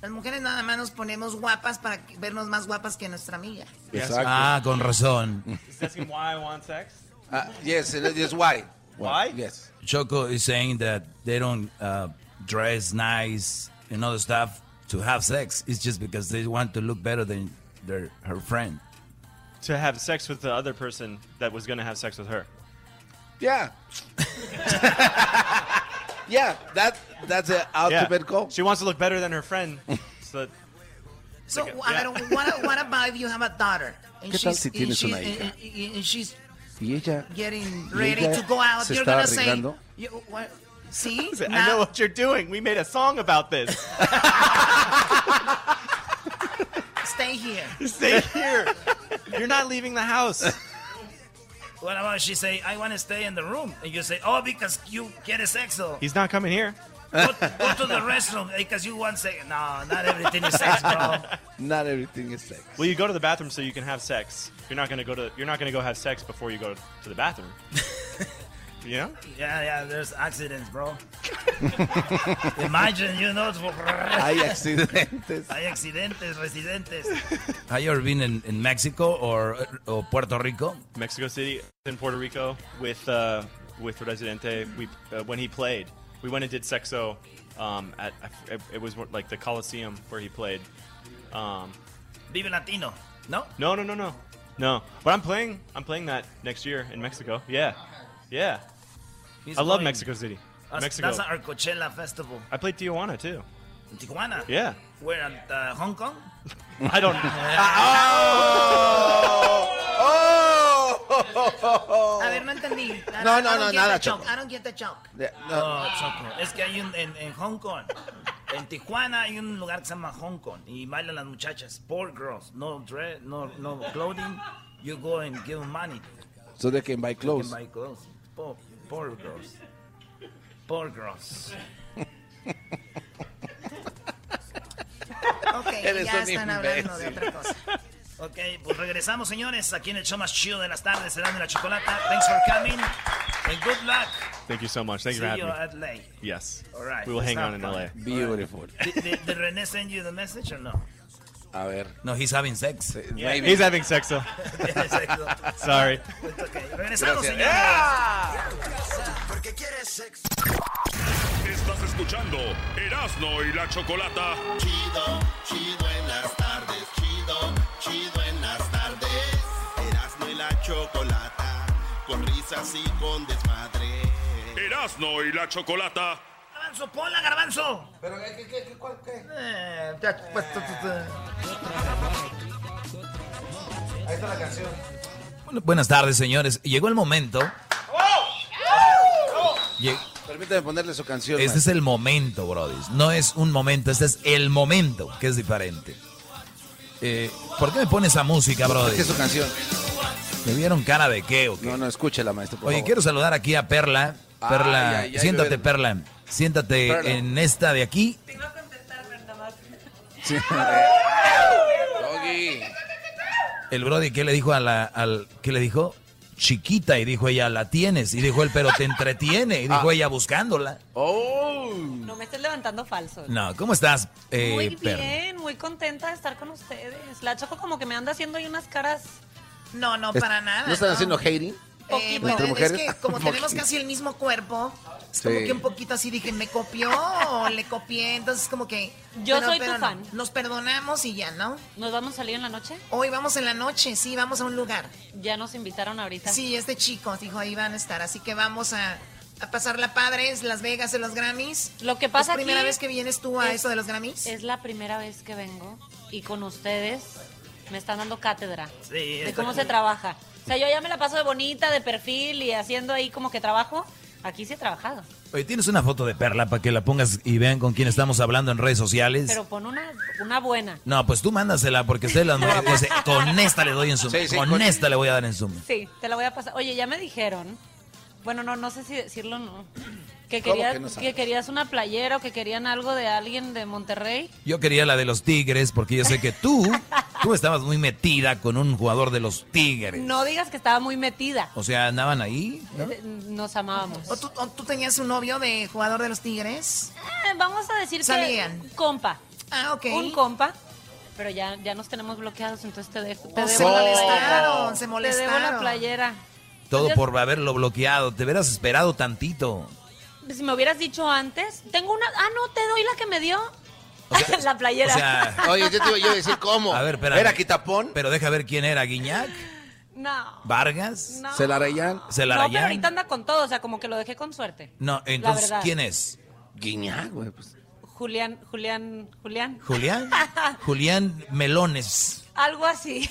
Speaker 2: Las mujeres nada más nos ponemos guapas para que- vernos más guapas que nuestra amiga.
Speaker 15: Exacto.
Speaker 4: Ah, con razón.
Speaker 22: he's asking why I want sex.
Speaker 15: Uh, yes, and it is why.
Speaker 22: Why?
Speaker 15: Yes.
Speaker 4: Choco is saying that they don't uh, dress nice and other stuff to have sex. It's just because they want to look better than their her friend.
Speaker 22: to have sex with the other person that was going to have sex with her.
Speaker 15: Yeah. yeah, that that's the ultimate goal.
Speaker 22: She wants to look better than her friend. so that-
Speaker 2: So,
Speaker 22: Okay,
Speaker 2: a
Speaker 22: yeah.
Speaker 2: ver, what, what about if you have a daughter? And
Speaker 15: ¿Qué tal si tienes
Speaker 2: she's-
Speaker 15: una hija?
Speaker 2: and- and- and she's
Speaker 15: Y ella
Speaker 2: getting
Speaker 15: Y
Speaker 2: ready
Speaker 15: ella
Speaker 2: to go out.
Speaker 15: se
Speaker 2: You're
Speaker 15: está
Speaker 2: gonna say,
Speaker 15: arreglando.
Speaker 2: you, what, see,
Speaker 22: I know
Speaker 2: now,
Speaker 22: what you're doing. We made a song about this.
Speaker 2: stay here.
Speaker 22: Stay here. You're not leaving the house.
Speaker 3: What about she say, I want to stay in the room? And you say, oh, because you quieres sexo.
Speaker 22: He's not coming here.
Speaker 3: Go to the restroom because you want sex. No, not everything is sex, bro.
Speaker 15: Not everything is sex.
Speaker 22: Well, you go to the bathroom so you can have sex. You're not gonna go to. You're not gonna go have sex before you go to the bathroom. you know?
Speaker 3: Yeah, yeah, there's accidents, bro. Imagine, you know.
Speaker 4: Hay accidentes.
Speaker 3: Hay accidentes, residentes.
Speaker 4: Have you ever been in, in Mexico or, or Puerto Rico?
Speaker 22: Mexico City in Puerto Rico with uh, with Residente. We uh, when he played, we went and did sexo um, at it- it was like the Coliseum where he played. Um,
Speaker 3: Vive Latino, no?
Speaker 22: no, no, no, no, no. But I'm playing. I'm playing that next year in Mexico. Yeah, yeah.
Speaker 3: He's
Speaker 22: I love
Speaker 3: playing.
Speaker 22: Mexico City.
Speaker 3: That's,
Speaker 22: Mexico.
Speaker 3: that's our Coachella festival.
Speaker 22: I played Tijuana too.
Speaker 3: Tijuana.
Speaker 22: Yeah. Ah,
Speaker 3: We're at uh, Hong Kong.
Speaker 22: I don't.
Speaker 3: oh!
Speaker 2: A ver, no entendí. I
Speaker 15: No,
Speaker 2: don't-
Speaker 15: no,
Speaker 2: I don't
Speaker 15: no,
Speaker 2: get
Speaker 15: nada,
Speaker 2: the joke.
Speaker 15: Choco.
Speaker 2: I don't get the joke.
Speaker 15: Ya, no.
Speaker 3: No, Oh, Choco. Es que hay un en, en Hong Kong. En Tijuana hay un lugar que se llama Hong Kong y bailan las muchachas, poor girls, no dress, no, no clothing. You go and give them money.
Speaker 15: So they can buy clothes.
Speaker 3: You can buy clothes. Poor, poor girls. Poor girls.
Speaker 17: eh,
Speaker 2: Ok, ya están hablando de otra cosa.
Speaker 3: Ok, pues regresamos, señores, aquí en el show más chido de las tardes, serán de la chocolata. Thanks for coming and good luck.
Speaker 22: Thank you so much. Thank you for
Speaker 3: See
Speaker 22: having
Speaker 3: you
Speaker 22: me.
Speaker 3: at LA.
Speaker 22: Yes.
Speaker 3: All right.
Speaker 22: We will hang out in LA.
Speaker 15: Beautiful.
Speaker 3: Did, did, did René send you the message or no?
Speaker 15: A ver.
Speaker 4: No, he's having sex.
Speaker 22: Yeah. He's having sex though. Sorry.
Speaker 3: It's okay. Regresamos,
Speaker 9: Gracias.
Speaker 3: señores. Ah,
Speaker 21: Porque quieres sexo.
Speaker 5: Estás escuchando Erasno y la Chocolata.
Speaker 1: Chido, chido en las tardes, chido, chido en las tardes. Erasmo y la chocolata, con risas y con desmadre.
Speaker 5: Erasno y la Chocolata.
Speaker 3: Garbanzo, ponla, garbanzo.
Speaker 1: Pero, ¿qué, qué, qué, cuál, qué?
Speaker 3: Eh, ya, pues, tu, tu, tu.
Speaker 1: Ahí está la canción.
Speaker 4: Bueno, buenas tardes, señores. Llegó el momento. Lle-
Speaker 15: Permítame ponerle su canción.
Speaker 4: Este es el momento, Brody. No es un momento, este es el momento, que es diferente. Eh, ¿Por qué me pones esa música, Brody?
Speaker 15: Esta es su canción.
Speaker 4: ¿Me vieron cara de qué o qué?
Speaker 15: No, no, escúchela, maestro. por
Speaker 4: Oye,
Speaker 15: favor.
Speaker 4: quiero saludar aquí a Perla.
Speaker 15: Ay,
Speaker 4: Perla,
Speaker 15: ay, ay,
Speaker 4: siéntate,
Speaker 15: Bebel.
Speaker 4: Perla. Siéntate
Speaker 15: Perla.
Speaker 4: en esta de aquí. El Brody, ¿qué le dijo a la, al, qué le dijo? Chiquita, y dijo ella, la tienes. Y dijo él, pero te entretiene. Y dijo
Speaker 15: Ah.
Speaker 4: ella, buscándola.
Speaker 15: Oh.
Speaker 23: No me estés levantando falso.
Speaker 4: No, ¿cómo estás, eh,
Speaker 23: muy
Speaker 4: Perla?
Speaker 23: bien, muy contenta de estar con ustedes. La Choco como que me anda haciendo ahí unas caras.
Speaker 2: No, no,
Speaker 15: Es-
Speaker 2: para nada.
Speaker 15: ¿No están haciendo hating?
Speaker 2: Eh,
Speaker 15: ¿Entre
Speaker 2: bueno, es
Speaker 15: mujeres?
Speaker 2: que como tenemos
Speaker 15: Poquito.
Speaker 2: casi el mismo cuerpo, es como
Speaker 15: Sí.
Speaker 2: que un poquito así dije, me copió o le copié, entonces como que...
Speaker 23: Yo soy tu
Speaker 2: no.
Speaker 23: fan.
Speaker 2: Nos perdonamos y ya, ¿no?
Speaker 23: ¿Nos vamos a salir en la noche?
Speaker 2: Hoy vamos en la noche, sí, vamos a un lugar.
Speaker 23: Ya nos invitaron ahorita.
Speaker 2: Sí, este chico dijo, ahí van a estar, así que vamos a, a pasarla padre, es Las Vegas, en los Grammys.
Speaker 23: Lo que pasa
Speaker 2: ¿Es primera
Speaker 23: aquí
Speaker 2: vez que vienes tú a
Speaker 23: es-
Speaker 2: eso de los Grammys?
Speaker 23: Es la primera vez que vengo y con ustedes me están dando cátedra de
Speaker 2: está
Speaker 23: cómo
Speaker 2: cool.
Speaker 23: se trabaja. O sea, yo ya me la paso de bonita, de perfil y haciendo ahí como que trabajo. Aquí sí he trabajado.
Speaker 4: Oye, ¿tienes una foto de Perla para que la pongas y vean con quién estamos hablando en redes sociales?
Speaker 23: Pero pon una, una buena.
Speaker 4: No, pues tú mándasela porque ustedes las mujeres dicen, con esta le doy en zoom, con, esta le voy a dar en zoom.
Speaker 23: Sí, te la voy a pasar. Oye, ya me dijeron. Bueno, no, no sé si decirlo o no. Que
Speaker 4: ¿Cómo
Speaker 23: querías,
Speaker 4: que no
Speaker 23: que,
Speaker 4: sabes?
Speaker 23: querías una playera o que querían algo de alguien de Monterrey.
Speaker 4: Yo quería la de los Tigres porque yo sé que tú, tú estabas muy metida con un jugador de los Tigres.
Speaker 23: No digas que estaba muy metida.
Speaker 4: O sea, andaban ahí.
Speaker 23: Eh, Nos amábamos.
Speaker 2: ¿O tú, o tú tenías un novio de jugador de los Tigres?
Speaker 23: Eh, vamos a decir
Speaker 2: Salían.
Speaker 23: que un compa.
Speaker 2: Ah, ok.
Speaker 23: Un compa. Pero ya, ya nos tenemos bloqueados, entonces te, dejo, te
Speaker 2: Oh,
Speaker 23: debo
Speaker 2: se
Speaker 23: la
Speaker 2: molestaron,
Speaker 23: playera.
Speaker 2: se
Speaker 23: Te debo
Speaker 2: molestaron.
Speaker 23: la playera.
Speaker 4: Todo por haberlo bloqueado. Te hubieras esperado tantito.
Speaker 23: Si me hubieras dicho antes, tengo una... Ah, no, te doy la que me dio. la playera.
Speaker 4: O sea,
Speaker 15: Oye, yo te iba yo a decir cómo.
Speaker 4: A ver, espérame. ¿Era Quitapón? Pero deja ver quién era, Guiñac,
Speaker 23: no.
Speaker 4: Vargas,
Speaker 23: No.
Speaker 4: Celarayán.
Speaker 23: No, pero
Speaker 4: Celarayán.
Speaker 23: ahorita anda con todo, o sea, como que lo dejé con suerte.
Speaker 4: No,
Speaker 23: La
Speaker 4: entonces,
Speaker 23: verdad.
Speaker 4: ¿quién es? Guiñac, güey. pues.
Speaker 23: Julián, Julián, Julián.
Speaker 4: Julián. Julián Melones,
Speaker 23: Algo así.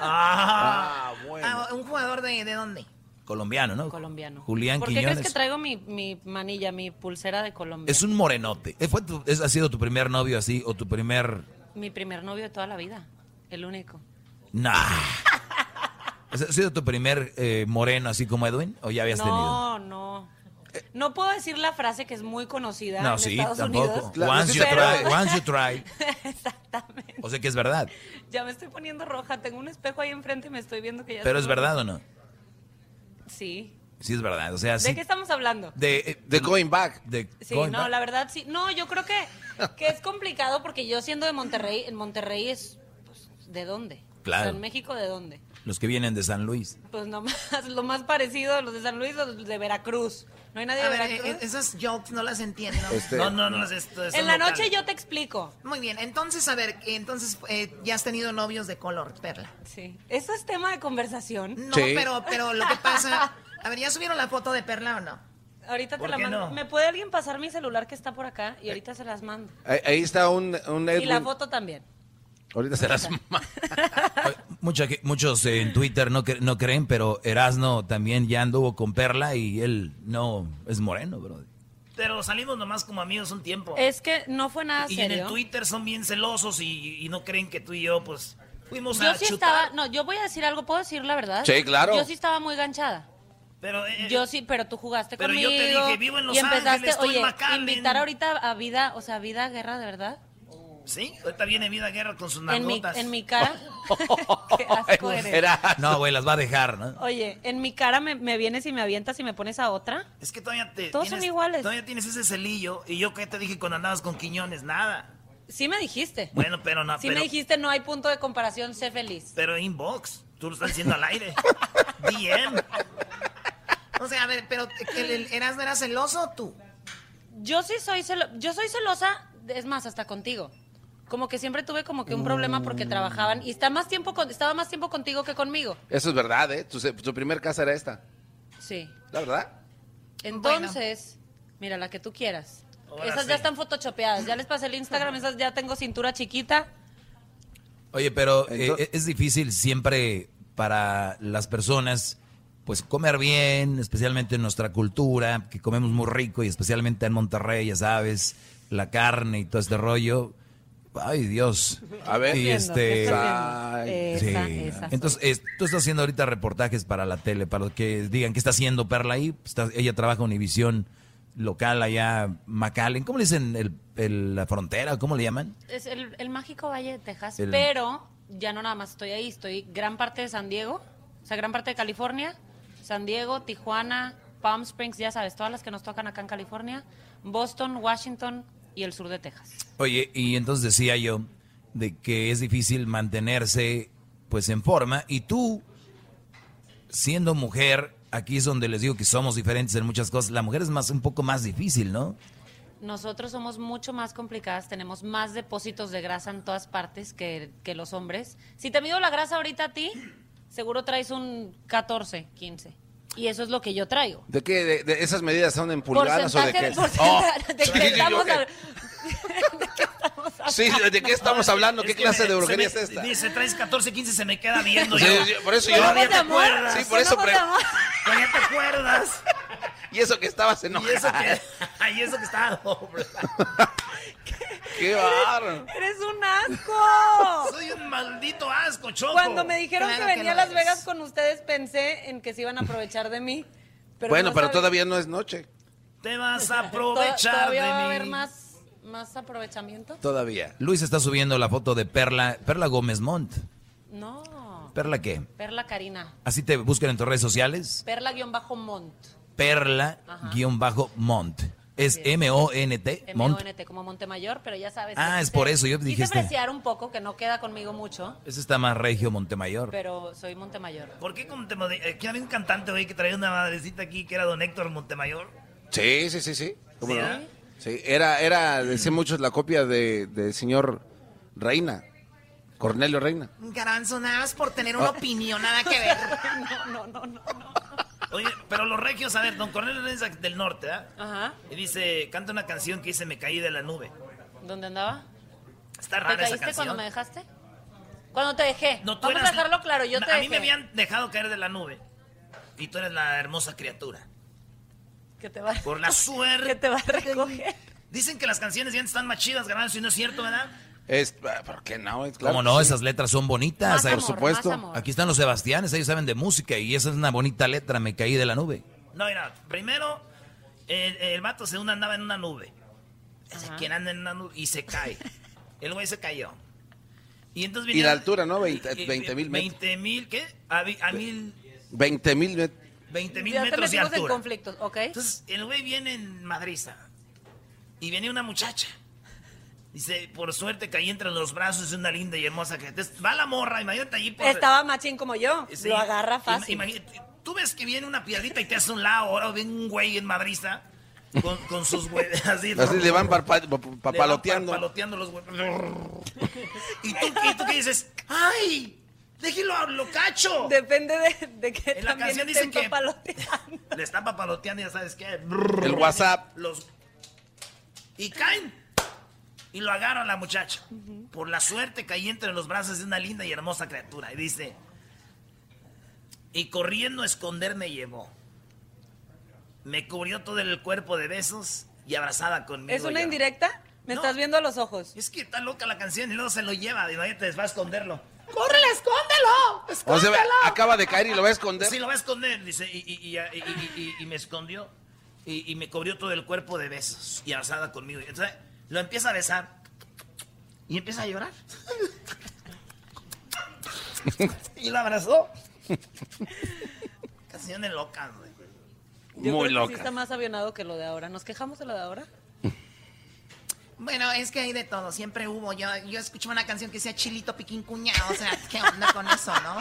Speaker 4: Ah,
Speaker 2: Ah, ¿Un jugador de, de dónde?
Speaker 4: colombiano, ¿no?
Speaker 23: Colombiano.
Speaker 4: Julián
Speaker 23: ¿Por qué
Speaker 4: Quiñones.
Speaker 23: crees que traigo mi, mi manilla, mi pulsera de Colombia?
Speaker 4: Es un morenote. Eh, fue tu- es- ¿Ha sido tu primer novio así o tu primer...
Speaker 23: Mi primer novio de toda la vida. El único.
Speaker 4: Nah. ¿Ha sido tu primer eh, moreno así como Edwin o ya habías
Speaker 23: no,
Speaker 4: tenido?
Speaker 23: no. No puedo decir la frase que es muy conocida
Speaker 4: No,
Speaker 23: en
Speaker 4: sí,
Speaker 23: Estados
Speaker 4: tampoco.
Speaker 23: Unidos.
Speaker 4: Once you
Speaker 23: pero-
Speaker 4: try, once you try. O sea que es verdad.
Speaker 23: Ya me estoy poniendo roja. Tengo un espejo ahí enfrente y me estoy viendo que ya
Speaker 4: Pero es
Speaker 23: estoy roja.
Speaker 4: verdad o no.
Speaker 23: Sí.
Speaker 4: Sí, es verdad. O sea, sí.
Speaker 23: ¿De qué estamos hablando?
Speaker 4: De, eh, going back.
Speaker 23: Sí, no, la verdad sí. No, yo creo que, que es complicado porque yo siendo de Monterrey, en Monterrey es, pues, ¿de dónde?
Speaker 4: Claro.
Speaker 23: O sea, en México, ¿de dónde?
Speaker 4: Los que vienen de San Luis.
Speaker 23: Pues nomás, lo más parecido a los de San Luis, los de Veracruz. No hay nadie
Speaker 2: A
Speaker 23: de
Speaker 2: ver,
Speaker 23: Veracruz.
Speaker 2: eh, esas jokes no las entiendo.
Speaker 4: Este, No, no, no, no.
Speaker 23: en la noche yo te explico.
Speaker 2: Muy bien, entonces, a ver, entonces eh, ya has tenido novios de color, Perla.
Speaker 23: Sí. ¿Eso es tema de conversación?
Speaker 2: No, pero, pero lo que pasa... A ver, ¿ya subieron la foto de Perla o no?
Speaker 23: Ahorita te
Speaker 2: ¿Por
Speaker 23: la
Speaker 2: qué
Speaker 23: mando.
Speaker 2: no?
Speaker 23: ¿Me puede alguien pasar mi celular que está por acá? Y ahorita se las mando.
Speaker 15: Ahí, ahí está un, un
Speaker 23: Y la
Speaker 15: Edwin.
Speaker 23: foto también.
Speaker 4: Ahorita serás Mucha, ge- muchos eh, en Twitter no, cre- no creen, pero Erasno también ya anduvo con Perla y él no es moreno, bro.
Speaker 3: Pero salimos nomás como amigos un tiempo.
Speaker 23: Es que no fue nada
Speaker 3: y en
Speaker 23: serio.
Speaker 3: el Twitter son bien celosos y, y no creen que tú y yo, pues, fuimos
Speaker 23: yo
Speaker 3: a
Speaker 23: sí
Speaker 3: chutar.
Speaker 23: estaba, no, yo voy a decir algo, ¿puedo decir la verdad?
Speaker 3: Sí, claro.
Speaker 23: Yo sí estaba muy ganchada.
Speaker 3: Pero, eh,
Speaker 23: yo sí, pero tú jugaste
Speaker 3: pero yo
Speaker 23: conmigo.
Speaker 3: te dije, vivo en Los
Speaker 23: y empezaste,
Speaker 3: Ángeles, estoy en
Speaker 23: oye,
Speaker 3: McAllen.
Speaker 23: invitar ahorita a vida, o sea, vida, guerra, de verdad.
Speaker 3: Sí, ahorita viene Vida Guerra con sus
Speaker 23: En mi,
Speaker 3: nalgotas.
Speaker 23: en mi cara. Qué asco eres.
Speaker 4: No, güey, las va a dejar, ¿no?
Speaker 23: Oye, en mi cara me, me vienes y me avientas y me pones a otra.
Speaker 3: Es que todavía te
Speaker 23: Todos
Speaker 3: tienes-
Speaker 23: son iguales.
Speaker 3: Todavía tienes ese celillo y yo que te dije cuando andabas con Quiñones, nada.
Speaker 23: Sí me dijiste.
Speaker 3: Bueno, pero no,
Speaker 23: sí
Speaker 3: pero,
Speaker 23: me dijiste, no hay punto de comparación, sé feliz.
Speaker 3: pero inbox, tú lo estás haciendo al aire. eh, DM.
Speaker 2: O sea, a ver, pero ¿el, el Erasmo era celoso o tú?
Speaker 23: Yo sí soy celo- yo soy celosa, es más, hasta contigo. Como que siempre tuve como que un problema porque trabajaban y está más tiempo con- estaba más tiempo contigo que conmigo.
Speaker 15: Eso es verdad, ¿eh? Tu, se- tu primer casa era esta.
Speaker 23: Sí.
Speaker 15: La verdad.
Speaker 23: Entonces, mira, la que tú quieras.
Speaker 15: Ahora
Speaker 23: esas
Speaker 15: sí.
Speaker 23: ya están photoshopeadas, ya les pasé el Instagram, esas ya tengo cintura chiquita.
Speaker 4: Oye, pero eh, es difícil siempre para las personas, pues comer bien, especialmente en nuestra cultura, que comemos muy rico y especialmente en Monterrey, ya sabes, la carne y todo este rollo. Ay, Dios.
Speaker 15: A ver.
Speaker 4: y
Speaker 15: ¿Qué estás
Speaker 4: este.
Speaker 15: viendo? ¿Qué estás viendo?
Speaker 4: sí.
Speaker 15: Esa, esa
Speaker 4: Entonces, es- tú estás haciendo ahorita reportajes para la tele, para los que digan qué está haciendo Perla ahí. pues, Está- ella trabaja en Univisión local allá, McAllen. ¿Cómo le dicen el- el- la frontera? ¿Cómo le llaman?
Speaker 23: Es el, el mágico Valle de Texas,
Speaker 4: El-
Speaker 23: pero ya no nada más estoy ahí, estoy gran parte de San Diego, o sea, gran parte de California, San Diego, Tijuana, Palm Springs, ya sabes, todas las que nos tocan acá en California, Boston, Washington y el sur de Texas.
Speaker 4: Oye, y entonces decía yo de que es difícil mantenerse pues en forma y tú siendo mujer, aquí es donde les digo que somos diferentes en muchas cosas. La mujer es más un poco más difícil, ¿no?
Speaker 23: Nosotros somos mucho más complicadas, tenemos más depósitos de grasa en todas partes que, que los hombres. Si te mido la grasa ahorita a ti, seguro traes un 14, 15. Y eso es lo que yo traigo.
Speaker 15: ¿De qué? De, de esas medidas son en pulgadas o de qué?
Speaker 23: porcentaje-
Speaker 15: Oh.
Speaker 23: ¿de qué
Speaker 15: Sí,
Speaker 23: estamos
Speaker 15: digo,
Speaker 23: hab-
Speaker 15: Oh, Sí, ¿de qué estamos hablando? ¿Qué
Speaker 3: Es que
Speaker 15: clase
Speaker 3: me-
Speaker 15: de brujería es
Speaker 3: se me-
Speaker 15: esta?
Speaker 3: Dice, traes 14, 15, se me queda viendo.
Speaker 15: Sí,
Speaker 3: yo.
Speaker 15: sí, por eso
Speaker 3: ¿Tú
Speaker 15: yo-
Speaker 3: todavía
Speaker 15: ¿Son ojos
Speaker 3: te
Speaker 15: de amor?
Speaker 3: acuerdas?
Speaker 15: Sí, por ¿Son eso ojos de pre- amor?
Speaker 3: Todavía te acuerdas.
Speaker 15: Y eso que estabas enojado.
Speaker 3: Y eso que, y eso que estaba doble.
Speaker 15: ¡Qué bárbaro!
Speaker 23: ¡Eres un asco!
Speaker 3: Soy un maldito asco, Choco.
Speaker 23: Cuando me dijeron
Speaker 3: Claro
Speaker 23: que venía
Speaker 3: no
Speaker 23: a Las
Speaker 3: eres.
Speaker 23: Vegas con ustedes, pensé en que se iban a aprovechar de mí. Pero
Speaker 15: bueno,
Speaker 23: no
Speaker 15: pero
Speaker 23: sabía-
Speaker 15: todavía no es noche.
Speaker 3: Te vas a
Speaker 23: To-
Speaker 3: aprovechar
Speaker 23: Todavía
Speaker 3: de
Speaker 23: va a
Speaker 3: mí.
Speaker 23: haber más, más aprovechamiento.
Speaker 15: Todavía.
Speaker 4: Luis está subiendo la foto de Perla, Perla Gómez Montt.
Speaker 15: Ah.
Speaker 23: No.
Speaker 4: ¿Perla qué?
Speaker 23: Perla Karina.
Speaker 4: Así te buscan en tus redes sociales.
Speaker 23: Perla-mont. Ajá.
Speaker 4: Perla-Mont. Es M-O-N-T. ¿Eh? Mont.
Speaker 23: M-O-N-T, como Montemayor, pero ya sabes.
Speaker 4: Ah,
Speaker 23: que
Speaker 4: es
Speaker 23: quise-
Speaker 4: por eso, yo
Speaker 23: quise
Speaker 4: dijiste.
Speaker 23: apreciar un poco, que no queda conmigo mucho,
Speaker 4: Ese está más regio Montemayor.
Speaker 23: pero soy Montemayor.
Speaker 3: ¿Por qué con Montemayor? Aquí había un cantante hoy que traía una madrecita aquí que era don Héctor Montemayor.
Speaker 15: Sí, sí, sí, sí. ¿Cómo
Speaker 3: ¿Sí,
Speaker 15: no?
Speaker 3: ah?
Speaker 15: Sí, era, era, decía muchos, la copia de, de señor Reina, Cornelio Reina.
Speaker 2: Garanzo, nada más por tener una
Speaker 15: Ah.
Speaker 2: opinión, nada que ver.
Speaker 23: no, no, no.
Speaker 3: Oye, pero los regios, a ver, don Cornelio Lenz del norte, ¿ah?
Speaker 23: Ajá.
Speaker 3: Y dice, canta una canción que dice Me caí de la nube.
Speaker 23: ¿Dónde andaba?
Speaker 3: Está
Speaker 23: ¿Te
Speaker 3: rara esa
Speaker 23: caíste
Speaker 3: canción.
Speaker 23: cuando me dejaste? Cuando te dejé.
Speaker 3: No, tú
Speaker 23: Vamos
Speaker 3: eras-
Speaker 23: a dejarlo claro, yo
Speaker 3: a
Speaker 23: te
Speaker 3: mí
Speaker 23: dejé.
Speaker 3: me habían dejado caer de la nube. Y tú eres la hermosa criatura.
Speaker 23: Que te va
Speaker 3: Por la suerte. Que
Speaker 23: te va a recoger.
Speaker 3: Dicen que las canciones ya están más chidas, Garbanzo, y no es cierto, ¿verdad?
Speaker 15: Es,
Speaker 3: Ah,
Speaker 15: ¿Por qué no? Es claro
Speaker 4: ¿Cómo
Speaker 15: que
Speaker 4: no?
Speaker 15: sí.
Speaker 4: Esas letras son bonitas.
Speaker 15: Más amor, Por supuesto. más amor.
Speaker 4: Aquí están los Sebastianes, ellos saben de música y esa es una bonita letra, me caí de la nube.
Speaker 3: No, mira, primero, el, el vato según andaba en una nube. Es quien anda en una nube y se cae. El güey se cayó. Y entonces
Speaker 15: Y
Speaker 3: vinieron-
Speaker 15: la altura, ¿no? 20
Speaker 3: eh,
Speaker 15: mil metros.
Speaker 3: 20 mil, ¿qué? A, vi- a mil.
Speaker 15: 20 mil metros.
Speaker 3: 20 mil
Speaker 23: Ya te
Speaker 3: metros de
Speaker 23: metimos en
Speaker 3: altura.
Speaker 23: conflictos, ¿ok?
Speaker 3: Entonces, el güey viene en Madriza y viene una muchacha. Dice, por suerte caí entre los brazos de una linda y hermosa que Entonces, va la morra, imagínate allí por...
Speaker 23: Estaba machín como yo.
Speaker 3: Pues, eh, Sí.
Speaker 23: Lo agarra
Speaker 3: Ima-
Speaker 23: fácil.
Speaker 3: imagínate, tú ves que viene una piedrita y te hace un lado, ahora viene un güey en Madriza con, con sus güeyes así.
Speaker 15: Así le van parpa- pa- pa-
Speaker 3: Le van
Speaker 15: papaloteando.
Speaker 3: papaloteando los güeyes. ¿Y tú, y tú qué dices? ¡Ay! ¡Déjelo a lo cacho!
Speaker 23: Depende de, de que
Speaker 3: En la
Speaker 23: también
Speaker 3: canción
Speaker 23: esté
Speaker 3: dicen que
Speaker 23: papaloteando.
Speaker 3: le están papaloteando, ya sabes qué.
Speaker 15: El WhatsApp.
Speaker 3: Los... Y caen. Y lo agarra la muchacha. Por la suerte caí entre los brazos de una linda y hermosa criatura. Y dice. Y corriendo a esconder me llevó. Me cubrió todo el cuerpo de besos y abrazada conmigo.
Speaker 23: ¿Es una
Speaker 3: lloró.
Speaker 23: indirecta? Me estás viendo a los ojos.
Speaker 3: Es que está loca la canción y luego se lo lleva. Y te va a esconderlo.
Speaker 23: ¡Córrele, escóndelo!
Speaker 15: O sea, acaba de caer y lo va a esconder.
Speaker 3: Sí, lo va a esconder. Dice, y, y- y- y- y- y me escondió. Y, y me cubrió todo el cuerpo de besos. Y abrazada conmigo. Entonces, lo empieza a besar. Y empieza a llorar. y lo abrazó. Canciones locas, güey.
Speaker 23: Yo
Speaker 15: Muy
Speaker 23: creo que sí
Speaker 15: loca.
Speaker 23: está más avionado que lo de ahora. ¿Nos quejamos de lo de ahora?
Speaker 2: Bueno, es que hay de todo, siempre hubo. Yo, yo escuché una canción que decía Chilito Piquín Cuña, o sea, ¿qué onda con eso, no?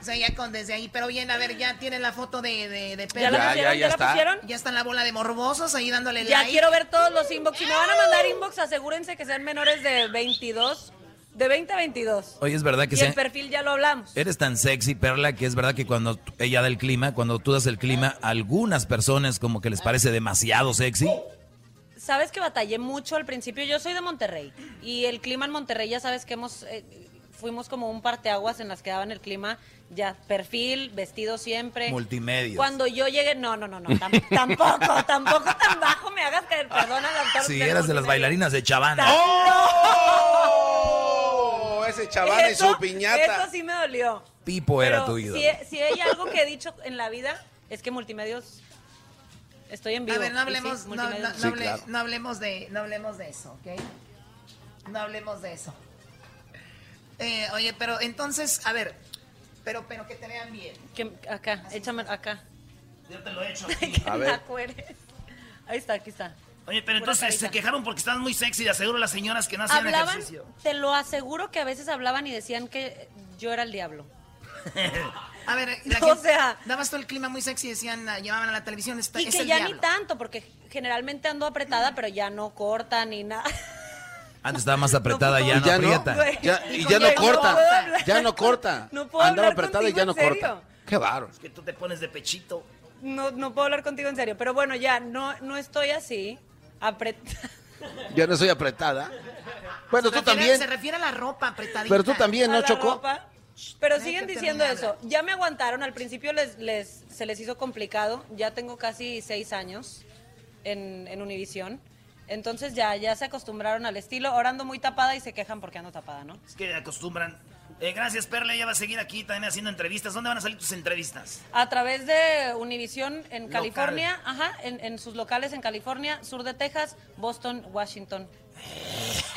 Speaker 2: O sea, ya con desde ahí, pero bien, a ver, ya tienen la foto de, de, de
Speaker 23: ¿Ya
Speaker 2: Pedro.
Speaker 23: la Ya, pusieron? ya, ¿Ya ya la está. pusieron?
Speaker 2: Ya están la bola de morbosos ahí dándole
Speaker 23: Ya
Speaker 2: like.
Speaker 23: quiero ver todos los inbox. Si me van a mandar inbox, asegúrense que sean menores de 22. De 20 a 22.
Speaker 4: Oye, es verdad que
Speaker 23: y
Speaker 4: sea-
Speaker 23: el perfil ya lo hablamos.
Speaker 4: Eres tan sexy, Perla, que es verdad que cuando t- ella da el clima, cuando tú das el clima, a algunas personas como que les parece demasiado sexy.
Speaker 23: Sabes que batallé mucho al principio. Yo soy de Monterrey. Y el clima en Monterrey, ya sabes que hemos... eh, fuimos como un parteaguas en las que daban el clima. Ya, perfil, vestido siempre.
Speaker 4: Multimedia.
Speaker 23: Cuando yo llegué... No, no, no, no. tam- tampoco, tampoco tan bajo me hagas caer. Perdona, doctor.
Speaker 4: Si eras de las bailarinas de Chavana.
Speaker 15: ¡Oh! Ese chavana y
Speaker 23: Eso-
Speaker 15: su piñata.
Speaker 23: Eso sí me dolió.
Speaker 4: Pipo era tu ídolo.
Speaker 23: si, si hay algo que he dicho en la vida, es que multimedios. Estoy en vivo.
Speaker 2: A ver, no
Speaker 23: Y
Speaker 2: hablemos,
Speaker 23: sí,
Speaker 2: no, no-
Speaker 23: multimedios.
Speaker 2: no hable- no hablemos de, no hablemos de eso, ¿ok? No hablemos de eso. Eh, oye, pero entonces, a ver, pero, pero que te vean bien.
Speaker 23: Que- acá, échame acá.
Speaker 3: Yo te lo he hecho.
Speaker 23: Que me acuerdes. Ahí está, aquí está.
Speaker 3: Oye, pero
Speaker 23: Pura
Speaker 3: entonces se
Speaker 23: carita.
Speaker 3: quejaron porque estaban muy sexy. De aseguro las señoras que no hacían
Speaker 23: Hablaban,
Speaker 3: ejercicio.
Speaker 23: te lo aseguro que a veces hablaban y decían que yo era el diablo.
Speaker 2: A ver, la
Speaker 23: O
Speaker 2: gente-
Speaker 23: sea-
Speaker 2: dabas todo el clima muy sexy, decían, ah, llevaban a la televisión, es,
Speaker 23: Y
Speaker 2: es
Speaker 23: que
Speaker 2: el
Speaker 23: ya
Speaker 2: diablo.
Speaker 23: ni tanto, porque generalmente ando apretada, pero ya no corta ni nada.
Speaker 4: Antes estaba más apretada, ya
Speaker 15: Y
Speaker 4: no
Speaker 15: ya no.
Speaker 4: aprieta.
Speaker 23: Güey,
Speaker 15: Ya- y
Speaker 23: hijo,
Speaker 15: ya no
Speaker 23: güey, puedo
Speaker 15: corta.
Speaker 23: hablar.
Speaker 15: Ya no corta.
Speaker 23: No puedo
Speaker 15: Andaba
Speaker 23: hablar
Speaker 15: apretada y
Speaker 23: contigo,
Speaker 15: ya no
Speaker 23: ¿en serio?
Speaker 15: corta. Qué bárbaro.
Speaker 3: Que tú te pones de pechito.
Speaker 23: No, no puedo hablar contigo en serio, pero bueno, ya, no, no estoy así. apretada.
Speaker 15: Ya no soy apretada. Bueno,
Speaker 2: Se
Speaker 15: tú
Speaker 2: refiere-
Speaker 15: también.
Speaker 2: Se refiere a la ropa apretadita.
Speaker 15: Pero tú también,
Speaker 23: a
Speaker 15: ¿no,
Speaker 23: la
Speaker 15: Choco?
Speaker 23: ropa. Pero
Speaker 2: Ay,
Speaker 23: siguen
Speaker 2: que
Speaker 23: diciendo
Speaker 2: terminable.
Speaker 23: eso. Ya me aguantaron. Al principio les, les, se les hizo complicado. Ya tengo casi seis años en, en Univisión. Entonces ya, ya se acostumbraron al estilo. Ahora ando muy tapada y se quejan porque ando tapada, ¿no?
Speaker 3: Es que acostumbran. Eh, gracias, Perla. Ella va a seguir aquí también haciendo entrevistas. ¿Dónde van a salir tus entrevistas?
Speaker 23: A través de Univisión en
Speaker 3: Local.
Speaker 23: California, ajá, en, en sus locales en California, sur de Texas, Boston, Washington.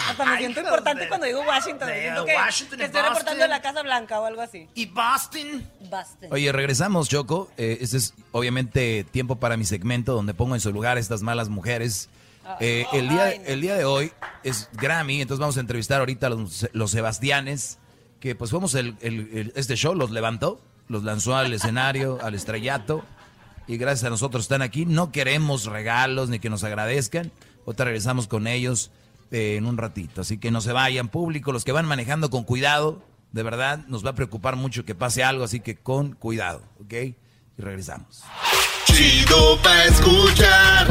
Speaker 23: Hasta me
Speaker 3: Ay,
Speaker 23: siento
Speaker 3: hijos
Speaker 23: importante
Speaker 3: de-
Speaker 23: cuando digo Washington.
Speaker 3: de
Speaker 23: siento que,
Speaker 3: Washington
Speaker 23: que
Speaker 3: y
Speaker 23: estoy
Speaker 3: Boston.
Speaker 23: reportando de la Casa Blanca o algo así.
Speaker 3: ¿Y Boston?
Speaker 23: Boston.
Speaker 4: Oye, regresamos, Choco. Eh, este es obviamente tiempo para mi segmento donde pongo en su lugar estas malas mujeres. Eh,
Speaker 23: Ah,
Speaker 4: el, día, el día de hoy es Grammy, entonces vamos a entrevistar ahorita a los, los Sebastianes, que pues fuimos el, el- el- este show, los levantó, los lanzó al escenario, al estrellato, y gracias a nosotros están aquí. No queremos regalos ni que nos agradezcan. Otra regresamos con ellos eh, en un ratito, así que no se vayan, público, los que van manejando con cuidado, de verdad, nos va a preocupar mucho que pase algo, así que con cuidado, ¿ok? Y regresamos.
Speaker 1: Chido pa' escuchar.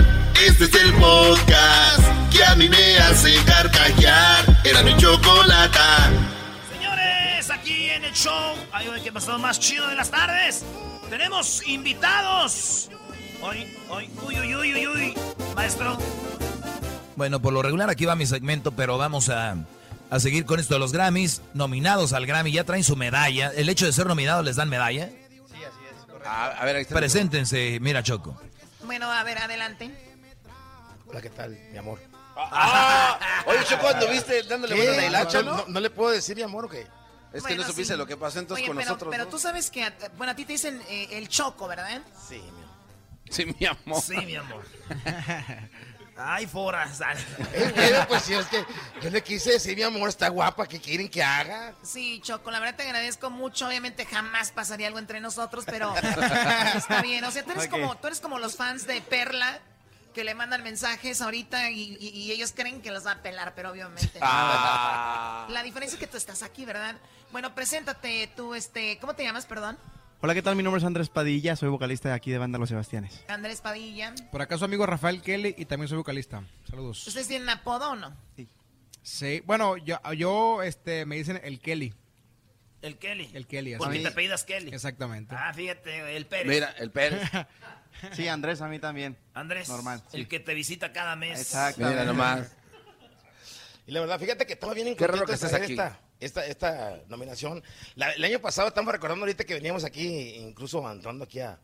Speaker 1: Este es el podcast que a mí me hace carcajear. Era mi chocolate.
Speaker 3: Señores, aquí en el show, ay, hoy que pasó más chido de las tardes, tenemos invitados. Hoy, hoy, uy, uy, uy, uy, uy, maestro.
Speaker 4: Bueno, por lo regular aquí va mi segmento, pero vamos a, a seguir con esto de los Grammys. Nominados al Grammy, ya traen su medalla. El hecho de ser nominados les dan medalla.
Speaker 12: Este
Speaker 15: A, a ver, ahí está.
Speaker 4: Preséntense, mira Choco.
Speaker 2: Bueno, a ver, adelante.
Speaker 12: Hola, ¿qué tal, mi amor?
Speaker 23: Ah.
Speaker 15: oye, Choco, anduviste dándole
Speaker 12: ¿Qué?
Speaker 15: vueltas a la hilacha, ¿no?
Speaker 12: ¿no? le puedo decir mi amor o qué?
Speaker 15: Es que
Speaker 2: Bueno,
Speaker 15: no supiste
Speaker 2: sí.
Speaker 15: lo que pasó entonces
Speaker 2: Oye,
Speaker 15: con
Speaker 2: pero,
Speaker 15: nosotros.
Speaker 2: Pero
Speaker 15: ¿no?
Speaker 2: tú sabes que, a- bueno, a ti te dicen eh, el choco, ¿verdad?
Speaker 3: Sí, mi amor.
Speaker 15: Sí, mi amor.
Speaker 3: Sí, mi amor. Ay, foras.
Speaker 12: Eh, bueno, pues si es que yo le quise decir, mi amor, está guapa, ¿qué quieren que haga?
Speaker 2: Sí, Choco, la verdad te agradezco mucho. Obviamente jamás pasaría algo entre nosotros, pero está bien. O sea, tú eres,
Speaker 12: Ok.
Speaker 2: como, tú eres como los fans de Perla que le mandan mensajes ahorita y, y- y ellos creen que los va a pelar, pero obviamente no.
Speaker 6: Ah.
Speaker 2: La diferencia es que tú estás aquí, ¿verdad? Bueno, preséntate tú, este, ¿cómo te llamas, perdón?
Speaker 6: Hola, ¿qué tal? Mi nombre es Andrés Padilla, soy vocalista de aquí de Banda Los Sebastianes.
Speaker 2: Andrés Padilla.
Speaker 24: Por acá su amigo Rafael Kelly y también soy vocalista. Saludos.
Speaker 2: ¿Ustedes tienen apodo o no?
Speaker 24: Sí, bueno, yo, yo este, me dicen el Kelly.
Speaker 3: El Kelly.
Speaker 24: El Kelly,
Speaker 3: Porque
Speaker 24: así.
Speaker 3: te apellidas Kelly.
Speaker 24: Exactamente.
Speaker 3: Ah, fíjate, el Pérez. Ah,
Speaker 6: sí, Andrés a mí también.
Speaker 3: Andrés.
Speaker 6: Normal.
Speaker 3: El que te visita cada mes.
Speaker 6: Exacto. Mira nomás.
Speaker 12: Y la verdad, fíjate que estaba bien
Speaker 3: Qué raro que
Speaker 12: incontentos de
Speaker 3: estés
Speaker 12: traer
Speaker 3: aquí.
Speaker 12: Esta, esta, esta nominación. La- el año pasado estamos recordando ahorita que veníamos aquí, incluso entrando aquí a...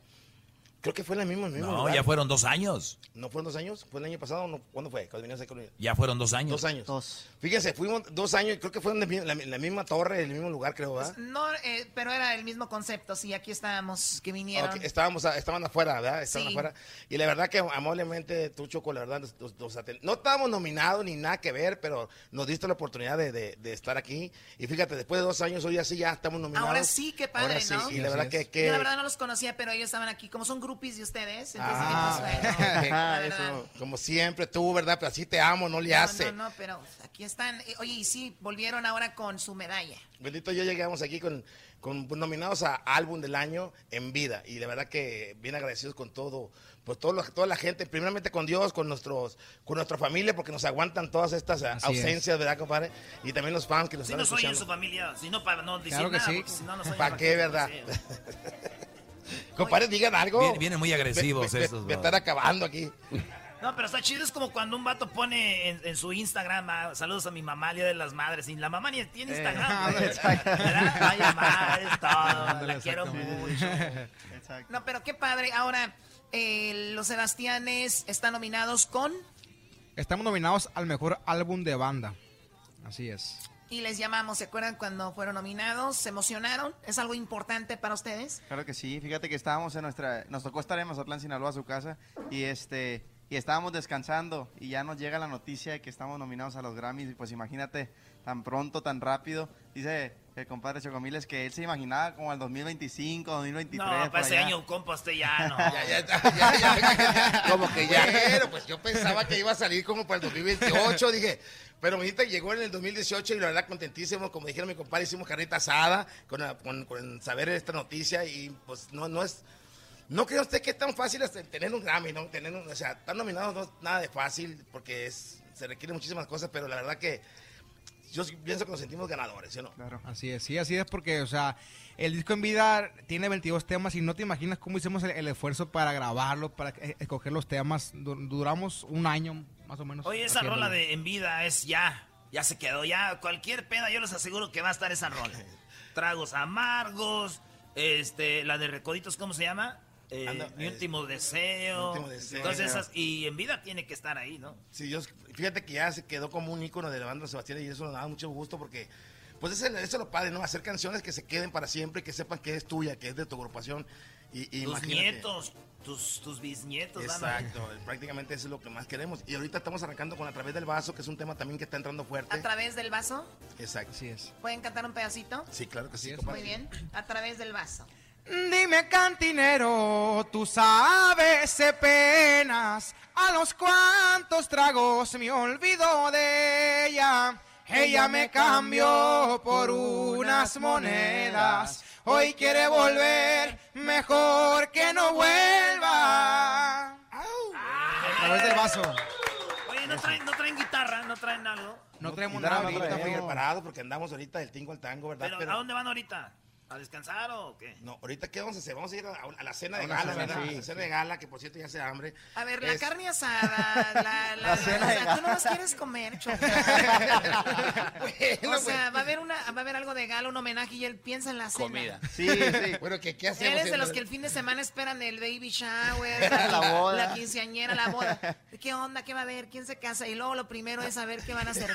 Speaker 12: Creo que fue en la misma, el mismo
Speaker 4: No,
Speaker 12: lugar.
Speaker 4: ya fueron dos años.
Speaker 12: ¿No fueron dos años? ¿Fue el año pasado? o No, ¿Cuándo fue? Cuando vinimos aquí con-
Speaker 4: Ya fueron dos años.
Speaker 12: Dos años. Fíjense, fuimos dos años y creo que fue en la, mi- la- la misma torre, el mismo lugar, creo, ¿verdad?
Speaker 2: No, eh, pero era el mismo concepto, sí, aquí estábamos, que vinieron.
Speaker 12: Ok, estábamos, a- estaban afuera, ¿verdad? Estaban
Speaker 2: Sí.
Speaker 12: afuera. Y la verdad que amablemente tú, Choco, la verdad, nos- nos- nos atend- no estábamos nominados ni nada que ver, pero nos diste la oportunidad de, de- de estar aquí. Y fíjate, después de dos años, hoy así ya estamos nominados.
Speaker 2: Ahora sí, qué padre,
Speaker 12: Ahora sí,
Speaker 2: ¿no?
Speaker 12: Y la verdad que... que-
Speaker 2: Yo la verdad no los conocía, pero ellos estaban aquí. Como son groupies de ustedes, entonces,
Speaker 12: Ah,
Speaker 2: pues, bueno,
Speaker 12: ok.
Speaker 2: la verdad.
Speaker 12: Como siempre, tú, ¿verdad? Pero así te amo, no le
Speaker 2: No,
Speaker 12: hace.
Speaker 2: No, no, pero aquí están. Eh, Oye, y sí, volvieron ahora con su medalla.
Speaker 12: Bendito yo llegamos aquí con, con pues, nominados a álbum del año en vida y la verdad que bien agradecidos con todo, pues todo lo- toda la gente, primeramente con Dios, con nuestros, con nuestra familia porque nos aguantan todas estas a-
Speaker 3: Así es.
Speaker 12: ausencias, ¿verdad, compadre? Y también los fans que nos
Speaker 3: Si
Speaker 12: están
Speaker 3: no soy yo su
Speaker 12: escuchando.
Speaker 3: familia, si no para no decir
Speaker 12: Claro que
Speaker 3: nada,
Speaker 12: sí.
Speaker 3: porque si no, no soy yo,
Speaker 12: ¿Para qué, verdad? compadre, digan algo.
Speaker 4: Vienen- vienen muy agresivos
Speaker 12: me, me-
Speaker 4: estos,
Speaker 12: Me,
Speaker 4: bro.
Speaker 12: están acabando aquí.
Speaker 3: No, pero está chido, es como cuando un vato pone en, en su Instagram, ah, saludos a mi mamá, el Día de las Madres, y la mamá ni tiene Instagram, güey. ¿verdad? Vaya madre, es todo, la quiero mucho.
Speaker 2: No, pero qué padre. Ahora, eh, los Sebastianes están nominados con.
Speaker 24: Estamos nominados al mejor álbum de banda. Así es.
Speaker 2: Y les llamamos, ¿se acuerdan cuando fueron nominados? ¿Se emocionaron? ¿Es algo importante para ustedes?
Speaker 6: Claro que sí, fíjate que estábamos en nuestra, nos tocó estar en Mazatlán, Sinaloa, su casa, y este, y estábamos descansando, y ya nos llega la noticia de que estamos nominados a los Grammys, y pues imagínate, tan pronto, tan rápido, dice el compadre Chocomiles que él se imaginaba como el 2025, 2023.
Speaker 3: No,
Speaker 6: por
Speaker 5: pues
Speaker 3: para ese
Speaker 6: allá.
Speaker 3: año un compa usted ya, no.
Speaker 12: Como que ya. Pero pues yo pensaba que iba a salir como para el 2028, dije. Pero ahorita llegó en el 2018 y la verdad contentísimo, como dijeron mi compadre, hicimos carreta asada con, la- con- con saber esta noticia y pues no, no es... No cree usted que es tan fácil hasta tener un Grammy, ¿no? Tener un- o sea, estar nominado no es nada de fácil porque es, se requieren muchísimas cosas, pero la verdad que yo sí pienso que nos sentimos ganadores, ¿sí o no?
Speaker 24: Claro. Así es, sí, así es porque, o sea, el disco en vida tiene 22 temas y no te imaginas cómo hicimos el, el esfuerzo para grabarlo, para eh, escoger los temas. Dur- duramos un año más o menos.
Speaker 3: Oye, esa
Speaker 24: haciéndolo.
Speaker 3: rola de En Vida es ya, ya se quedó, ya cualquier peda yo les aseguro que va a estar esa rola. Tragos amargos, este, la de Recoditos, ¿cómo se llama? Eh,
Speaker 12: Ando-
Speaker 3: mi
Speaker 12: eh,
Speaker 3: último deseo.
Speaker 12: Mi Último Deseo.
Speaker 3: Entonces esas- y En Vida tiene que estar ahí, ¿no?
Speaker 12: Sí, yo, fíjate que ya se quedó como un ícono de la banda Sebastián y eso nos da mucho gusto porque, pues eso, eso es lo padre, ¿no? Hacer canciones que se queden para siempre y que sepan que es tuya, que es de tu agrupación. Y, y
Speaker 3: Tus
Speaker 12: imagínate.
Speaker 3: nietos, tus, tus bisnietos. van a-
Speaker 12: Exacto, eh, prácticamente eso es lo que más queremos. Y ahorita estamos arrancando con A través del vaso, que es un tema también que está entrando
Speaker 2: ¿A
Speaker 12: fuerte.
Speaker 2: través del vaso?
Speaker 12: Exacto. Así es.
Speaker 2: ¿Pueden cantar un pedacito?
Speaker 12: Sí, claro que sí.
Speaker 2: Muy bien. A través del vaso.
Speaker 24: Dime cantinero, tú sabes de penas, a los cuantos tragos me olvido de ella. Ella me cambió por unas monedas, hoy quiere volver, mejor que no vuelva. A través del vaso.
Speaker 3: Oye, ¿no traen, ¿no traen guitarra? ¿No traen algo?
Speaker 12: No
Speaker 24: traemos
Speaker 12: nada
Speaker 24: nada, no
Speaker 12: ahorita,
Speaker 24: traemos.
Speaker 12: preparados porque andamos ahorita del tingo al tango, ¿verdad?
Speaker 3: Pero, ¿a dónde van ahorita? ¿A descansar o qué?
Speaker 12: No, ahorita qué vamos a hacer? Vamos a ir a, a la cena de
Speaker 3: A una
Speaker 12: gala,
Speaker 3: cena, sí,
Speaker 12: ¿verdad? A la cena
Speaker 3: sí.
Speaker 12: de gala, que por cierto ya hace hambre.
Speaker 2: A ver, la
Speaker 12: Es-
Speaker 2: carne asada, la, la,
Speaker 12: La cena
Speaker 2: o
Speaker 12: de
Speaker 2: sea, tú
Speaker 12: gala.
Speaker 2: nomás quieres comer, chon.
Speaker 12: pues.
Speaker 2: O sea, va a haber una, va a haber algo de gala, un homenaje y él piensa en la cena.
Speaker 12: Comida. Sí, sí. Bueno, ¿qué, qué hacemos?
Speaker 2: Eres de
Speaker 12: en-
Speaker 2: los que el fin de semana esperan el baby shower,
Speaker 12: La boda.
Speaker 2: la quinceañera, la boda. ¿Qué onda? ¿Qué va a haber? ¿Quién se casa? Y luego lo primero es saber qué van a hacer.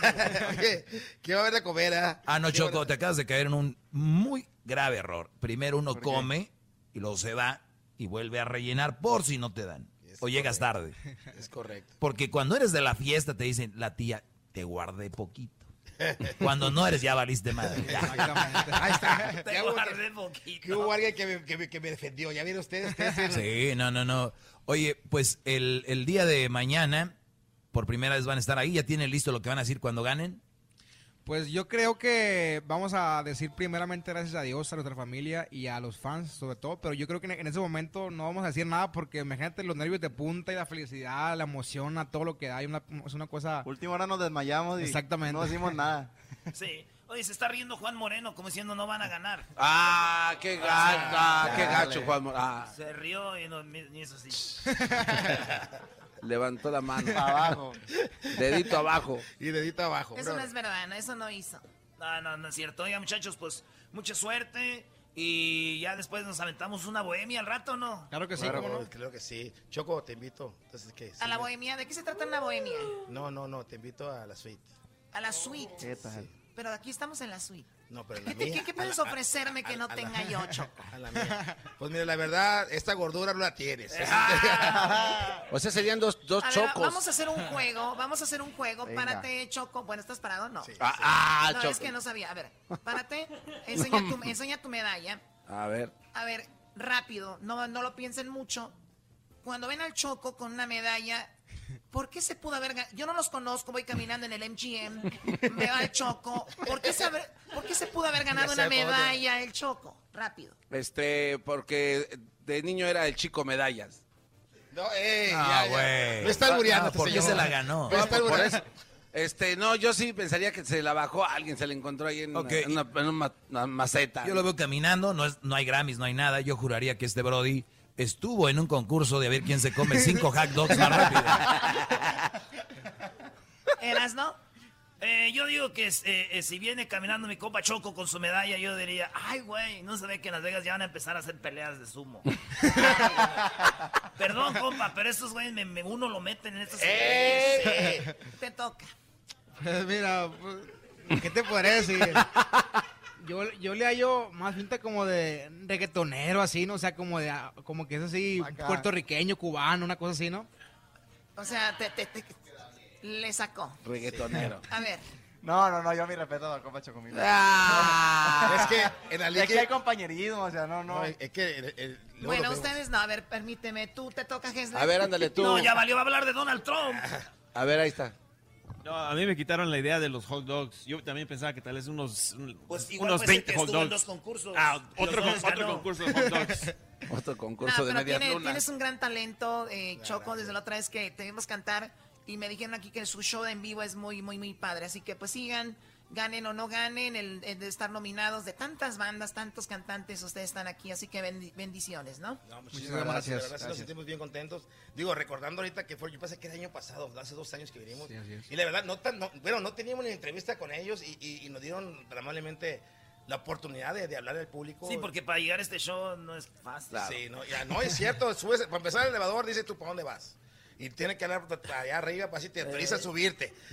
Speaker 12: Oye, ¿Qué va a haber de comer, ah?
Speaker 4: Ah, no, Choco, te acabas de caer en un muy grave error. Primero uno come y luego se va y vuelve a rellenar por si no te dan. o llegas tarde.
Speaker 12: Es correcto.
Speaker 4: Porque cuando eres de la fiesta te dicen, la tía, te guardé poquito. Cuando no eres, ya valiste madre.
Speaker 12: Ahí está.
Speaker 3: Te
Speaker 12: Ya hubo-
Speaker 3: guardé poquito.
Speaker 12: Que hubo alguien que me, que me- que me defendió. Ya vieron ustedes. ustedes tienen-
Speaker 4: Sí, no, no, no. Oye, pues el, el día de mañana, por primera vez van a estar ahí, ya tienen listo lo que van a decir cuando ganen.
Speaker 24: Pues yo creo que vamos a decir primeramente gracias a Dios, a nuestra familia y a los fans sobre todo, pero yo creo que en- en ese momento no vamos a decir nada porque imagínate los nervios de punta y la felicidad, la emoción, a todo lo que da, y una- es una cosa...
Speaker 6: Última hora nos desmayamos y
Speaker 24: Exactamente.
Speaker 6: no decimos nada.
Speaker 3: Sí. Oye, se está riendo Juan Moreno como diciendo no van a ganar.
Speaker 15: Ah, qué gacho, ah, qué
Speaker 3: Dale.
Speaker 15: gacho, Juan Mor- ah.
Speaker 3: Se rió y no, ni- ni eso sí.
Speaker 15: Levantó la mano.
Speaker 3: Abajo.
Speaker 15: Dedito abajo.
Speaker 12: Y dedito abajo.
Speaker 2: Eso no es verdad, no, eso no hizo.
Speaker 3: No, no, no es cierto. Oigan, muchachos, pues mucha suerte. Y ya después nos aventamos una bohemia al rato, ¿no?
Speaker 12: Claro, Creo que sí. Choco, te invito. Entonces, ¿qué?
Speaker 2: A la bohemia, ¿de qué se trata en la bohemia?
Speaker 12: No, no, no. Te invito a la suite.
Speaker 2: A la suite.
Speaker 12: ¿Qué tal?
Speaker 2: Pero aquí estamos en la suite.
Speaker 12: No, pero Eh. la
Speaker 2: ¿Qué, te-
Speaker 12: mía.
Speaker 2: qué- qué
Speaker 12: a
Speaker 2: puedes
Speaker 12: la- a-
Speaker 2: ofrecerme que no tenga yo, Choco?
Speaker 12: A la mía. Pues mira, la verdad, esta gordura no la tienes.
Speaker 15: O sea, serían dos, dos
Speaker 2: A ver,
Speaker 15: chocos.
Speaker 2: vamos a hacer un juego, vamos a hacer un juego.
Speaker 15: Venga.
Speaker 2: Párate, Choco. Bueno, ¿estás parado? No.
Speaker 15: Ah, ah,
Speaker 2: no, es
Speaker 15: Choco.
Speaker 2: que no sabía. A ver, párate, enseña,
Speaker 15: No.
Speaker 2: tu, enseña tu medalla.
Speaker 15: A ver.
Speaker 2: A ver, rápido, no, no lo piensen mucho. Cuando ven al Choco con una medalla, ¿por qué se pudo haber ganado? Yo no los conozco, voy caminando en el MGM, veo al Choco. ¿Por qué se, haber- por qué se pudo haber ganado
Speaker 15: Ya sé
Speaker 2: una
Speaker 15: por dónde.
Speaker 2: medalla el Choco? Rápido.
Speaker 15: Este, porque de niño era el chico medallas.
Speaker 12: No, eh, ya,
Speaker 15: Ah,
Speaker 12: ya.
Speaker 15: güey.
Speaker 12: No está
Speaker 4: Ah,
Speaker 12: albureando este señor. No está
Speaker 15: por
Speaker 12: albureando.
Speaker 15: eso. Este, no, yo sí pensaría que se la bajó a alguien, se la encontró ahí en,
Speaker 4: Ok.
Speaker 15: en una, en una- una maceta.
Speaker 4: Yo lo veo caminando, no, es, no hay Grammys, no hay nada. Yo juraría que este Brody estuvo en un concurso de a ver quién se come cinco hot dogs más rápido.
Speaker 2: ¿Eras, no?
Speaker 3: Eh, yo digo que eh, eh, si viene caminando mi copa Choco con su medalla, yo diría, ay, güey, no se ve que en Las Vegas ya van a empezar a hacer peleas de sumo. Perdón, compa, pero estos güeyes, me, me- uno lo meten en estas...
Speaker 2: ¡Eh! Te toca.
Speaker 24: Pues mira, pues, ¿qué te podré decir? Yo, yo le hallo más finta como de reggaetonero, así, ¿no? O sea, como de ah, como que es así,
Speaker 2: Acá.
Speaker 24: puertorriqueño, cubano, una cosa así, ¿no?
Speaker 2: O sea, te, te- te- le sacó.
Speaker 15: Reggaetonero.
Speaker 2: A ver,
Speaker 6: No, no, no, yo mi respeto a Copa Chocomil.
Speaker 12: Es que en la liga-
Speaker 6: Aquí hay compañerismo, o sea, no, no.
Speaker 12: No, es que el- el- luego
Speaker 2: bueno,
Speaker 12: lo vemos.
Speaker 2: ustedes no. A ver, permíteme. Tú te toca, Hesler.
Speaker 15: A ver, ándale tú.
Speaker 3: No, ya valió, va a hablar de Donald Trump.
Speaker 15: A ver, ahí está.
Speaker 11: No, a mí me quitaron la idea de los hot dogs. Yo también pensaba que tal vez unos, un-
Speaker 3: Pues igual
Speaker 11: unos
Speaker 3: puede ser
Speaker 11: 20
Speaker 3: que
Speaker 11: hot
Speaker 3: estuvo en
Speaker 11: dogs.
Speaker 3: dos concursos.
Speaker 11: Ah, otro,
Speaker 3: Los
Speaker 11: con-
Speaker 3: dos
Speaker 11: otro
Speaker 3: ganó.
Speaker 11: concurso de hot dogs.
Speaker 15: Otro
Speaker 2: Nah,
Speaker 15: concurso de
Speaker 2: pero
Speaker 15: medias
Speaker 2: tiene-
Speaker 15: lunas.
Speaker 2: tienes un gran talento, eh, Choco, desde la otra vez que te vimos cantar y me dijeron aquí que su show en vivo es muy, muy, muy padre. Así que pues sigan, ganen o no ganen, el, el de estar nominados de tantas bandas, tantos cantantes, ustedes están aquí, así que bendi- bendiciones, ¿no?
Speaker 12: No,
Speaker 24: Muchísimas
Speaker 12: muchísimas gracias.
Speaker 24: gracias,
Speaker 12: de verdad, sí
Speaker 24: gracias.
Speaker 12: Nos sentimos bien contentos. Digo, recordando ahorita que fue, yo pensé que era el año pasado, hace dos años que vinimos.
Speaker 24: Sí, así es.
Speaker 12: y la verdad, no tan, no- bueno, no teníamos ni entrevista con ellos y, y- y nos dieron tan amablemente la oportunidad de, de hablar al público.
Speaker 3: Sí, porque para llegar a este show no es fácil.
Speaker 12: Sí, no, ya, no, es cierto. Subes, para empezar el elevador, dice tú, ¿para dónde vas? Y tiene que hablar para allá arriba para si te autoriza a subirte.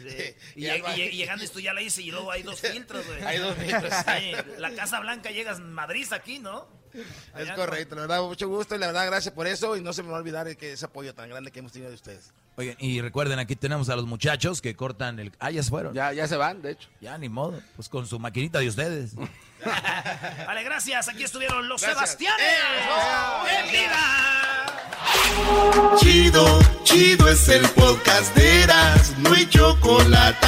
Speaker 3: Y, lleg- y lleg- y llegando esto ya la hice y luego hay dos filtros, güey.
Speaker 12: Hay dos filtros.
Speaker 3: Sí, La Casa Blanca llegas en Madrid aquí, ¿no?
Speaker 12: Es
Speaker 3: Allá,
Speaker 12: correcto, la verdad, mucho gusto y la verdad, gracias por eso. Y no se me va a olvidar el que ese apoyo tan grande que hemos tenido de ustedes.
Speaker 4: Oigan, y recuerden, aquí tenemos a los muchachos que cortan el... Ah, ya se fueron.
Speaker 15: Ya, ya se van, de hecho.
Speaker 4: Ya, ni modo. Pues con su maquinita de ustedes.
Speaker 3: Vale, gracias. Aquí estuvieron los
Speaker 9: Gracias.
Speaker 3: Sebastianes. ¡Oh, ¡En vida!
Speaker 1: Chido, chido es el podcast de Eras, no hay chocolate.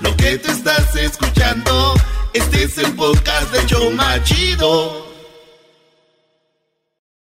Speaker 1: Lo que te estás escuchando, este es el podcast de Choma Chido.